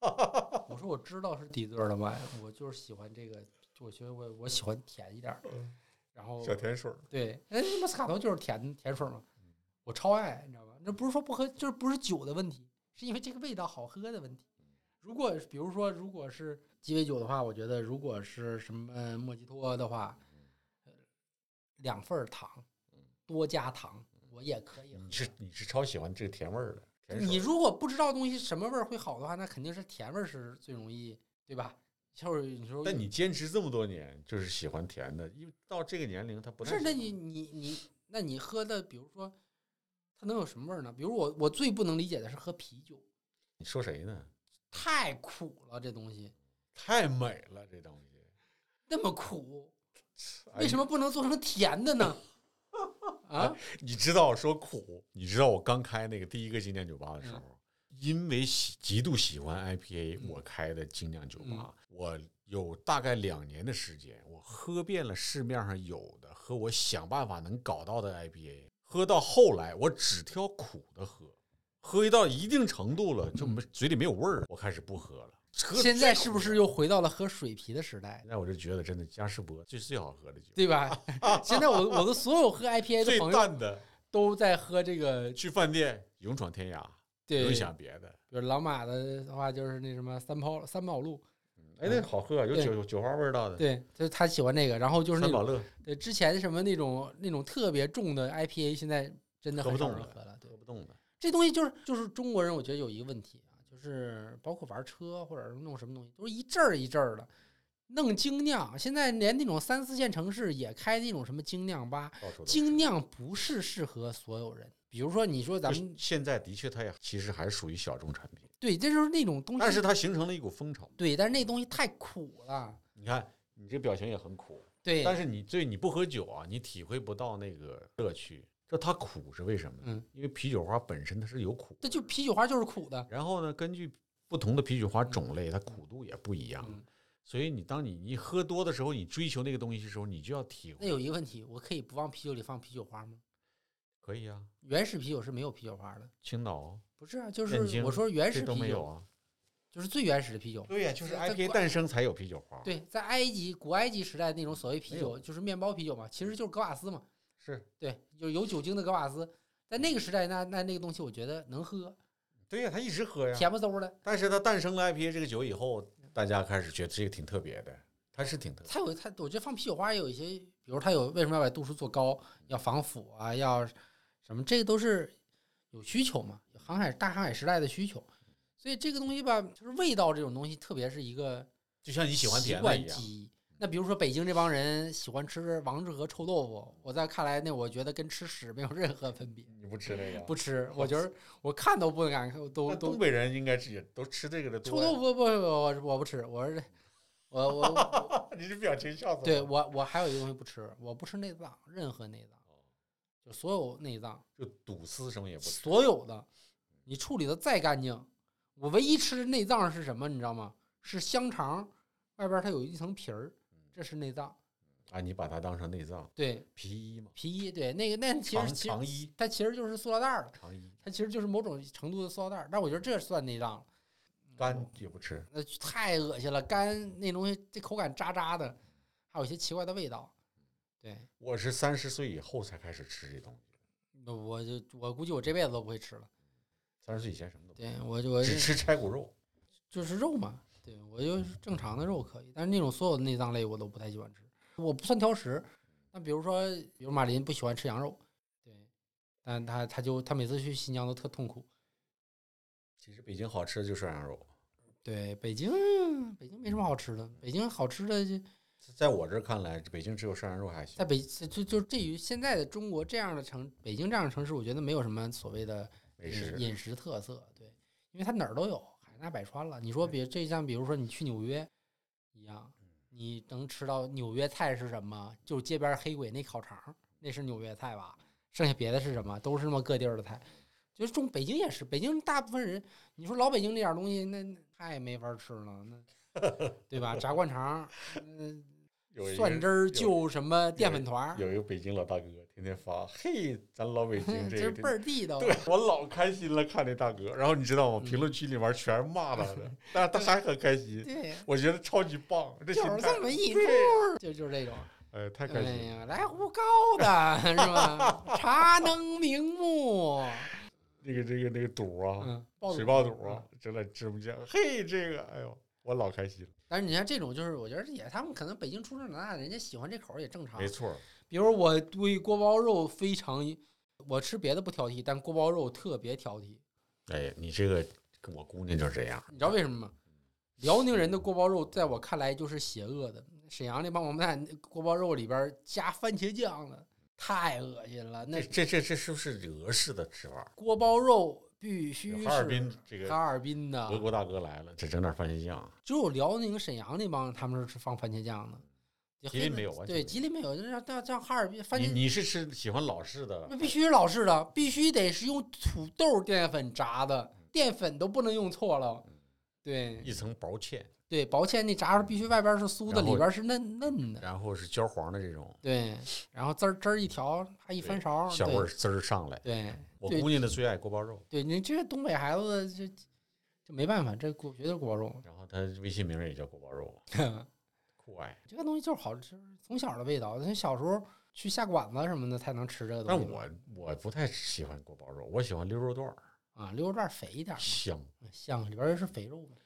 Speaker 2: 我说我知道是底字儿的 wine，我就是喜欢这个，我觉得我我喜欢甜一点儿，
Speaker 1: 嗯
Speaker 2: 然后
Speaker 1: 甜水儿，
Speaker 2: 对，哎，莫斯卡头就是甜甜水儿嘛，
Speaker 1: 嗯
Speaker 2: 我超爱，你知道吧？那不是说不喝，就是不是酒的问题，是因为这个味道好喝的问题。
Speaker 1: 嗯
Speaker 2: 如果比如说，如果是鸡尾酒的话，我觉得如果是什么呃莫吉托的话，
Speaker 1: 嗯
Speaker 2: 呃两份儿糖，多加糖，我也可以喝
Speaker 1: 嗯你。是你是超喜欢这个甜味儿的。甜水儿
Speaker 2: 你如果不知道东西什么味儿会好的话，那肯定是甜味儿是最容易，对吧？就是你说，
Speaker 1: 但你坚持这么多年，就是喜欢甜的，因为到这个年龄他不
Speaker 2: 不
Speaker 1: 太
Speaker 2: 是，那
Speaker 1: 喜欢
Speaker 2: 你你你，那你喝的，比如说，它能有什么味儿呢？比如我我最不能理解的是喝啤酒，
Speaker 1: 你说谁呢？
Speaker 2: 太苦了，这东西
Speaker 1: 太美了，这东西。
Speaker 2: 那么苦，
Speaker 1: 哎
Speaker 2: 为什么不能做成甜的
Speaker 1: <laughs>
Speaker 2: 呢？啊，
Speaker 1: 你知道说苦？你知道我刚开那个第一个精酿酒吧的时候，因为喜极度喜欢 IPA，、
Speaker 2: 嗯
Speaker 1: 我开的精酿酒吧，我有大概两年的时间，我喝遍了市面上有的和我想办法能搞到的 IPA，喝到后来我只挑苦的喝，喝一到一定程度了，就没、嘴里没有味儿了，我开始不喝了。喝
Speaker 2: 嗯现
Speaker 1: 最
Speaker 2: 在
Speaker 1: 苦
Speaker 2: 是不是
Speaker 1: 的？
Speaker 2: 又回到了喝水啤的时代
Speaker 1: 现，在我就觉得真的嘉士伯就是最好喝的酒，
Speaker 2: 对吧？ <laughs> 现在我我的所
Speaker 1: <laughs>
Speaker 2: 有喝 IPA 的
Speaker 1: 最
Speaker 2: 朋友
Speaker 1: 淡的。
Speaker 2: 都在喝这个，
Speaker 1: 去饭店勇闯天涯，不
Speaker 2: 对，
Speaker 1: 用
Speaker 2: 比
Speaker 1: 想别的。
Speaker 2: 如老马的话就是那什么三宝三宝路，
Speaker 1: 哎，那个好喝啊，有
Speaker 2: 对
Speaker 1: 酒有酒花味道的，
Speaker 2: 对，就是他喜欢那个，然后就是那
Speaker 1: 呃三
Speaker 2: 种
Speaker 1: 宝乐
Speaker 2: 对，之前什么那种那种特别重的 IPA，现在真的
Speaker 1: 喝
Speaker 2: 很
Speaker 1: 不
Speaker 2: 少
Speaker 1: 动
Speaker 2: 人
Speaker 1: 了
Speaker 2: 喝了。对
Speaker 1: 喝，不动的。
Speaker 2: 这东西就是就是中国人，我觉得有一个问题啊，就是包括玩车或者是弄什么东西，都是一阵儿一阵儿的。弄精酿，现在连那种三四线城市也开那种什么精酿吧，
Speaker 1: 到处都是
Speaker 2: 精酿不是适合所有人。比如说，你说咱
Speaker 1: 就
Speaker 2: 们
Speaker 1: 现在的确，它也其实还属于小众产品，
Speaker 2: 对，这就是那种东西，
Speaker 1: 但是它形成了一股风潮。
Speaker 2: 对，但是那东西太苦了，
Speaker 1: 你看，你这表情也很苦，
Speaker 2: 对，
Speaker 1: 但
Speaker 2: 是
Speaker 1: 是你对你不喝酒啊，你体会不到那个乐趣。这它苦是为什么呢？
Speaker 2: 嗯
Speaker 1: 因为啤酒花本身它是有苦，
Speaker 2: 这就啤酒花就是苦的，
Speaker 1: 然后呢，根据不同的啤酒花种类，它苦度也不一样。
Speaker 2: 嗯
Speaker 1: 所以你当你你喝多的时候，你追求那个东西的时候，你就要体
Speaker 2: 那
Speaker 1: 会。
Speaker 2: 有一个问题，我可以不往啤酒里放啤酒花吗？
Speaker 1: 可以啊，
Speaker 2: 原始啤酒是没有啤酒花的。
Speaker 1: 青岛
Speaker 2: 不是啊，就
Speaker 1: 燕
Speaker 2: 是
Speaker 1: 京
Speaker 2: 我说原
Speaker 1: 这
Speaker 2: 始
Speaker 1: 都
Speaker 2: 啤
Speaker 1: 没有
Speaker 2: 酒，
Speaker 1: 啊。
Speaker 2: 就是最原始的啤酒。
Speaker 1: 对呀，就是
Speaker 2: 在
Speaker 1: IPA 诞生才有啤酒花，
Speaker 2: 对，在埃及古埃及时代那种所谓啤
Speaker 1: 没
Speaker 2: 酒，就是面包啤酒嘛，其实就是格瓦斯嘛，
Speaker 1: 是
Speaker 2: 对，就是有酒精的格瓦斯。在那个时代，那那那个东西，我觉得能喝，
Speaker 1: 对啊呀，他一直喝呀。
Speaker 2: 甜不嗖的。
Speaker 1: 但是它诞生了 IPA 这个酒以后，大家开始觉得这个挺特别的，它是挺特别。
Speaker 2: 它有它，我觉得放啤酒花也有一些，比如它有为什么要把度数做高，要防腐啊，要什么，这个都是有需求嘛，有航海大航海时代的需求。所以这个东西吧，就是味道这种东西，特别是一个
Speaker 1: 就像你喜欢
Speaker 2: 习
Speaker 1: 甜的
Speaker 2: 惯
Speaker 1: 一样
Speaker 2: 记，忆。那比如说北京这帮人喜欢吃王致和臭豆腐，我在看来那我觉得跟吃屎没有任何分别，
Speaker 1: 你不吃这个？
Speaker 2: 不吃，我觉得我看都不敢，都
Speaker 1: 那
Speaker 2: 都
Speaker 1: 东北人应该是也都吃这个的
Speaker 2: 臭
Speaker 1: 多呀。
Speaker 2: 豆腐不不我我不吃，我是我我
Speaker 1: <laughs> 你这表情笑死我。
Speaker 2: 对我我还有一个东西不吃，我不吃内脏，任何内脏，就所有内脏，
Speaker 1: 就肚丝什么也不吃。
Speaker 2: 所有的，你处理的再干净，我唯一吃内脏是什么，你知道吗？是香肠外边它有一层皮儿，这是内脏，
Speaker 1: 啊，你把它当成内脏，
Speaker 2: 对
Speaker 1: 皮衣嘛，
Speaker 2: 皮衣，对那个那其
Speaker 1: 肠
Speaker 2: 实其实
Speaker 1: 肠衣，
Speaker 2: 它其实就是塑料袋儿了，
Speaker 1: 肠衣，
Speaker 2: 它其实就是某种程度的塑料袋儿，但我觉得这算内脏了。
Speaker 1: 肝
Speaker 2: 嗯
Speaker 1: 也不吃。
Speaker 2: 那就太恶心了，干那东西这口感渣渣的，还有一些奇怪的味道。对，
Speaker 1: 我是三十岁以后才开始吃这东西，
Speaker 2: 那我就我估计我这辈子都不会吃了。
Speaker 1: 三十岁以前什么都不吃，
Speaker 2: 对我就我就
Speaker 1: 只吃柴骨肉。
Speaker 2: 就是肉嘛，对我就是正常的肉可以，但是那种所有的内脏类我都不太喜欢吃。我不算挑食，那比如说，比如马林不喜欢吃羊肉，对，但他他就他每次去新疆都特痛苦。
Speaker 1: 其实北京好吃的就是涮羊肉，
Speaker 2: 对，北京北京没什么好吃的，北京好吃的就
Speaker 1: 在我这儿看来，北京只有涮羊肉还行
Speaker 2: 在。北就就就这于现在的中国这样的城，北京这样的城市，我觉得没有什么所谓的
Speaker 1: 美
Speaker 2: 饮
Speaker 1: 食
Speaker 2: 饮食特色，对，因为它哪儿都有，海纳百川了。你说别这像比如说你去纽约一样，
Speaker 1: 嗯
Speaker 2: 你能吃到纽约菜是什么？就是街边黑鬼那烤肠，那是纽约菜吧？剩下别的是什么？都是那么各地儿的菜。就是中北京也是，北京大部分人，你说老北京这点儿东西，那那太没法吃了，那
Speaker 1: <laughs>
Speaker 2: 对吧？炸灌肠，嗯、
Speaker 1: 有一个
Speaker 2: 蒜汁儿就什么淀
Speaker 1: 有
Speaker 2: 粉团儿，
Speaker 1: 有一个北京老大哥天天发，嘿，咱老北
Speaker 2: <laughs>
Speaker 1: 京
Speaker 2: 这
Speaker 1: 这
Speaker 2: 倍儿地道。
Speaker 1: 对我老开心了，看这大哥。然后你知道吗？
Speaker 2: 嗯
Speaker 1: 评论区里面全是骂他的，但是他还很开心，
Speaker 2: 对，
Speaker 1: 我觉得超级棒，这 <laughs> 心
Speaker 2: 就是
Speaker 1: 态
Speaker 2: 这，么
Speaker 1: <laughs>
Speaker 2: 一出
Speaker 1: 对，
Speaker 2: 儿，就就是这种。
Speaker 1: 哎，太
Speaker 2: 哎
Speaker 1: 开心了。
Speaker 2: 呀，来壶高的是吧？茶能明目，
Speaker 1: 那个这个那个肚啊，
Speaker 2: 嗯，爆
Speaker 1: 哦水
Speaker 2: 肚
Speaker 1: 爆肚啊，真的吃不见。嘿，这个，哎呦，我老开心了。
Speaker 2: 但是你像这种，就是我觉得也他们可能北京出生长大，的人家喜欢这口儿也正常
Speaker 1: 没。错，
Speaker 2: 比如啊我对锅包肉非常，我吃别的不挑剔，但锅包肉特别挑剔。
Speaker 1: 哎，你这个跟我姑娘就是这样。
Speaker 2: 你知道为什么吗？辽宁人的锅包肉在我看来就是邪恶的，沈阳那帮王八蛋锅包肉里边儿加番茄酱的，太恶心了。那
Speaker 1: 那这这这是不是俄式的吃法？
Speaker 2: 锅包肉必须是
Speaker 1: 哈尔滨这
Speaker 2: 哈
Speaker 1: 个
Speaker 2: 尔滨的
Speaker 1: 俄，国大哥来了，这整点番茄酱，
Speaker 2: 只有辽宁、沈阳那帮他们是放番茄酱的，就
Speaker 1: 吉
Speaker 2: 黑
Speaker 1: 林
Speaker 2: 的
Speaker 1: 没有完全没
Speaker 2: 对，
Speaker 1: 有
Speaker 2: 吉林没有，就是像像哈尔滨番
Speaker 1: 你
Speaker 2: 茄，
Speaker 1: 你是吃喜欢老式的
Speaker 2: 那必须是老式的，必须得是用土豆淀粉炸的，
Speaker 1: 嗯
Speaker 2: 淀粉都不能用错了。对
Speaker 1: 一层薄芡，
Speaker 2: 对，薄芡那炸出来必须外边是酥的，
Speaker 1: 然后
Speaker 2: 里边是嫩嫩的。
Speaker 1: 然后是焦黄的这种，
Speaker 2: 对，然后汁儿汁儿一调，啪一翻勺，
Speaker 1: 小
Speaker 2: 哦对
Speaker 1: 味儿滋儿上来。
Speaker 2: 对
Speaker 1: 我
Speaker 2: 对
Speaker 1: 姑娘的最爱锅包肉，
Speaker 2: 对，你这东北孩子就就没办法，这锅绝对锅包肉，
Speaker 1: 然后她微信名儿也叫锅包
Speaker 2: <laughs>
Speaker 1: 肉，酷爱。
Speaker 2: 这个东西就是好吃，从小的味道。从小时候去下馆子什么的才能吃这个东
Speaker 1: 但
Speaker 2: 西嘛。 <laughs>
Speaker 1: 我我不太喜欢锅包肉，我喜欢溜肉段儿，
Speaker 2: 啊，溜肉段儿肥一点儿嘛，嗯
Speaker 1: 香。
Speaker 2: 像里边儿是肥肉嘛。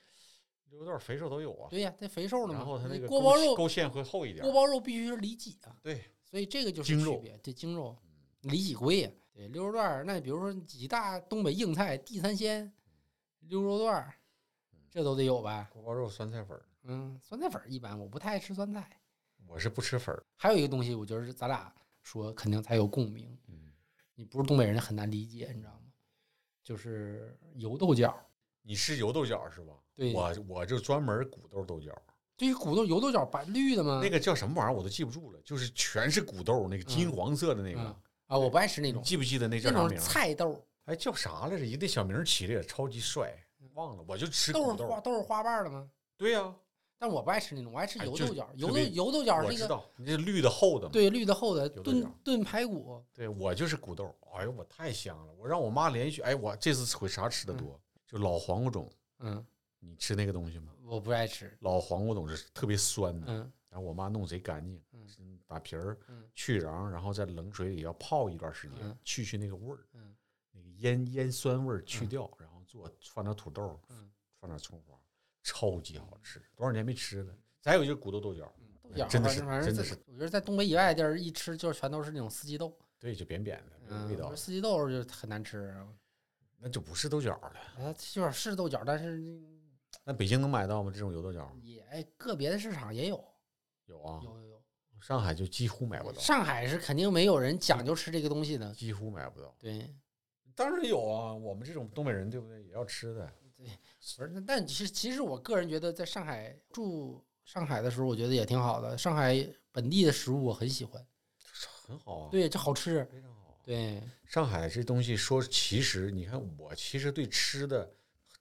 Speaker 1: 溜肉段儿肥瘦都有啊，
Speaker 2: 对呀、这肥瘦的嘛。
Speaker 1: 然后它那个
Speaker 2: 锅
Speaker 1: 勾
Speaker 2: 包
Speaker 1: 芡
Speaker 2: 肉，
Speaker 1: 勾芡会厚一点
Speaker 2: 锅
Speaker 1: 儿。
Speaker 2: 包肉必须是里脊啊。
Speaker 1: 对，
Speaker 2: 所以这个就是
Speaker 1: 精
Speaker 2: 区
Speaker 1: 肉
Speaker 2: 别，对精肉，里脊贵呀。对，溜肉段儿，那比如说几大东北硬菜，地三鲜、溜肉段儿，
Speaker 1: 嗯
Speaker 2: 这都得有吧？
Speaker 1: 锅包肉酸菜粉儿，
Speaker 2: 嗯，酸菜粉儿一般我不太爱吃酸菜。
Speaker 1: 我是不吃粉儿。
Speaker 2: 还有一个东西，我觉得是咱俩说肯定才有共鸣。
Speaker 1: 嗯，
Speaker 2: 你不是东北人很难理解，你知道吗？就是油豆角儿，
Speaker 1: 你吃油豆角儿是吧？
Speaker 2: 对
Speaker 1: 我我就专门儿鼓豆豆角儿，
Speaker 2: 就是骨头油豆角儿白绿的吗？
Speaker 1: 那个叫什么玩意儿我都记不住了，就是全是鼓豆儿，那个金黄色的那
Speaker 2: 嗯
Speaker 1: 个，
Speaker 2: 啊，我不爱吃那
Speaker 1: 你
Speaker 2: 种，
Speaker 1: 记不记得那叫
Speaker 2: 那
Speaker 1: 啥
Speaker 2: 种
Speaker 1: 名儿？
Speaker 2: 菜豆儿，
Speaker 1: 哎，叫啥来着？一那小名儿起的也超级帅，忘了。我就吃
Speaker 2: 豆
Speaker 1: 鼓
Speaker 2: 是
Speaker 1: 豆
Speaker 2: 花
Speaker 1: 儿，
Speaker 2: 豆是花瓣儿的吗？
Speaker 1: 对呀、
Speaker 2: 但我不爱吃那种，我爱吃
Speaker 1: 哎
Speaker 2: 油
Speaker 1: 就
Speaker 2: 豆角儿，
Speaker 1: 特
Speaker 2: 油豆
Speaker 1: 别
Speaker 2: 油豆角儿
Speaker 1: 我
Speaker 2: 是一
Speaker 1: 知
Speaker 2: 个
Speaker 1: 道，你这绿的厚的嘛。
Speaker 2: 对绿的厚的
Speaker 1: 豆
Speaker 2: 炖
Speaker 1: 角儿
Speaker 2: 炖排骨，
Speaker 1: 对，我就是鼓豆儿。哎呦，我太香了！我让我妈连续，哎，我这次回啥吃的多？就老黄瓜种，
Speaker 2: 嗯，
Speaker 1: 你吃那个东西吗？
Speaker 2: 我不爱吃，
Speaker 1: 老黄瓜总是特别酸的，
Speaker 2: 嗯
Speaker 1: 然后我妈弄贼干净，
Speaker 2: 嗯
Speaker 1: 是打皮儿
Speaker 2: 嗯、
Speaker 1: 去瓤，然后在冷水里要泡一段时间
Speaker 2: 嗯，
Speaker 1: 去去那个味儿，
Speaker 2: 嗯
Speaker 1: 那个腌腌酸味儿去掉，然后做放点土豆，
Speaker 2: 嗯，
Speaker 1: 放点葱花，超级好吃，多少年没吃了。再有就是骨豆豆角，
Speaker 2: 豆角
Speaker 1: 真的
Speaker 2: 反
Speaker 1: 是
Speaker 2: 正反正
Speaker 1: 真的
Speaker 2: 在
Speaker 1: 是，
Speaker 2: 我觉得在东北以外的地儿一吃就全都是那种四季豆，
Speaker 1: 对，就扁扁的，没有
Speaker 2: 嗯，
Speaker 1: 味
Speaker 2: 我
Speaker 1: 道
Speaker 2: 说，四季豆就很难吃，啊呃
Speaker 1: 那就不是豆角了。
Speaker 2: 它就是是豆角，但是
Speaker 1: 那北京能买到吗？这种油豆角吗
Speaker 2: 也哎个别的市场也有，
Speaker 1: 有啊，
Speaker 2: 有有有，
Speaker 1: 上海就几乎买不到，
Speaker 2: 上海是肯定没有人讲究吃这个东西的，
Speaker 1: 几乎买不到。
Speaker 2: 对。
Speaker 1: 当然有啊，我们这种东北人对不对？也要吃的。
Speaker 2: 不是，那但其实其实我个人觉得，在上海住上海的时候，我觉得也挺好的。上海本地的食物我很喜欢，
Speaker 1: 很好啊，，
Speaker 2: 对，就好吃。
Speaker 1: 非常好。啊
Speaker 2: 对，
Speaker 1: 上海这东西说，其实你看我其实对吃的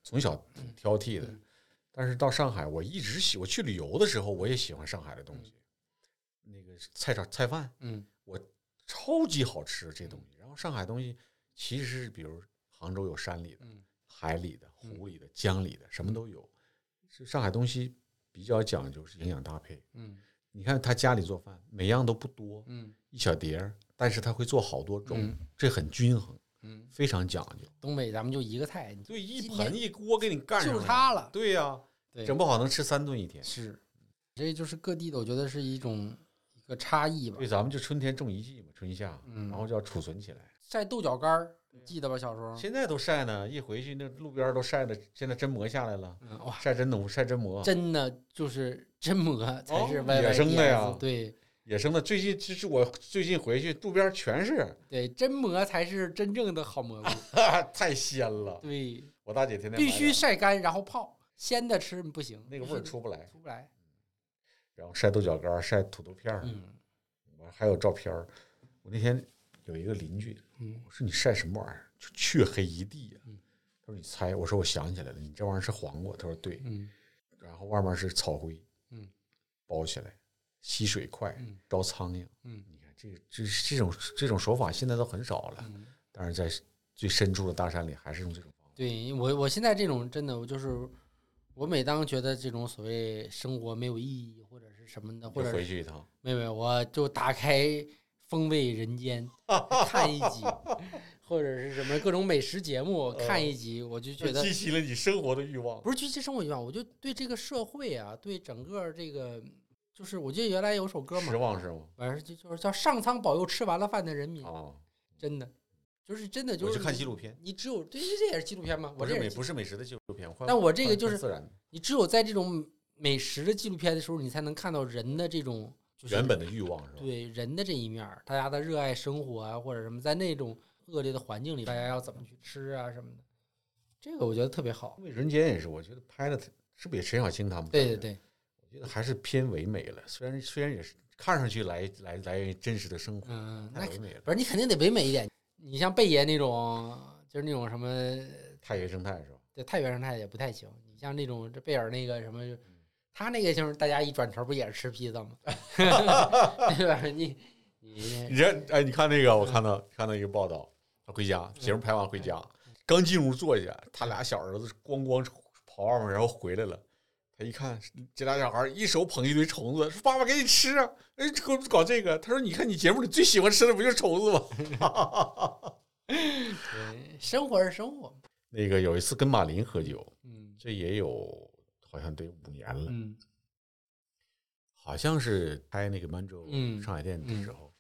Speaker 1: 从小
Speaker 2: 嗯
Speaker 1: 挺挑剔的，但是到上海我一直喜，我去旅游的时候我也喜欢上海的东西，那个菜场菜饭
Speaker 2: 嗯
Speaker 1: 超级好吃这东西。然后上海东西其实是比如杭州有山里的、
Speaker 2: 嗯
Speaker 1: 海里的、湖里的、江里的，什么都有。是上海东西比较讲究是营养搭配。
Speaker 2: 嗯
Speaker 1: 你看他家里做饭，每样都不多，
Speaker 2: 嗯
Speaker 1: 一小碟儿，但是他会做好多种，
Speaker 2: 嗯
Speaker 1: 这很均衡，
Speaker 2: 嗯，
Speaker 1: 非常讲究。
Speaker 2: 东北咱们就一个菜，你
Speaker 1: 对，一
Speaker 2: 今
Speaker 1: 盆
Speaker 2: 天
Speaker 1: 一锅给你干上
Speaker 2: 就是它了
Speaker 1: 对呀、
Speaker 2: 对
Speaker 1: 整不好能吃三顿一天。
Speaker 2: 是，这就是各地的，我觉得是一种一个差异吧
Speaker 1: 对，。咱们就春天种一季嘛，春夏，
Speaker 2: 嗯
Speaker 1: 然后就要储存起来。
Speaker 2: 晒豆角干儿，记得吧？小时候，
Speaker 1: 现在都晒呢，一回去那路边儿都晒的，现在真磨下来了，
Speaker 2: 嗯，哇，
Speaker 1: 晒真农，晒真磨，
Speaker 2: 真的就是真蘑才是
Speaker 1: 哦
Speaker 2: Y
Speaker 1: 野
Speaker 2: Y
Speaker 1: 生的呀
Speaker 2: 对
Speaker 1: 野生的。最近就是我最近回去，路边儿全是， <laughs>
Speaker 2: 对，真蘑才是真正的好蘑菇，
Speaker 1: 太鲜了。
Speaker 2: 对，
Speaker 1: 我大姐天天
Speaker 2: 必
Speaker 1: 买
Speaker 2: 须
Speaker 1: 的
Speaker 2: 晒干然后泡，鲜的吃不行，
Speaker 1: 那个味儿
Speaker 2: 必须
Speaker 1: 出不来，
Speaker 2: 出不来。
Speaker 1: 然后晒豆角干儿，晒土豆片儿，
Speaker 2: 嗯
Speaker 1: 我还有照片儿。我那天有一个邻居，
Speaker 2: 嗯
Speaker 1: 我说你晒什么玩意儿？就黢黑一地呀、
Speaker 2: 嗯
Speaker 1: 他说你猜，我说我想起来了，你这玩意儿是黄瓜。他说对，
Speaker 2: 嗯
Speaker 1: 然后外面是草灰，
Speaker 2: 嗯，
Speaker 1: 包起来，吸水快
Speaker 2: 嗯，
Speaker 1: 招苍蝇。
Speaker 2: 嗯
Speaker 1: 你看这这这种这种手法现在都很少了，
Speaker 2: 嗯，
Speaker 1: 但是在最深处的大山里还是用这种方法。
Speaker 2: 对我我现在这种真的我就是，我每当觉得这种所谓生活没有意义或者是什么的，或
Speaker 1: 就
Speaker 2: 者
Speaker 1: 回
Speaker 2: 是
Speaker 1: 去一趟，
Speaker 2: 没有没有，我就打开《风味人间》看一
Speaker 1: <laughs>
Speaker 2: 集，或者是什么各种美食节目
Speaker 1: 嗯
Speaker 2: 看一集，我就觉得
Speaker 1: 激起了你生活的欲望。
Speaker 2: 不是去其生活欲望，我就对这个社会啊，对整个这个。就是我记得原来有首歌嘛
Speaker 1: 失，望是吗？
Speaker 2: 完事儿就就是叫上苍保佑吃完了饭的人民，
Speaker 1: 啊，
Speaker 2: 真的，就是真嗯的就
Speaker 1: 我
Speaker 2: 是
Speaker 1: 去看
Speaker 2: 你
Speaker 1: 纪录片，
Speaker 2: 你只有对，这也是纪录片吗？
Speaker 1: 不
Speaker 2: 我
Speaker 1: 是
Speaker 2: 这
Speaker 1: 美
Speaker 2: 也是
Speaker 1: 不是美食的纪录片，换
Speaker 2: 但我这个
Speaker 1: 换
Speaker 2: 就是
Speaker 1: 自然的
Speaker 2: 你只有在这种美食的纪录片的时候，你才能看到人的这种就是
Speaker 1: 原本的欲望是吧？
Speaker 2: 对人的这一面儿，大家的热爱生活啊，或者什么，在那种恶劣的环境里，大家要怎么去吃啊什么的，这个我觉得特别好
Speaker 1: 因。为人间也是，我觉得拍的是不是也陈小青他们？
Speaker 2: 对对，对，
Speaker 1: 我觉得还是偏唯美了。虽然虽然也是看上去来来来源于真实的生活，
Speaker 2: 嗯，那
Speaker 1: 太
Speaker 2: 肯
Speaker 1: 唯美了
Speaker 2: 不。是你肯定得唯美一点。你像贝爷那种，就是那种什么
Speaker 1: 太原生态是吧？
Speaker 2: 对太原生态也不太行。你像那种这贝尔那个什么，他那个就是大家一转头不也是吃披萨 <laughs> 吗？对吧？你你
Speaker 1: 你这哎，你看那个，我看到看到一个报道，他回家，节目拍完回家，刚进屋坐下，他俩小儿子咣咣跑外面，然后回来了。他一看，这俩小孩一手捧一堆虫子，说：“爸爸给你吃啊！”哎，搞搞这个。他说：“你看你节目里最喜欢吃的不就是虫子吗？”
Speaker 2: 对 <laughs> 生活是生活，
Speaker 1: 那个有一次跟马林喝酒，
Speaker 2: 嗯
Speaker 1: 这也有好像得五年了，
Speaker 2: 嗯
Speaker 1: 好像是拍那个满洲
Speaker 2: 嗯
Speaker 1: 上海店的时候，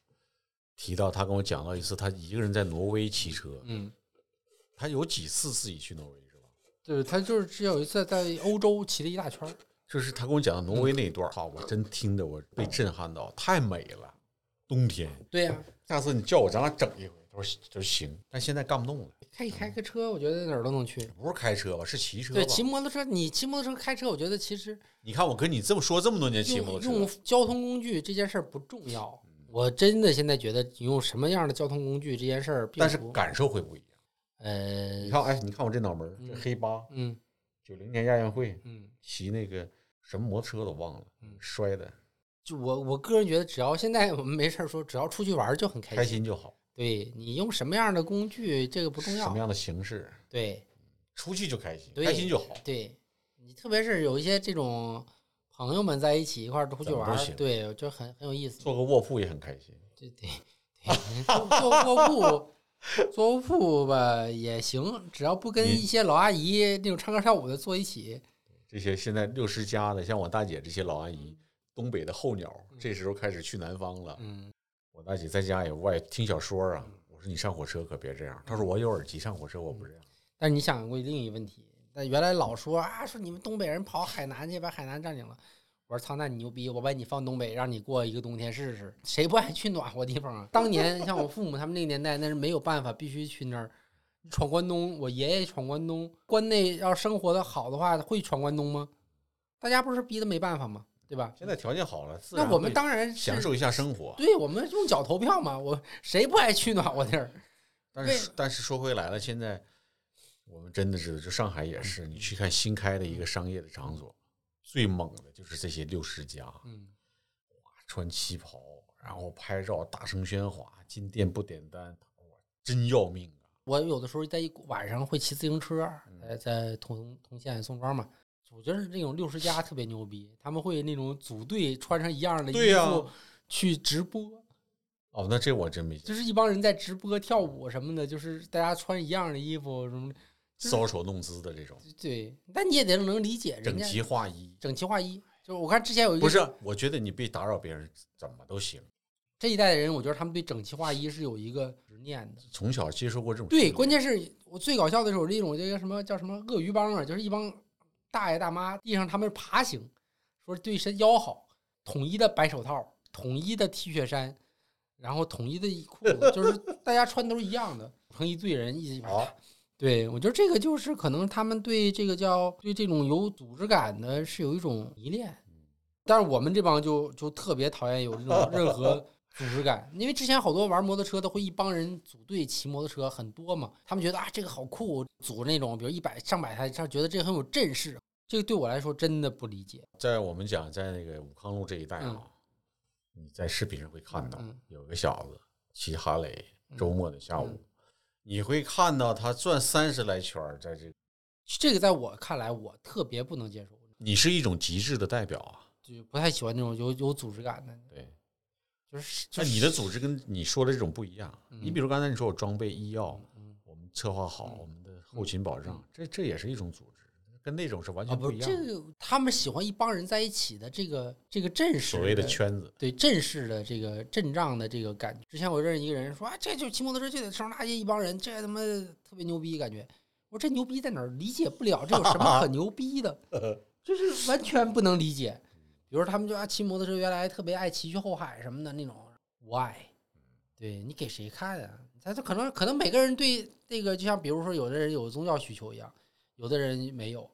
Speaker 1: 提到他跟我讲到一次，他一个人在挪威骑车，
Speaker 2: 嗯，
Speaker 1: 他有几次自己去挪威是吧？
Speaker 2: 对他就是只有一次在欧洲骑了一大圈儿，
Speaker 1: 就是他跟我讲到
Speaker 2: 嗯
Speaker 1: 挪威那一段，好，我真听着我被震撼到，太美了，冬天。
Speaker 2: 对呀、
Speaker 1: 下次你叫我，咱俩整一回。他说他说行，但现在干不动了，
Speaker 2: 开开个车，我觉得哪儿都能去。
Speaker 1: 不是开车吧，是骑车吧
Speaker 2: 对，？骑摩托车，你骑摩托车开车，我觉得其实
Speaker 1: 你看我跟你这么说这么多年骑摩
Speaker 2: 用
Speaker 1: 托
Speaker 2: 用
Speaker 1: 车，
Speaker 2: 交通工具这件事儿不重要。我真的现在觉得，你用什么样的交通工具这件事儿并不，
Speaker 1: 但是感受会不一样。
Speaker 2: 呃
Speaker 1: 你，看，哎，你看我这脑门儿，这
Speaker 2: 嗯
Speaker 1: 黑八，
Speaker 2: 嗯
Speaker 1: 九零年亚运会
Speaker 2: 嗯，
Speaker 1: 骑那个什么摩托车我都忘了
Speaker 2: 嗯，
Speaker 1: 摔的
Speaker 2: 就我我个人觉得，只要现在我们没事儿说，只要出去玩儿就很开
Speaker 1: 开心就好，
Speaker 2: 对你用什么样的工具，这个不重
Speaker 1: 什么
Speaker 2: 要。
Speaker 1: 样的形式，
Speaker 2: 对
Speaker 1: 出去就开心，
Speaker 2: 对
Speaker 1: 开心就好。
Speaker 2: 对，你特别是有一些这种朋友们在一起一块儿出去
Speaker 1: 咱们
Speaker 2: 玩
Speaker 1: 都
Speaker 2: 儿，
Speaker 1: 行
Speaker 2: 对，就很很有意思。
Speaker 1: 做个卧铺也很开心。
Speaker 2: 对对对，做
Speaker 1: <laughs>
Speaker 2: 做卧铺，做卧铺吧也行，只要不跟
Speaker 1: 你
Speaker 2: 一些老阿姨那种唱歌跳舞的坐一起，
Speaker 1: 这些现在六十加的，像我大姐这些老阿姨，东北的候鸟，这时候开始去南方了。
Speaker 2: 嗯，
Speaker 1: 我大姐在家也不爱听小说啊。我说你上火车可别这样。她说我有耳机上火车，我不这样。
Speaker 2: 但是你想过另一个问题，那原来老说啊，说你们东北人跑海南去，把海南占领了。我说操，那你牛逼！我把你放东北，让你过一个冬天试试。谁不爱去暖和地方啊？当年像我父母他们那个年代，那是没有办法，必须去那儿闯关东。我爷爷闯关东，关内要生活的好的话，会闯关东吗？大家不是逼的没办法吗？对吧？
Speaker 1: 现在条件好了，自然
Speaker 2: 那我们
Speaker 1: 会
Speaker 2: 当然是
Speaker 1: 享，受一下生活。
Speaker 2: 对我们用脚投票嘛。我谁不爱去暖和地儿？
Speaker 1: 但
Speaker 2: 为
Speaker 1: 是但是说回来了，现在我们真的知道，就上海也是，你去看新开的一个商业的场所，最猛的就是这些六十加，
Speaker 2: 嗯，
Speaker 1: 穿旗袍，然后拍照，大声喧哗，进店不点单，哇，真要命啊！
Speaker 2: 我有的时候在一晚上会骑自行车，
Speaker 1: 嗯
Speaker 2: 在在铜铜县宋庄嘛。我觉得那种六十加特别牛逼，他们会那种组队穿上一样的
Speaker 1: 对
Speaker 2: 衣
Speaker 1: 呀
Speaker 2: 服去直播，
Speaker 1: 哦，那这我真没见
Speaker 2: 就是一帮人在直播跳舞什么的，就是大家穿一样的衣服什么的。
Speaker 1: 搔首弄姿的这种，
Speaker 2: 对，但你也得能理解嗯人
Speaker 1: 整
Speaker 2: 家
Speaker 1: 齐划一。
Speaker 2: 整齐划一。就是我看之前有一个
Speaker 1: 不是，我觉得你别打扰别人，怎么都行。
Speaker 2: 这一代的人，我觉得他们对整齐划一是有一个执念的。
Speaker 1: 从小接受过这种训
Speaker 2: 对，
Speaker 1: 练
Speaker 2: 关键是我最搞笑的是有这种这个什么叫什么鳄鱼帮啊，就是一帮大爷大妈地上他们爬行，说对身腰好，统一的白手套，统一的 T 恤衫，然后统一的裤子，就是 <laughs> 大家穿都是一样的，成一队人一起
Speaker 1: 好
Speaker 2: 爬。对，我觉得这个就是可能他们对这个叫对这种有组织感的是有一种迷恋，
Speaker 1: 嗯
Speaker 2: 但是我们这帮就就特别讨厌有这种任何组织感，因为之前好多玩摩托车的会一帮人组队骑摩托车，很多嘛，他们觉得啊这个好酷，组那种比如一百上百台，他觉得这个很有阵势。这个对我来说真的不理解。
Speaker 1: 在我们讲在那个武康路这一带啊，你在视频上会看到
Speaker 2: 嗯
Speaker 1: 有个小子骑哈雷，周末的下午，
Speaker 2: 嗯
Speaker 1: 你会看到他转三十来圈儿，在这个，
Speaker 2: 这个在我看来，我特别不能接受，
Speaker 1: 你是一种极致的代表啊。
Speaker 2: 就不太喜欢那种有有组织感的，
Speaker 1: 对，
Speaker 2: 就是
Speaker 1: 那
Speaker 2: 就是
Speaker 1: 你的组织跟你说的这种不一样。你比如刚才你说我装备、医药，
Speaker 2: 嗯
Speaker 1: 我们策划好，我们的后勤保障，这这也是一种组织，跟那种是完
Speaker 2: 啊
Speaker 1: 全
Speaker 2: 不
Speaker 1: 不
Speaker 2: 是
Speaker 1: 一样
Speaker 2: 这
Speaker 1: 的。
Speaker 2: 个，他们喜欢一帮人在一起的这个这个阵势，
Speaker 1: 所谓的圈子，
Speaker 2: 对阵势的这个阵仗的这个感觉。之前我认识一个人说啊，这就骑摩托车就得上大街一帮人，这他妈特别牛逼，感觉我说这牛逼在哪儿？理解不了，这有什么可牛逼的？就是完全不能理解。比如说他们就啊，骑摩托车原来特别爱骑去后海什么的那种，why？对你给谁看啊？他就可能可能每个人对这个，就像比如说有的人有宗教需求一样，有的人没有，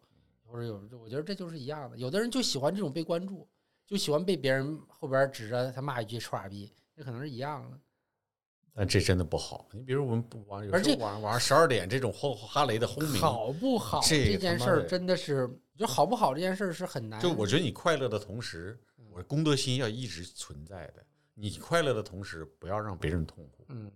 Speaker 2: 或者有，我觉得这就是一样的。有的人就喜欢这种被关注，就喜欢被别人后边指着他骂一句“臭傻逼”，这可能是一样的。
Speaker 1: 但这真的不好。你比如我们不玩，有
Speaker 2: 而
Speaker 1: 时
Speaker 2: 且
Speaker 1: 候晚晚上十二点这种轰哈雷的轰鸣，
Speaker 2: 好不好
Speaker 1: 这
Speaker 2: 这
Speaker 1: 个
Speaker 2: 件
Speaker 1: 他
Speaker 2: 事
Speaker 1: 妈
Speaker 2: 儿
Speaker 1: 的
Speaker 2: 真的是，就好不好这件事儿是很难。
Speaker 1: 就我觉得你快乐的同时，
Speaker 2: 嗯
Speaker 1: 我公德心要一直存在的。你快乐的同时，不要让别人痛苦，
Speaker 2: 嗯，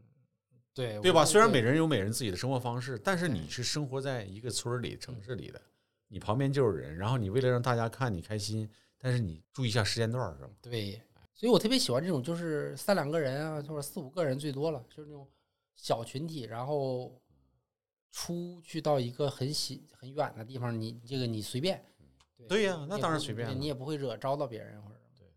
Speaker 2: 对
Speaker 1: 对吧？虽然每
Speaker 2: 人
Speaker 1: 人有每人自己的生活方式，但是你是生活在一个村儿里、城
Speaker 2: 嗯
Speaker 1: 市里的，你旁边就是人，然后你为了让大家看你开心，但是你注意一下时间段儿，是吧？
Speaker 2: 对，所以我特别喜欢这种，就是三两个人啊，或者四五个人最多了，就是那种小群体，然后出去到一个很喜很远的地方，你这个你随便。
Speaker 1: 对呀
Speaker 2: 你
Speaker 1: 那
Speaker 2: 也
Speaker 1: 当然
Speaker 2: 不
Speaker 1: 随便
Speaker 2: 对
Speaker 1: 了
Speaker 2: 你也不会惹招到别人或者什么，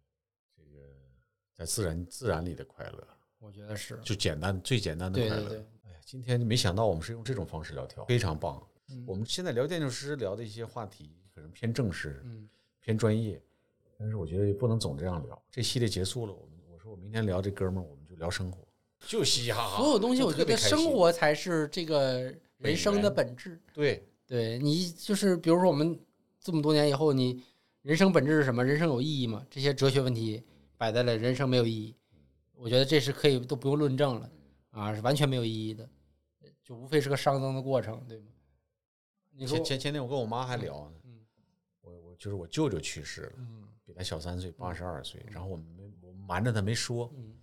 Speaker 1: 在自然自然里的快乐，
Speaker 2: 我觉得是。
Speaker 1: 就简单最简单的
Speaker 2: 对
Speaker 1: 快
Speaker 2: 对
Speaker 1: 乐
Speaker 2: 对。，
Speaker 1: 哎呀，今天没想到我们是用这种方式聊天，非常棒。
Speaker 2: 嗯
Speaker 1: 我们现在聊建筑师聊的一些话题，可能偏正式，
Speaker 2: 嗯
Speaker 1: 偏专业，但是我觉得也不能总这样聊。这系列结束了，我们我说我明天聊这哥们儿，我们就聊生活，就嘻嘻哈哈。
Speaker 2: 所有东西，
Speaker 1: 哦就
Speaker 2: 我
Speaker 1: 特
Speaker 2: 觉
Speaker 1: 别
Speaker 2: 得
Speaker 1: 开心
Speaker 2: 生活才是这个人生的本质。
Speaker 1: 对，
Speaker 2: 对你，就是比如说我们这么多年以后，你人生本质是什么？人生有意义吗？这些哲学问题摆在了人生没有意义，我觉得这是可以都不用论证了啊，是完全没有意义的，就无非是个熵增的过程，对吗？你说
Speaker 1: 前，前前天我跟我妈还聊呢，
Speaker 2: 嗯
Speaker 1: 我我就是我舅舅去世了，
Speaker 2: 嗯
Speaker 1: 比他小三岁，八十二岁，然后我们没我瞒着他没说，
Speaker 2: 嗯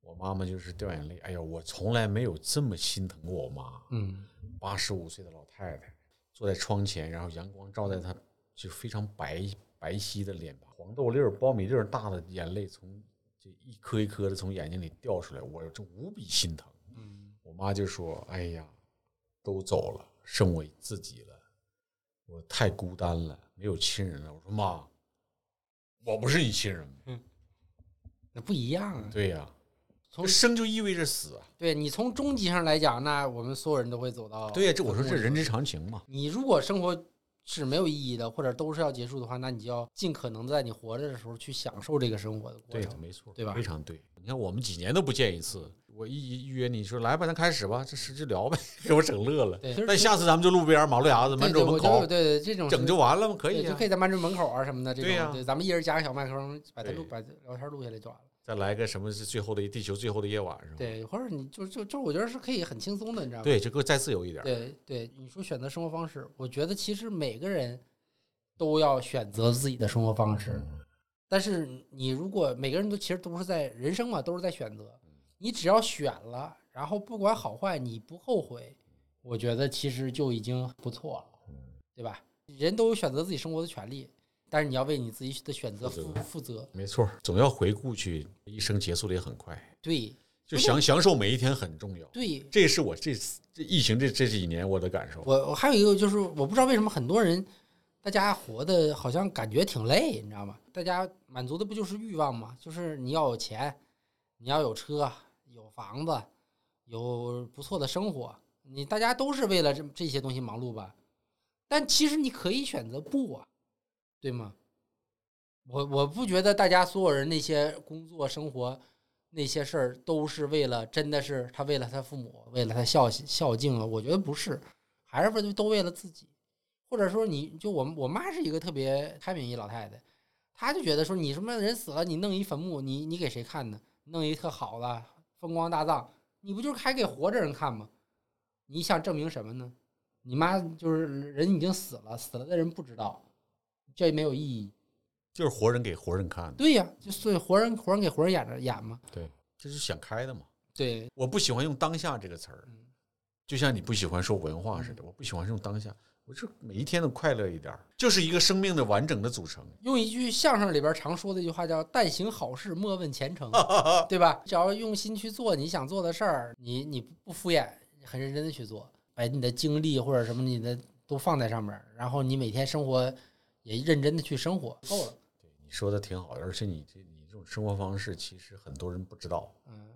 Speaker 1: 我妈妈就是掉眼泪，哎呀，我从来没有这么心疼过我妈，
Speaker 2: 嗯
Speaker 1: 八十五岁的老太太坐在窗前，然后阳光照在她就非常白白皙的脸庞，黄豆粒儿、苞米粒儿大的眼泪从这一颗一颗的从眼睛里掉出来，我这无比心疼。
Speaker 2: 嗯，
Speaker 1: 我妈就说：“哎呀，都走了，剩我自己了，我太孤单了，没有亲人了。”我说：“妈，我不是你亲人吗
Speaker 2: 那不一样啊？”。
Speaker 1: 对呀、
Speaker 2: 从
Speaker 1: 生就意味着死啊！
Speaker 2: 对你从终极上来讲，那我们所有人都会走到
Speaker 1: 对呀、这我说
Speaker 2: 坟墓
Speaker 1: 这
Speaker 2: 里
Speaker 1: 人之常情嘛。
Speaker 2: 你如果生活是没有意义的，或者都是要结束的话，那你就要尽可能在你活着的时候去享受这个生活的过
Speaker 1: 对呀、
Speaker 2: 程。
Speaker 1: 没错，
Speaker 2: 对吧
Speaker 1: 非常对。你看我们几年都不见一次，我一约你说来吧，咱开始吧，这实质聊呗，给我整乐了。
Speaker 2: 对，其实
Speaker 1: 但下次咱们就路边儿马路牙子
Speaker 2: 对
Speaker 1: 门
Speaker 2: 对
Speaker 1: 口门
Speaker 2: 我觉得
Speaker 1: 口
Speaker 2: 对对这种
Speaker 1: 整
Speaker 2: 是
Speaker 1: 就完了吗？可
Speaker 2: 对
Speaker 1: 以
Speaker 2: 就
Speaker 1: 啊
Speaker 2: 可，以在班主任门口啊什么的这种，
Speaker 1: 对呀
Speaker 2: 咱们一人夹个小麦克风，把它
Speaker 1: 对
Speaker 2: 录把聊天录下来就完了。
Speaker 1: 再来个什么是最后的一地球最后的夜晚是吧？
Speaker 2: 对，或者你就就就我觉得是可以很轻松的，你知道吗？
Speaker 1: 对，就给我再自由一点儿。
Speaker 2: 对对，你说选择生活方式，我觉得其实每个人都要选择自己的生活方式，
Speaker 1: 嗯
Speaker 2: 但是你如果每个人都其实都是在人生嘛，都是在选择，
Speaker 1: 嗯
Speaker 2: 你只要选了，然后不管好坏，你不后悔，我觉得其实就已经不错
Speaker 1: 嗯
Speaker 2: 了，对吧？人都有选择自己生活的权利，但是你要为你自己的选择
Speaker 1: 负
Speaker 2: 负
Speaker 1: 责
Speaker 2: 负责。
Speaker 1: 没错儿，总要回顾去，一生结束的也很快，
Speaker 2: 对
Speaker 1: 就
Speaker 2: 不
Speaker 1: 享享受每一天很重要。
Speaker 2: 对，
Speaker 1: 这是我这这疫情这这几年我的感受。
Speaker 2: 我我还有一个就是，我不知道为什么很多人，大家活的好像感觉挺累，你知道吗？大家满足的不就是欲望吗？就是你要有钱，你要有车，有房子，有不错的生活，你大家都是为了这这些东西忙碌吧？但其实你可以选择不啊，对吗？我我不觉得大家所有人那些工作生活那些事儿都是为了真的是他为了他父母，为了他孝孝敬啊，我觉得不是。还是为了都为了自己，或者说你就我们我妈是一个特别开明一老太太，她就觉得说你什么人死了，你弄一坟墓，你你给谁看呢？弄一特好的风光大葬，你不就是还给活着人看吗？你想证明什么呢？你妈就是人已经死了，死了的人不知道，这没有意义。
Speaker 1: 就是活人给活人看的，
Speaker 2: 对呀、就所以活人活人给活人演着演嘛。
Speaker 1: 对，这是想开的嘛。
Speaker 2: 对，
Speaker 1: 我不喜欢用当下这个词儿
Speaker 2: 嗯，
Speaker 1: 就像你不喜欢说文化似的，我不喜欢用当下，我就每一天都快乐一点儿，就是一个生命的完整的组成。
Speaker 2: 用一句相声里边常说的一句话叫“但行好事，莫问前程”，对吧？只要用心去做你想做的事儿，你你不不敷衍，很认真的去做，把你的精力或者什么你的都放在上面儿，然后你每天生活也认真的去生活，够了。
Speaker 1: 你说的挺好的，而且你这你这种生活方式，其实很多人不知道，
Speaker 2: 嗯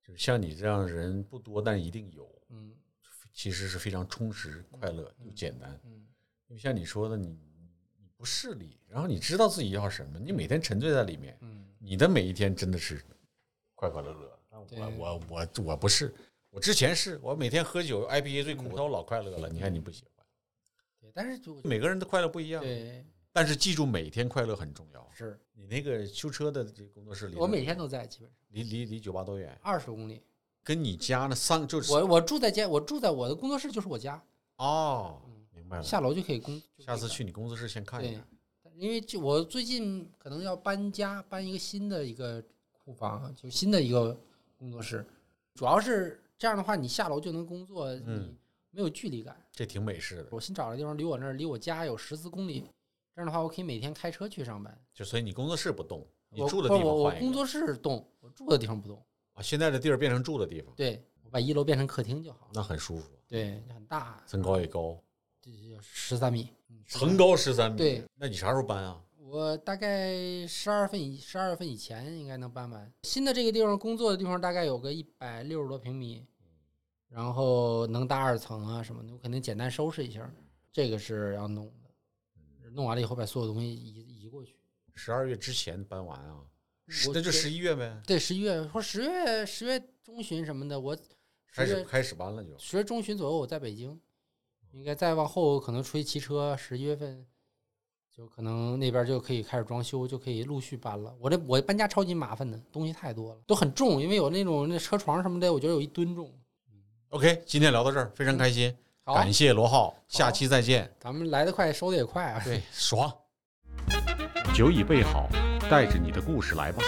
Speaker 1: 就是像你这样的人不多，但一定有，
Speaker 2: 嗯
Speaker 1: 其实是非常充实、快乐又简单。
Speaker 2: 嗯，
Speaker 1: 因为像你说的，你你不势利，然后你知道自己要什么，你每天沉醉在里面，
Speaker 2: 嗯，
Speaker 1: 你的每一天真的是快快乐乐。但
Speaker 2: 对
Speaker 1: 我我我我不是，我之前是我每天喝酒 IPA 最苦，但我老快乐了。你看你不喜欢，
Speaker 2: 嗯对，但是就
Speaker 1: 每个人的快乐不一样，
Speaker 2: 对
Speaker 1: 但是记住每天快乐很重要。
Speaker 2: 是
Speaker 1: 你那个修车的这个工作室离
Speaker 2: 我
Speaker 1: 得
Speaker 2: 每天都在，基本上
Speaker 1: 离离离酒吧多远？
Speaker 2: 二十公里。
Speaker 1: 跟你家呢三就是
Speaker 2: 我我住在家，我住在我的工作室就是我家，
Speaker 1: 哦，明白了。
Speaker 2: 下楼就可以工。就可以
Speaker 1: 下次
Speaker 2: 干
Speaker 1: 去你工啊作室先看一
Speaker 2: 对
Speaker 1: 看。，
Speaker 2: 因为就我最近可能要搬家，搬一个新的一个库房，啊就新的一个工作室。主要是这样的话，你下楼就能工作，
Speaker 1: 嗯
Speaker 2: 你没有距离感。
Speaker 1: 这挺美式的，
Speaker 2: 我新找的地方离我那儿离我家有十四公里，这样的话我可以每天开车去上班。
Speaker 1: 就所以你工作室不动，你
Speaker 2: 我
Speaker 1: 住的
Speaker 2: 不
Speaker 1: 地
Speaker 2: 是
Speaker 1: 方
Speaker 2: 我我
Speaker 1: 换一个
Speaker 2: 工作室动，我住的地方不动。
Speaker 1: 啊，现在的地儿变成住的地方，
Speaker 2: 对我把一楼变成客厅就好了。
Speaker 1: 那很舒服，
Speaker 2: 对，很大，
Speaker 1: 增高也高，
Speaker 2: 十三米。嗯
Speaker 1: 层高十三米。
Speaker 2: 对，
Speaker 1: 那你啥时候搬啊？
Speaker 2: 我大概十二份以十二份以前应该能搬完。新的这个地方工作的地方大概有个一百六十多平米，然后能搭二层啊什么的，我肯定简单收拾一下。这个是要弄
Speaker 1: 嗯
Speaker 2: 的，弄完了以后把所有东西移移过去。
Speaker 1: 十二月之前搬完啊？十
Speaker 2: 嗯我
Speaker 1: 那就
Speaker 2: 觉
Speaker 1: 十一月呗，
Speaker 2: 对，十一月或十月十月中旬什么的，我
Speaker 1: 开
Speaker 2: 十
Speaker 1: 始
Speaker 2: 月
Speaker 1: 开始搬了就。
Speaker 2: 十月中旬左右我在北京，应该再往后可能出去骑车，十一月份就可能那边就可以开始装修，就可以陆续搬了。我这我搬家超级麻烦的，东西太多了，都很重，因为有那种那车床什么的，我觉得有一吨重。
Speaker 1: OK，今天聊到这儿，非常开心，
Speaker 2: 好，
Speaker 1: 感谢罗浩，下期再见。
Speaker 2: 咱们来得快，收的也快啊。
Speaker 1: 对，爽。
Speaker 5: 酒已备好，带着你的故事来吧。